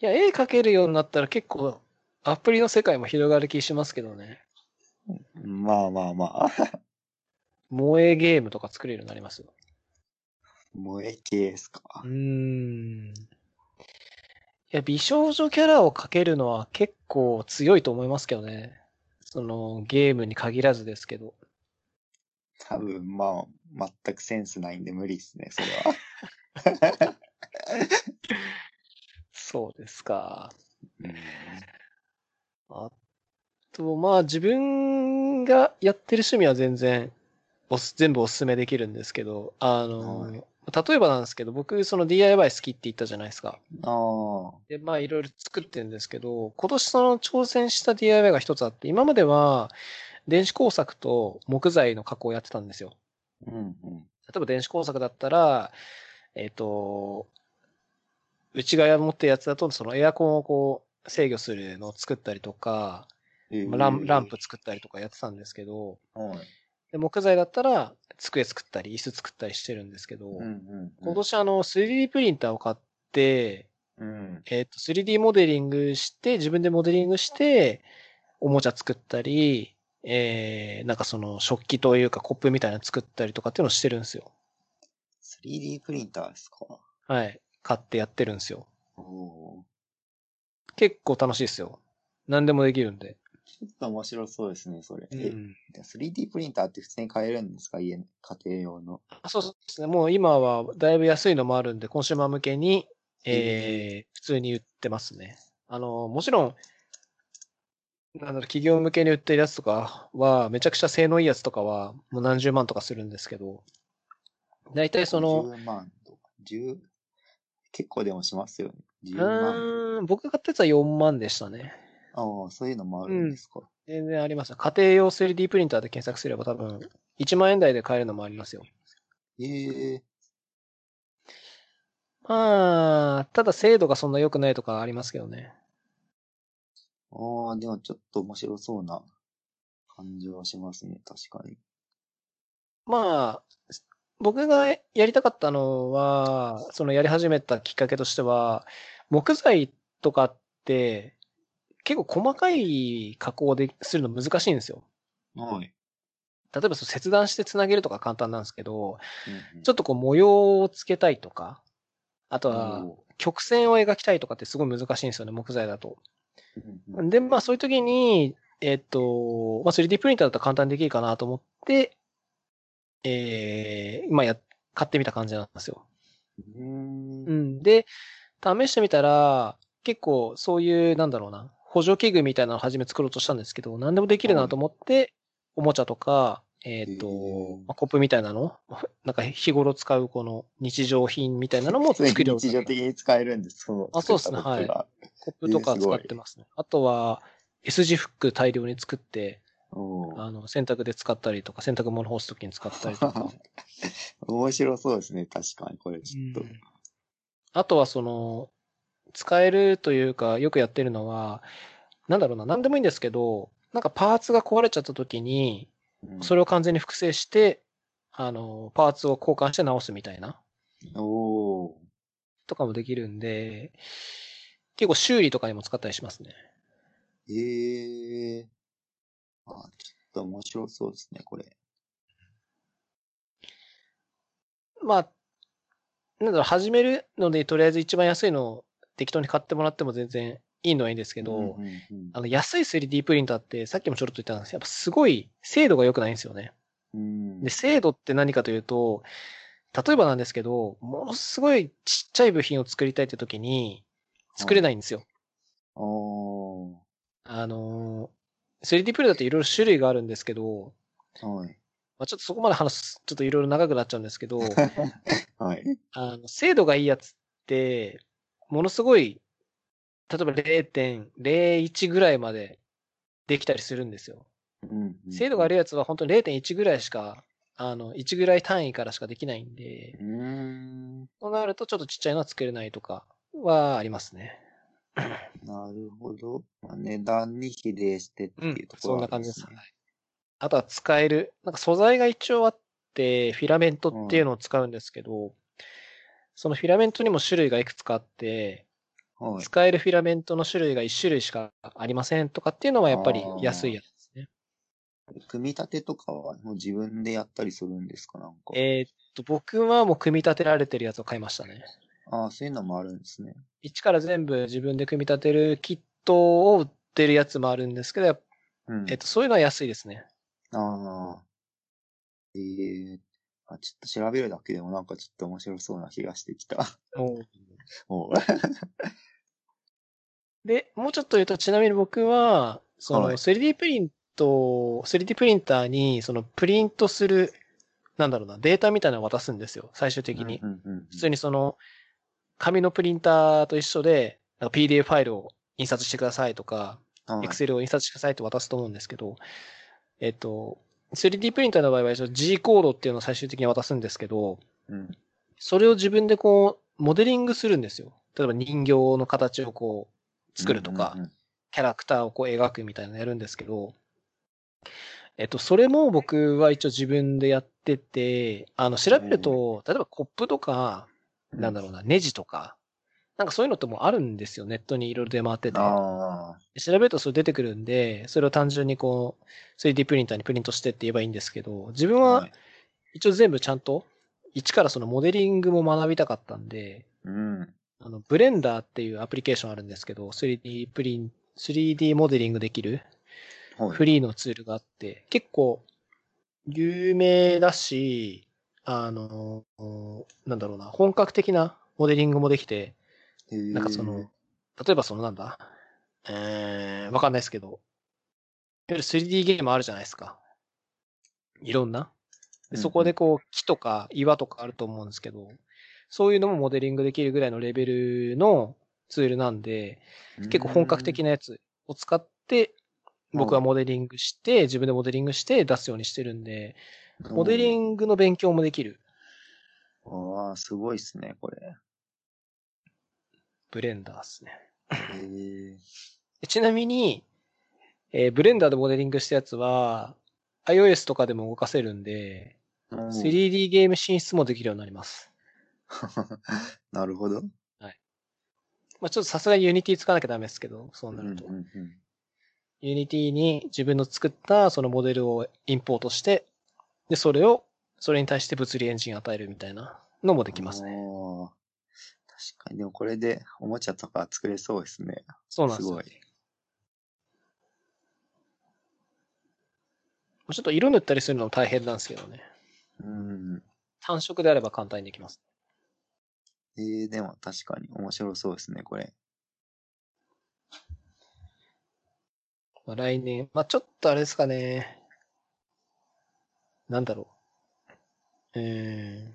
Speaker 2: いや、絵描けるようになったら結構、アプリの世界も広がる気しますけどね。
Speaker 1: まあまあまあ、
Speaker 2: 萌えゲームとか作れるようになりますよ。
Speaker 1: 萌え系ですか。
Speaker 2: うーん。いや、美少女キャラを描けるのは結構強いと思いますけどね。その、ゲームに限らずですけど。
Speaker 1: 多分まあ、全くセンスないんで無理っすね、それは。
Speaker 2: そうですか。
Speaker 1: うん
Speaker 2: あと、まあ自分がやってる趣味は全然おす、全部おすすめできるんですけど、あの、
Speaker 1: はい
Speaker 2: 例えばなんですけど、僕、その DIY 好きって言ったじゃないですか。
Speaker 1: あ
Speaker 2: で、まあいろいろ作ってるんですけど、今年その挑戦した DIY が一つあって、今までは電子工作と木材の加工をやってたんですよ。
Speaker 1: あ、うんうん。
Speaker 2: 例えば電子工作だったら、えっ、と、うちが持ってるやつだと、そのエアコンをこう制御するのを作ったりとか、
Speaker 1: え
Speaker 2: まあランランプ作ったりとかやってたんですけど、
Speaker 1: はい。
Speaker 2: で木材だったら机作ったり椅子作ったりしてるんですけど、
Speaker 1: うんうんうん。
Speaker 2: 今年あの 3D プリンターを買って、
Speaker 1: うん。
Speaker 2: えっ、と 3D モデリングして、自分でモデリングして、おもちゃ作ったり、えー、なんかその食器というかコップみたいなの作ったりとかっていうのをしてるんですよ。
Speaker 1: 3D プリンターですか
Speaker 2: はい。買ってやってるんですよ。
Speaker 1: おお
Speaker 2: 結構楽しいですよ。何でもできるんで。
Speaker 1: ー。ちょっと面白そうですね、それ。
Speaker 2: う
Speaker 1: え
Speaker 2: ん。
Speaker 1: で 3D プリンターって普通に買えるんですか家の、家庭用の。
Speaker 2: あそうそうですね。もう今はだいぶ安いのもあるんで、コンシューマー向けに、
Speaker 1: え
Speaker 2: えー、普通に売ってますね。あの、もちろん、なんだろう、企業向けに売ってるやつとかは、めちゃくちゃ性能いいやつとかは、もう何十万とかするんですけど、大体その、
Speaker 1: 10万とか。10、結構でもしますよね。
Speaker 2: う
Speaker 1: 10万。
Speaker 2: ーん、僕が買ったやつは4万でしたね。
Speaker 1: ああ、そういうのもあるんですか。
Speaker 2: 全然ありますよ。家庭用 3D プリンターで検索すれば多分、1万円台で買えるのもありますよ。
Speaker 1: ええ
Speaker 2: まあ、ただ精度がそんな良くないとかありますけどね。
Speaker 1: ああ、でもちょっと面白そうな感じはしますね、確かに。
Speaker 2: まあ、僕がやりたかったのは、そのやり始めたきっかけとしては、木材とかって、結構細かい加工でするの難しいんですよ。
Speaker 1: はい。
Speaker 2: 例えばそう切断してつなげるとか簡単なんですけど、
Speaker 1: うんうん
Speaker 2: ちょっとこう模様をつけたいとか、あとは
Speaker 1: お
Speaker 2: 曲線を描きたいとかってすごい難しいんですよね、木材だと。
Speaker 1: ーうんうん
Speaker 2: で、まあそういう時に、えっと、まあ 3D プリンターだったら簡単にできるかなと思って、えー、まあや、買ってみた感じなんですよ。
Speaker 1: うん
Speaker 2: う。ん。で、試してみたら、結構そういう、なんだろうな、補助器具みたいなのを初め作ろうとしたんですけど、何でもできるなと思って、おもちゃとか、えっ、
Speaker 1: へ
Speaker 2: と
Speaker 1: ー、
Speaker 2: まあコップみたいなの、なんか日頃使うこの日常品みたいなのも
Speaker 1: 普通
Speaker 2: 作
Speaker 1: に
Speaker 2: るよ う
Speaker 1: 日
Speaker 2: にな
Speaker 1: 常
Speaker 2: った
Speaker 1: 的に使えるんです、その。
Speaker 2: あそうっすね
Speaker 1: 作ったコップが
Speaker 2: コップとか
Speaker 1: えーす
Speaker 2: 使
Speaker 1: ごい
Speaker 2: ってますね。あとは、S 字フック大量に作って、
Speaker 1: おー
Speaker 2: あの、洗濯で使ったりとか、洗濯物干すときに使ったりとか。
Speaker 1: 面白そうですね、確かに、これ ちょっと。
Speaker 2: あとはその、使えるというか、よくやってるのは、なんだろうな、なんでもいいんですけど、なんかパーツが壊れちゃったときに、
Speaker 1: うん
Speaker 2: それを完全に複製して、あの、パーツを交換して直すみたいな、
Speaker 1: おー
Speaker 2: とかもできるんで、結構修理とかにも使ったりしますね。
Speaker 1: ええあ、ちょっと面白そうですね、これ。
Speaker 2: まあ、なんだろう、始めるので、とりあえず一番安いのを適当に買ってもらっても全然いいのはいいんですけど、
Speaker 1: うんうんうん
Speaker 2: あの、安い 3D プリンターって、さっきもちょろっと言ったんですけど、やっぱすごい精度が良くないんですよね。
Speaker 1: うん
Speaker 2: で、精度って何かというと、例えばなんですけど、ものすごいちっちゃい部品を作りたいって時に、作れないんですよ。
Speaker 1: お
Speaker 2: あのー、3D プリンターっていろいろ種類があるんですけど、
Speaker 1: ー。はい。
Speaker 2: まあ、ちょっとそこまで話す、ちょっといろいろ長くなっちゃうんですけど、
Speaker 1: はい。
Speaker 2: あの、精度がいいやつって、ものすごい、例えば0.01ぐらいまでできたりするんですよ。
Speaker 1: うんうん
Speaker 2: 精度が悪いやつは本当に0.1ぐらいしか、あの、1ぐらい単位からしかできないんで、
Speaker 1: うーん。
Speaker 2: となるとちょっとちっちゃいのは作れないとかはありますね。
Speaker 1: なるほど。まあ値段に比例してって
Speaker 2: う
Speaker 1: い
Speaker 2: ん
Speaker 1: うと、ころ
Speaker 2: そ
Speaker 1: は
Speaker 2: んな
Speaker 1: ある
Speaker 2: 感
Speaker 1: ん
Speaker 2: じです。
Speaker 1: ね
Speaker 2: はいあとは使える、なんか素材が一応あって、フィラメントっていうのを使うんですけど、そのフィラメントにも種類がいくつかあって、
Speaker 1: はい。
Speaker 2: 使えるフィラメントの種類が1種類しかありませんとかっていうのはやっぱり安いやつですね。
Speaker 1: 組み立てとかはもう自分でやったりするんですかなんか。
Speaker 2: えーっと、僕はもう組み立てられてるやつを買いましたね。
Speaker 1: ああ、そういうのもあるんですね。
Speaker 2: 一から全部自分で組み立てるキットを売ってるやつもあるんですけど、やっ
Speaker 1: う
Speaker 2: ぱ
Speaker 1: ん。
Speaker 2: えーっと、そういうのは安いですね。
Speaker 1: ああ。ええあ、ちょっと調べるだけでもなんかちょっと面白そうな気がしてきた。 もう。
Speaker 2: で、もうちょっと言うと、ちなみに僕は、その
Speaker 1: はい
Speaker 2: 3D プリント、3D プリンターに、そのプリントする、なんだろうな、データみたいなのを渡すんですよ、最終的に
Speaker 1: う。んうんうん
Speaker 2: 普通にその、紙のプリンターと一緒で、なんか PDF ファイルを印刷してくださいとか、
Speaker 1: はい
Speaker 2: Excel を印刷してくださいって渡すと思うんですけど、えっと、3D プリンターの場合は一応 G コードっていうのを最終的に渡すんですけど、
Speaker 1: うん
Speaker 2: それを自分でこう、モデリングするんですよ。例えば人形の形をこう、作るとか、
Speaker 1: うんうんうん
Speaker 2: キャラクターをこう描くみたいなのやるんですけど、えっと、それも僕は一応自分でやってて、あの、調べると、例えばコップとか、なんだろうな、ネジとか、なんかそういうのってもうあるんですよ。ネットにいろいろ出回ってて。
Speaker 1: ああ。
Speaker 2: 調べるとそれ出てくるんで、それを単純にこう、3D プリンターにプリントしてって言えばいいんですけど、自分は
Speaker 1: はい
Speaker 2: 一応全部ちゃんと、一からそのモデリングも学びたかったんで、
Speaker 1: うん。
Speaker 2: あの、ブレンダーっていうアプリケーションあるんですけど、3D プリン、3D モデリングできる
Speaker 1: はい
Speaker 2: フリーのツールがあって、結構有名だし、あの、なんだろうな、本格的なモデリングもできて、
Speaker 1: へー
Speaker 2: なんかその、例えばそのなんだ、えー、わかんないですけど、いわゆる 3D ゲームあるじゃないですか。いろんな。
Speaker 1: う
Speaker 2: で
Speaker 1: ん
Speaker 2: そこでこう木とか岩とかあると思うんですけど、そういうのもモデリングできるぐらいのレベルのツールなんで、結構本格的
Speaker 1: な。
Speaker 2: なやつを使って、
Speaker 1: うん
Speaker 2: 僕はモデリングして、自分でモデリングして出すようにしてるんで、モデリ
Speaker 1: ン
Speaker 2: ングの勉強もできる。
Speaker 1: グ。ああ、すごいっすね、これ。
Speaker 2: ブレンダーですね。
Speaker 1: へえ。
Speaker 2: でちなみに、えーブレンダーでモデリングしたやつは、iOS とかでも動かせるんで、
Speaker 1: うん
Speaker 2: 3D ゲーム進出もできるようになります。
Speaker 1: なるほど。
Speaker 2: まあちょっとさすがに Unity 使わなきゃダメですけど、そう
Speaker 1: うん
Speaker 2: な
Speaker 1: うんう
Speaker 2: ると。
Speaker 1: ん
Speaker 2: Unity に自分の作ったそのモデルをインポートして、で、それを、それに対して物理エンジン与えるみたいなのもできますね。
Speaker 1: あー確かに、でもこれでおもちゃとか作れそうですね。
Speaker 2: そうなんです
Speaker 1: す
Speaker 2: よ。
Speaker 1: ごい
Speaker 2: もうちょっと色塗ったりするのも大変なんですけどね。
Speaker 1: うん。
Speaker 2: 単色であれば簡単にできます。
Speaker 1: えー、でも確かに面白そうですね、これ。
Speaker 2: まあ、来年、まあ、ちょっとあれですかね。なんだろう。うーん。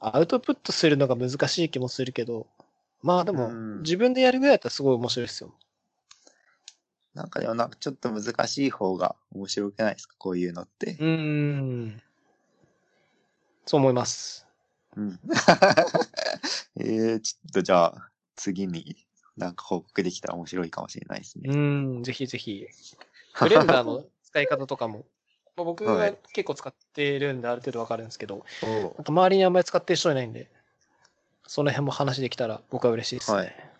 Speaker 2: アウトプットするのが難しい気もするけど、まあでも
Speaker 1: うん、
Speaker 2: 自分でやるぐらいだったらすごい面白いですよ。
Speaker 1: なんかでもなんかちょっと難しい方が面白くないですか、こういうのって。
Speaker 2: うーん。そう思います。
Speaker 1: うん。 えー、ちょっとじゃあ、次になんか報告できたら面白いかもしれないです
Speaker 2: う
Speaker 1: ね。
Speaker 2: ーん、ぜひぜ ひ。ブレンダーの使い方とかも、まあ、僕
Speaker 1: は
Speaker 2: はい結構使ってるんである程度わかるんですけど、
Speaker 1: お
Speaker 2: なんか周りにあんまり使ってる人いないんで、その辺も話できたら僕は嬉しいですね。
Speaker 1: はい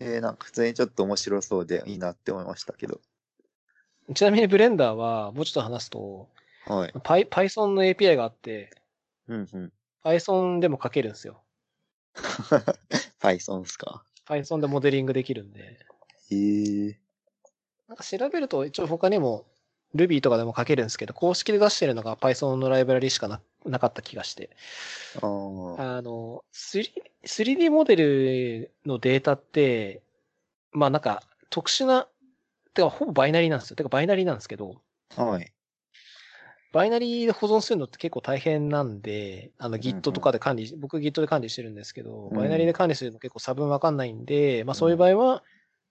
Speaker 1: えー、なんか普通にちょっと面白そうでいいなって思いましたけど。
Speaker 2: ちなみにブレンダーは、もうちょっと話すと、
Speaker 1: はい。
Speaker 2: Py- Python の API があって、
Speaker 1: うんうん。
Speaker 2: Python でも書けるんですよ。
Speaker 1: Python っすか。
Speaker 2: Python でモデリングできるんで。
Speaker 1: えー、
Speaker 2: なんか調べると、一応他にも、 Ruby とかでも書けるんですけど、公式で出してるのが Python のライブラリしかななかった気がして。
Speaker 1: あー
Speaker 2: あの、3D 3D モデルのデータって、まあなんか特殊な、てかほぼバイナリーなんですよ。てかバイナリーなんですけど、
Speaker 1: はい。
Speaker 2: バイナリーで保存するのって結構大変なんで、あの Git とかで管理し、僕 Git で管理してるんですけど、
Speaker 1: うん
Speaker 2: バイナリーで管理するの結構差分わかんないんで、まあそういう場合は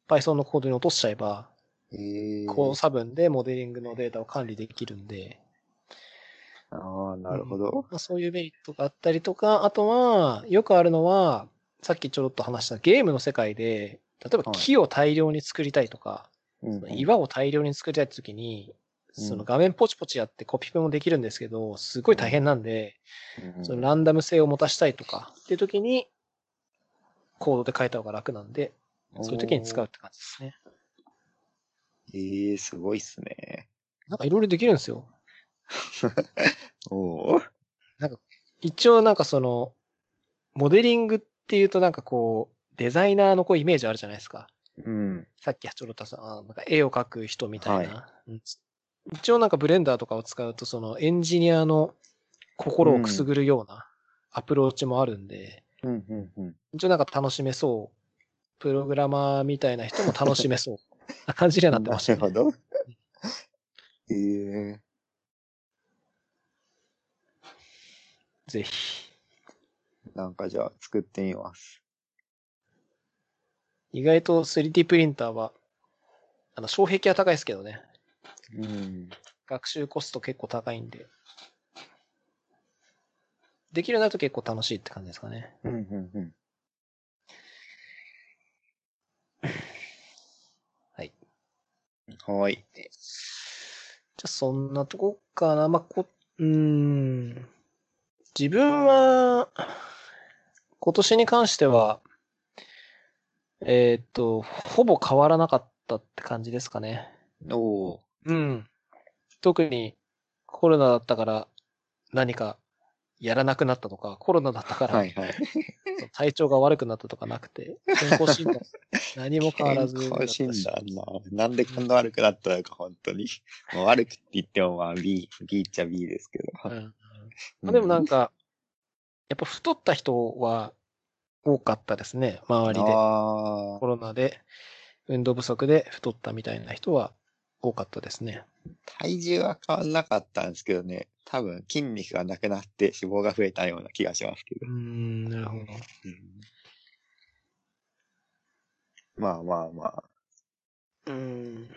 Speaker 2: Python のコードに落としちゃえば、
Speaker 1: えー、
Speaker 2: こう差分でモデリングのデータを管理できるんで、
Speaker 1: ああ、なるほど。
Speaker 2: まあ、そういうメリットがあったりとか、あとは、よくあるのは、さっきちょろっと話したゲームの世界で、例えば
Speaker 1: はい
Speaker 2: 木を大量に作りたいとか、
Speaker 1: うんうん
Speaker 2: 岩を大量に作りたいときに、
Speaker 1: うん
Speaker 2: その画面ポチポチやってコピペもできるんですけど、すごい大変なんで、
Speaker 1: うん
Speaker 2: そのランダム性を持たしたいとかっていう時に、コードで書いた方が楽なんで、そういう時に使うって感じですね。
Speaker 1: えー、すごいっすね。
Speaker 2: なんかいろいろできるんですよ。
Speaker 1: おお。
Speaker 2: 一応なんかその、モデリングっていうとなんかこう、デザイナーのこうイメージあるじゃないですか。
Speaker 1: うん。
Speaker 2: さっきちょろたさん、あなんか絵を描く人みたいな。
Speaker 1: は
Speaker 2: うん一応なんかブレンダーとかを使うと、そのエンジニアの心をくすぐるようなアプローチもあるんで、
Speaker 1: うん、うん、うん。
Speaker 2: 一応なんか楽しめそう。プログラマーみたいな人も楽しめそう。な感じにはなってましたね。
Speaker 1: なる ほど。ええ
Speaker 2: ぜひ。
Speaker 1: ー、なんかじゃあ作ってみます。
Speaker 2: 意外と 3D プリンターは、あの、障壁は高いですけどね。
Speaker 1: うん。
Speaker 2: 学習コスト結構高いんで。できるようになると結構楽しいって感じですかね。
Speaker 1: うん、うん、うん。
Speaker 2: はい。
Speaker 1: はい。
Speaker 2: じゃあそんなとこかな。まあ、こ、うーん。自分は、今年に関しては、えーっと、ほぼ変わらなかったって感じですかね。
Speaker 1: おお。
Speaker 2: うん。特にコロナだったから何かやらなくなったとか、コロナだったから、
Speaker 1: はい、はい。
Speaker 2: 体調が悪くなったとかなくて、健康診 断、何も変わらずだ
Speaker 1: 健
Speaker 2: った
Speaker 1: 康
Speaker 2: し。
Speaker 1: 診断な。なんでこんな悪くなったのか、本当 に。もう悪くって言っても、まあ B、B っちゃ B ですけど。
Speaker 2: うんまあ、でもなん
Speaker 1: か、
Speaker 2: か、やっぱ太った人は多かったですね、周りで。
Speaker 1: ああ
Speaker 2: コ、ロナで、運動不足で太ったみたいな人は多かったですね。
Speaker 1: 体重は変わんなかったんですけどね。多分、筋肉がなくなって脂肪が増えたような気がしますけど
Speaker 2: う。ーん、なるほど。
Speaker 1: まあまあまあ。
Speaker 2: うーん。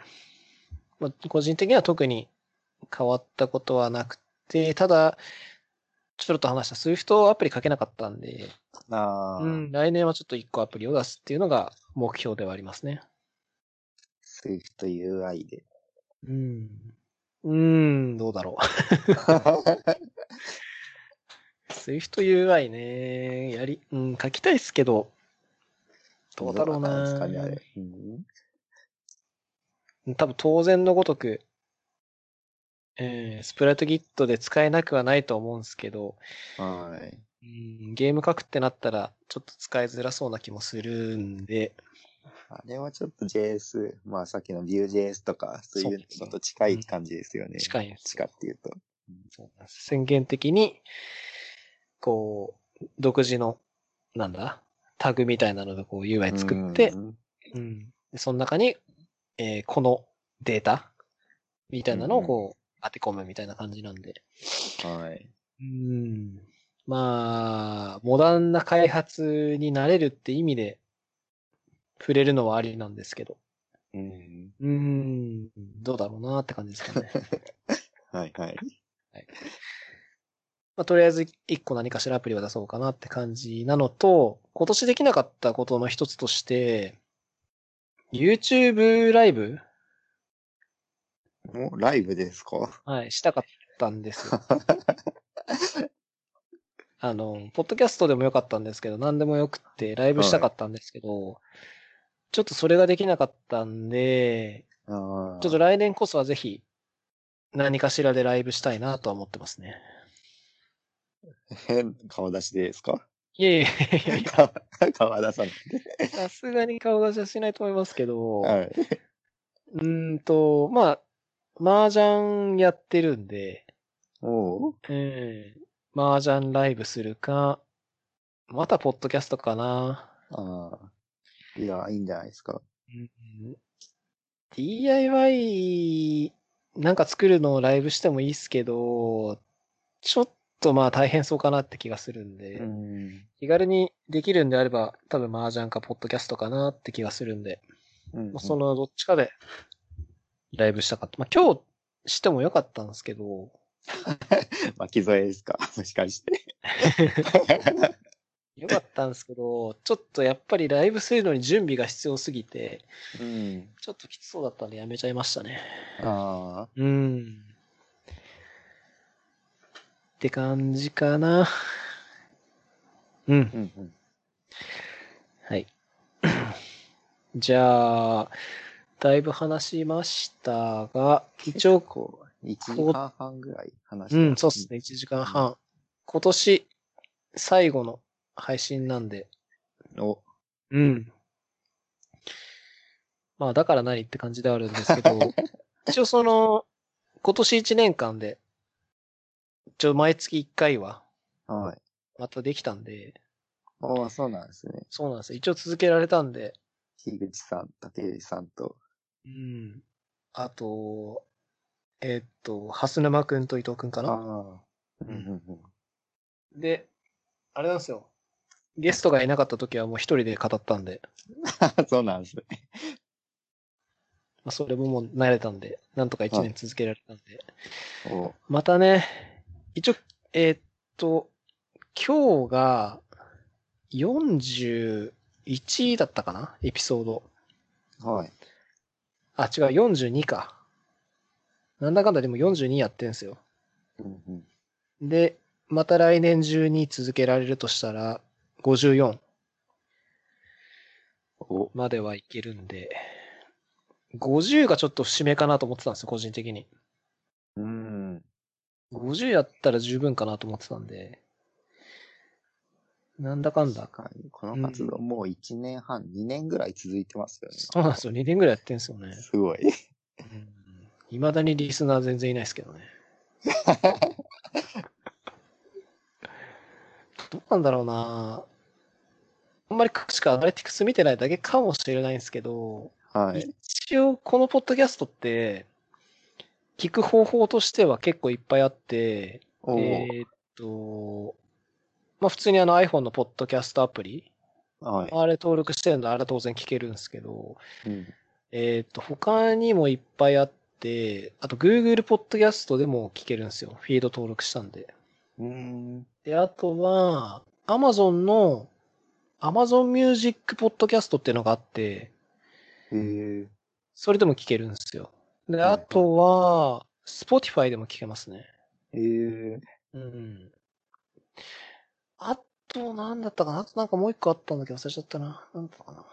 Speaker 2: まあ、個人的には特に変わったことはなくて、ただ、ちょっと話した SWIFT をアプリかけなかったんで、
Speaker 1: なあ、
Speaker 2: うん、来年はちょっと1個アプリを出すっていうのが目標ではありますね。
Speaker 1: Swift UI で。
Speaker 2: うん。うーん、どうだろう。Swift UI ね、やり、うん、書きたいっすけど、どうだろう
Speaker 1: ん
Speaker 2: な
Speaker 1: ですかね、あれ。うん
Speaker 2: 多分当然のごとく、えー、スプライト Git で使えなくはないと思うんですけど、
Speaker 1: はい。
Speaker 2: うん、ゲーム書くってなったら、ちょっと使いづらそうな気もするんで、
Speaker 1: あれはちょっと JS、まあさっきの Vue.js とか、そういうのと近い感じですよね。
Speaker 2: 近
Speaker 1: い。
Speaker 2: いんです
Speaker 1: 近
Speaker 2: よ
Speaker 1: っていうと。
Speaker 2: 宣言的に、こう、独自の、なんだ、タグみたいなのでこう UI 作って
Speaker 1: う、ん
Speaker 2: うん。でその中に、えーこのデータみたいなのをこう当て込むみたいな感じなんで。
Speaker 1: はい。
Speaker 2: うん。まあ、モダンな開発になれるって意味で触れるのはありなんですけど。
Speaker 1: うん。
Speaker 2: うん。どうだろうなって感じですかね。
Speaker 1: はいはい。
Speaker 2: まあ、とりあえず一個何かしらアプリは出そうかなって感じなのと、今年できなかったことの一つとして、YouTube ライブ
Speaker 1: もうライブですか
Speaker 2: はい、したかったんですよ。 あの、ポッドキャストでもよかったんですけど、何でもよくって、ライブしたかったんですけど、ちょっとそれができなかったんで、
Speaker 1: ああ。
Speaker 2: ちょっと来年こそはぜひ、何かしらでライブしたいなとは思ってますね。
Speaker 1: 変顔出しでですか
Speaker 2: いやいやいやい
Speaker 1: 顔 顔出さない
Speaker 2: や、さすがに顔出しはしないと思いますけど、
Speaker 1: で。はい。
Speaker 2: うーんと、まあ、麻雀やってるんで、
Speaker 1: おう
Speaker 2: うん。麻雀ライブするか、またポッドキャストかな。
Speaker 1: ああ。いや、いいんじゃないですか。
Speaker 2: うん、DIY なんか作るのをライブしてもいいっすけど、ちょっとまあ大変そうかなって気がするんで、
Speaker 1: ん。
Speaker 2: 気軽にできるんであれば多分麻雀かポッドキャストかなって気がするんで、
Speaker 1: うん
Speaker 2: まあそのどっちかでライブしたかった。まあ今日してもよかったんですけど、
Speaker 1: 巻き添えですか もしかして。
Speaker 2: よかったんですけど、ちょっとやっぱりライブするのに準備が必要すぎて、
Speaker 1: うん。
Speaker 2: ちょっときつそうだったんでやめちゃいましたね。
Speaker 1: ああ。
Speaker 2: うん。って感じかな。うん。
Speaker 1: うんうん。
Speaker 2: はい。 じゃあ、だいぶ話しましたが、一応、
Speaker 1: こう、1時間半ぐらい話し
Speaker 2: う
Speaker 1: た
Speaker 2: ん、そうっすね。1時間半。今年、最後の配信なんで。
Speaker 1: お、
Speaker 2: うん。まあ、だから何って感じではあるんですけ ど、一応その、今年1年間で、一応毎月1回は、
Speaker 1: はい。
Speaker 2: またできたんで、
Speaker 1: ああ、そうなんですね。
Speaker 2: そうなんですよ。一応続けられたんで、
Speaker 1: 樋口さん、竹内さんと。
Speaker 2: うん。あと、えっと、蓮沼くんと伊藤くんか
Speaker 1: あ
Speaker 2: な。
Speaker 1: あ。うんうんうん。
Speaker 2: で、あれなんですよ。ゲストがいなかった時はもう一人で語ったんで、
Speaker 1: そうなん ですね。
Speaker 2: まあ、それももう慣れたんで、なんとか1年続けられたんで。
Speaker 1: お
Speaker 2: またね、一応、えーっと、今日が41だったかなエピソード。
Speaker 1: はい。
Speaker 2: あ、違う、42か。なんだかんだでも42やってんすよ。
Speaker 1: うんうん。
Speaker 2: で、また来年中に続けられるとしたら、54
Speaker 1: お、
Speaker 2: まではいけるんで、50がちょっと節目かなと思ってたんですよ、個人的に。
Speaker 1: うん。
Speaker 2: 50やったら十分かなと思ってたんで、なんだかんだ
Speaker 1: 確かに、この活動もう1年半、2年ぐらい続いてますよね。
Speaker 2: そうなんですよ。2年ぐらいやってんですよね。
Speaker 1: すごい。
Speaker 2: いまだにリスナー全然いないですけどね。 どうなんだろうなあんまりしかアナリティクス見てないだけかもしれないんですけど、
Speaker 1: はい。
Speaker 2: 一応このポッドキャストって、聞く方法としては結構いっぱいあって、え
Speaker 1: お
Speaker 2: ーっと、まあ普通にあの iPhone のポッドキャストアプリ、
Speaker 1: はい。
Speaker 2: あれ登録してるのであれ当然聞けるんですけど、
Speaker 1: うん。
Speaker 2: えっ、と、他にもいっぱいあって、あと Google Podcast でも聞けるんですよ。フィード登録したんで。
Speaker 1: うん。
Speaker 2: で、あとは、Amazon の、Amazon Music Podcast っていうのがあって、
Speaker 1: へえ。
Speaker 2: それでも聞けるんですよ。で、
Speaker 1: いはい
Speaker 2: あとは、Spotify でも聞けますね。
Speaker 1: へえ。
Speaker 2: うん。あと、なんだったかなあとなんかもう一個あったんだけど忘れちゃったな。なんだったかな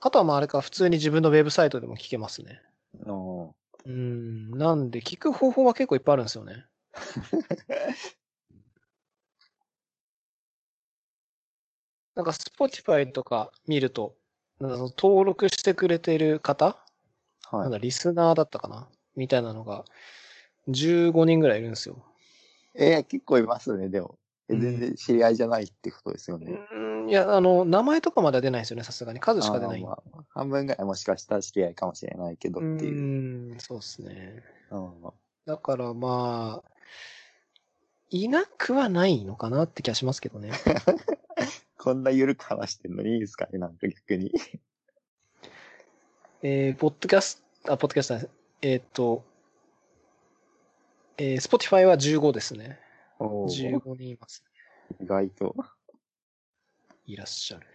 Speaker 2: あとはまああれか、普通に自分のウェブサイトでも聞けますね。
Speaker 1: おー
Speaker 2: うん、なんで、聞く方法は結構いっぱいあるんですよね。 なんか、Spotify とか見ると、なんかその登録してくれてる方、
Speaker 1: は
Speaker 2: ないん。だ、リスナーだったかなみたいなのが、15人ぐらいいるんですよ。
Speaker 1: えー、結構いますね、でも。え全然知り合いじゃないってことですよね。
Speaker 2: うん、いや、あの、名前とかまでは出ないんですよね、さすがに。数しか出ない。
Speaker 1: あーまあ半分ぐらいもしかしたら知り合いかもしれないけど
Speaker 2: う
Speaker 1: っていう。
Speaker 2: ん、そうですね。
Speaker 1: うん
Speaker 2: だからまあ、いなくはないのかなって気がしますけどね。
Speaker 1: こんな緩く話してんのにいいですかね、なんか逆 に。
Speaker 2: えー、ポッドキャスト、あ、ポッドキャストじゃないえーっと、えー、Spotify は15ですね。
Speaker 1: おー
Speaker 2: 15人います、
Speaker 1: 意外と。
Speaker 2: いらっしゃる。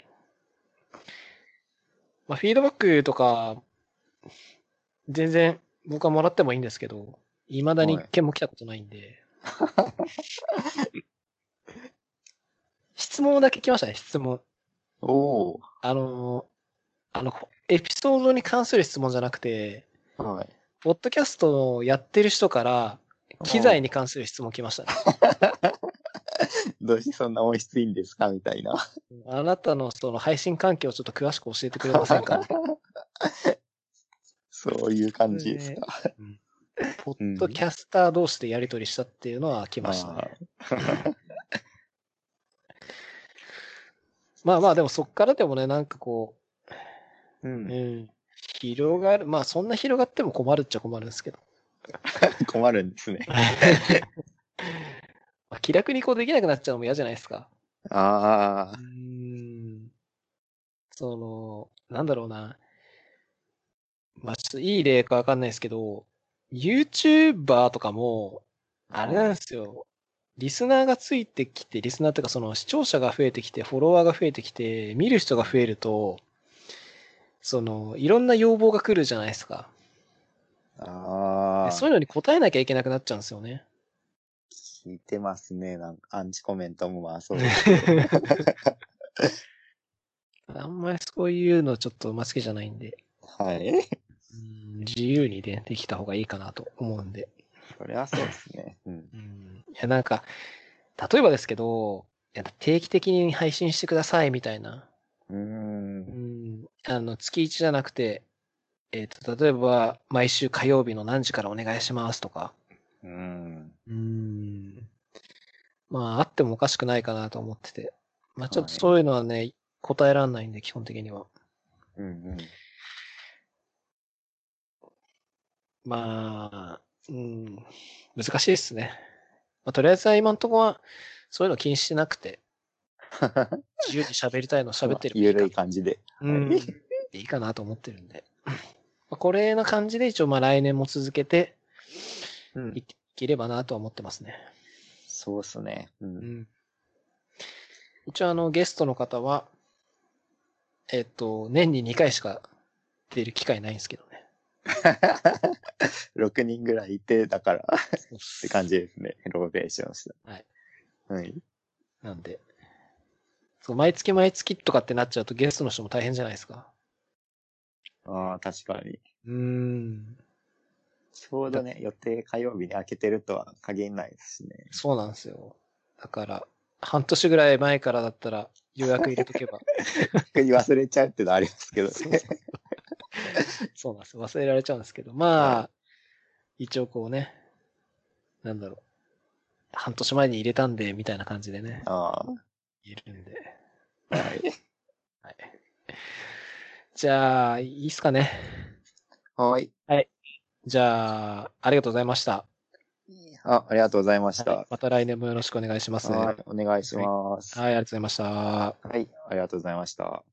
Speaker 2: まあ、フィードバックとか、全然僕はもらってもいいんですけど、未だに一件も来たことないんで。質問だけ来ましたね、質問。
Speaker 1: おお
Speaker 2: あのー、あの、エピソードに関する質問じゃなくて、
Speaker 1: はい。
Speaker 2: ポッドキャストをやってる人から、機材に関する質問来ましたね。
Speaker 1: どうしてそんな音質いいんですかみたいな。
Speaker 2: あなたのその配信環境をちょっと詳しく 教えてくれませんか
Speaker 1: そういう感じですか。
Speaker 2: うんポッドキャスター同士でやり取りしたっていうのは来ましたね。まあまあ、でもそっからでもね、なんかこ
Speaker 1: う。
Speaker 2: う、うんん、広がる、まあそんな広がっても困るっちゃ困るんですけど。
Speaker 1: 困るんですね。
Speaker 2: まあ気楽にこうできなくなっちゃうのも嫌じゃないですか。
Speaker 1: あ
Speaker 2: うーんその、なんだろうな。まあ、ちょっといい例かわかんないですけど、YouTuber とかも、あれなんですよ。リスナーがついてきて、リスナーというかその視聴者が増えてきて、フォロワーが増えてきて、見る人が増えると、その、いろんな要望が来るじゃないですか。
Speaker 1: あ。あ
Speaker 2: で
Speaker 1: あ。
Speaker 2: そういうのに応えなきゃいけなくなっちゃうんですよね。
Speaker 1: 聞いてますね。なんか、アンチコメントもまあ、そう。
Speaker 2: あんまりそういうのちょっとまあ好きじゃないんで。
Speaker 1: はい。
Speaker 2: うん自由にね、できた方がいいかなと思うんで。
Speaker 1: それはそうですね。うん。
Speaker 2: うん。いや、なんか、例えばですけど、いや定期的に配信してくださいみたいな。
Speaker 1: うー。
Speaker 2: うんん。あの、月1じゃなくて、えっ、と、例えば、毎週火曜日の何時からお願いしますとか。
Speaker 1: うん。
Speaker 2: うん。まあ、あってもおかしくないかなと思ってて。まあ、ちょっと
Speaker 1: はい
Speaker 2: そういうのはね、答えらんないんで、基本的には。
Speaker 1: うん。うん。
Speaker 2: まあ、うん、難しいですね。まあ、とりあえずは今のところは、そういうの気にしてなくて、自由に喋りたいの喋 ってる。
Speaker 1: ゆるい感じで。
Speaker 2: うん。いいかなと思ってるんで。まあこれな感じで一応まあ来年も続けて
Speaker 1: うん
Speaker 2: いければなとは思ってますね。
Speaker 1: そうっすね。う。
Speaker 2: うんん。一応あのゲストの方は、えっと、年に2回しか出る機会ないんですけどね。
Speaker 1: 6人ぐらいいて、だから、っ
Speaker 2: そうっす
Speaker 1: て感じですね。ローテーションした。
Speaker 2: はい。
Speaker 1: はい。
Speaker 2: なんで。そう、毎月毎月とかってなっちゃうとゲストの人も大変じゃないですか。
Speaker 1: ああ、確かに。
Speaker 2: うーん。
Speaker 1: ちょうどね、予定火曜日に開けてるとは限らないですね。
Speaker 2: そうなんですよ。だから、半年ぐらい前からだったら、予約入れとけ ば。
Speaker 1: 忘れちゃうってのはありますけど
Speaker 2: そう
Speaker 1: ね。
Speaker 2: そうなんです。忘れられちゃうんですけど。まあ、一応こうね、なんだろう。半年前に入れたんで、みたいな感じでね、
Speaker 1: あ
Speaker 2: 言えるんで。
Speaker 1: あ。はい。
Speaker 2: はい。じゃあ、いいっすかね。
Speaker 1: はい。
Speaker 2: じゃあ、ありがとうございました。
Speaker 1: あ、ありがとうございました。
Speaker 2: はいまた来年もよろしくお願いします。
Speaker 1: はい、お願いします。
Speaker 2: はい、ありがとうございました。
Speaker 1: はい、ありがとうございました。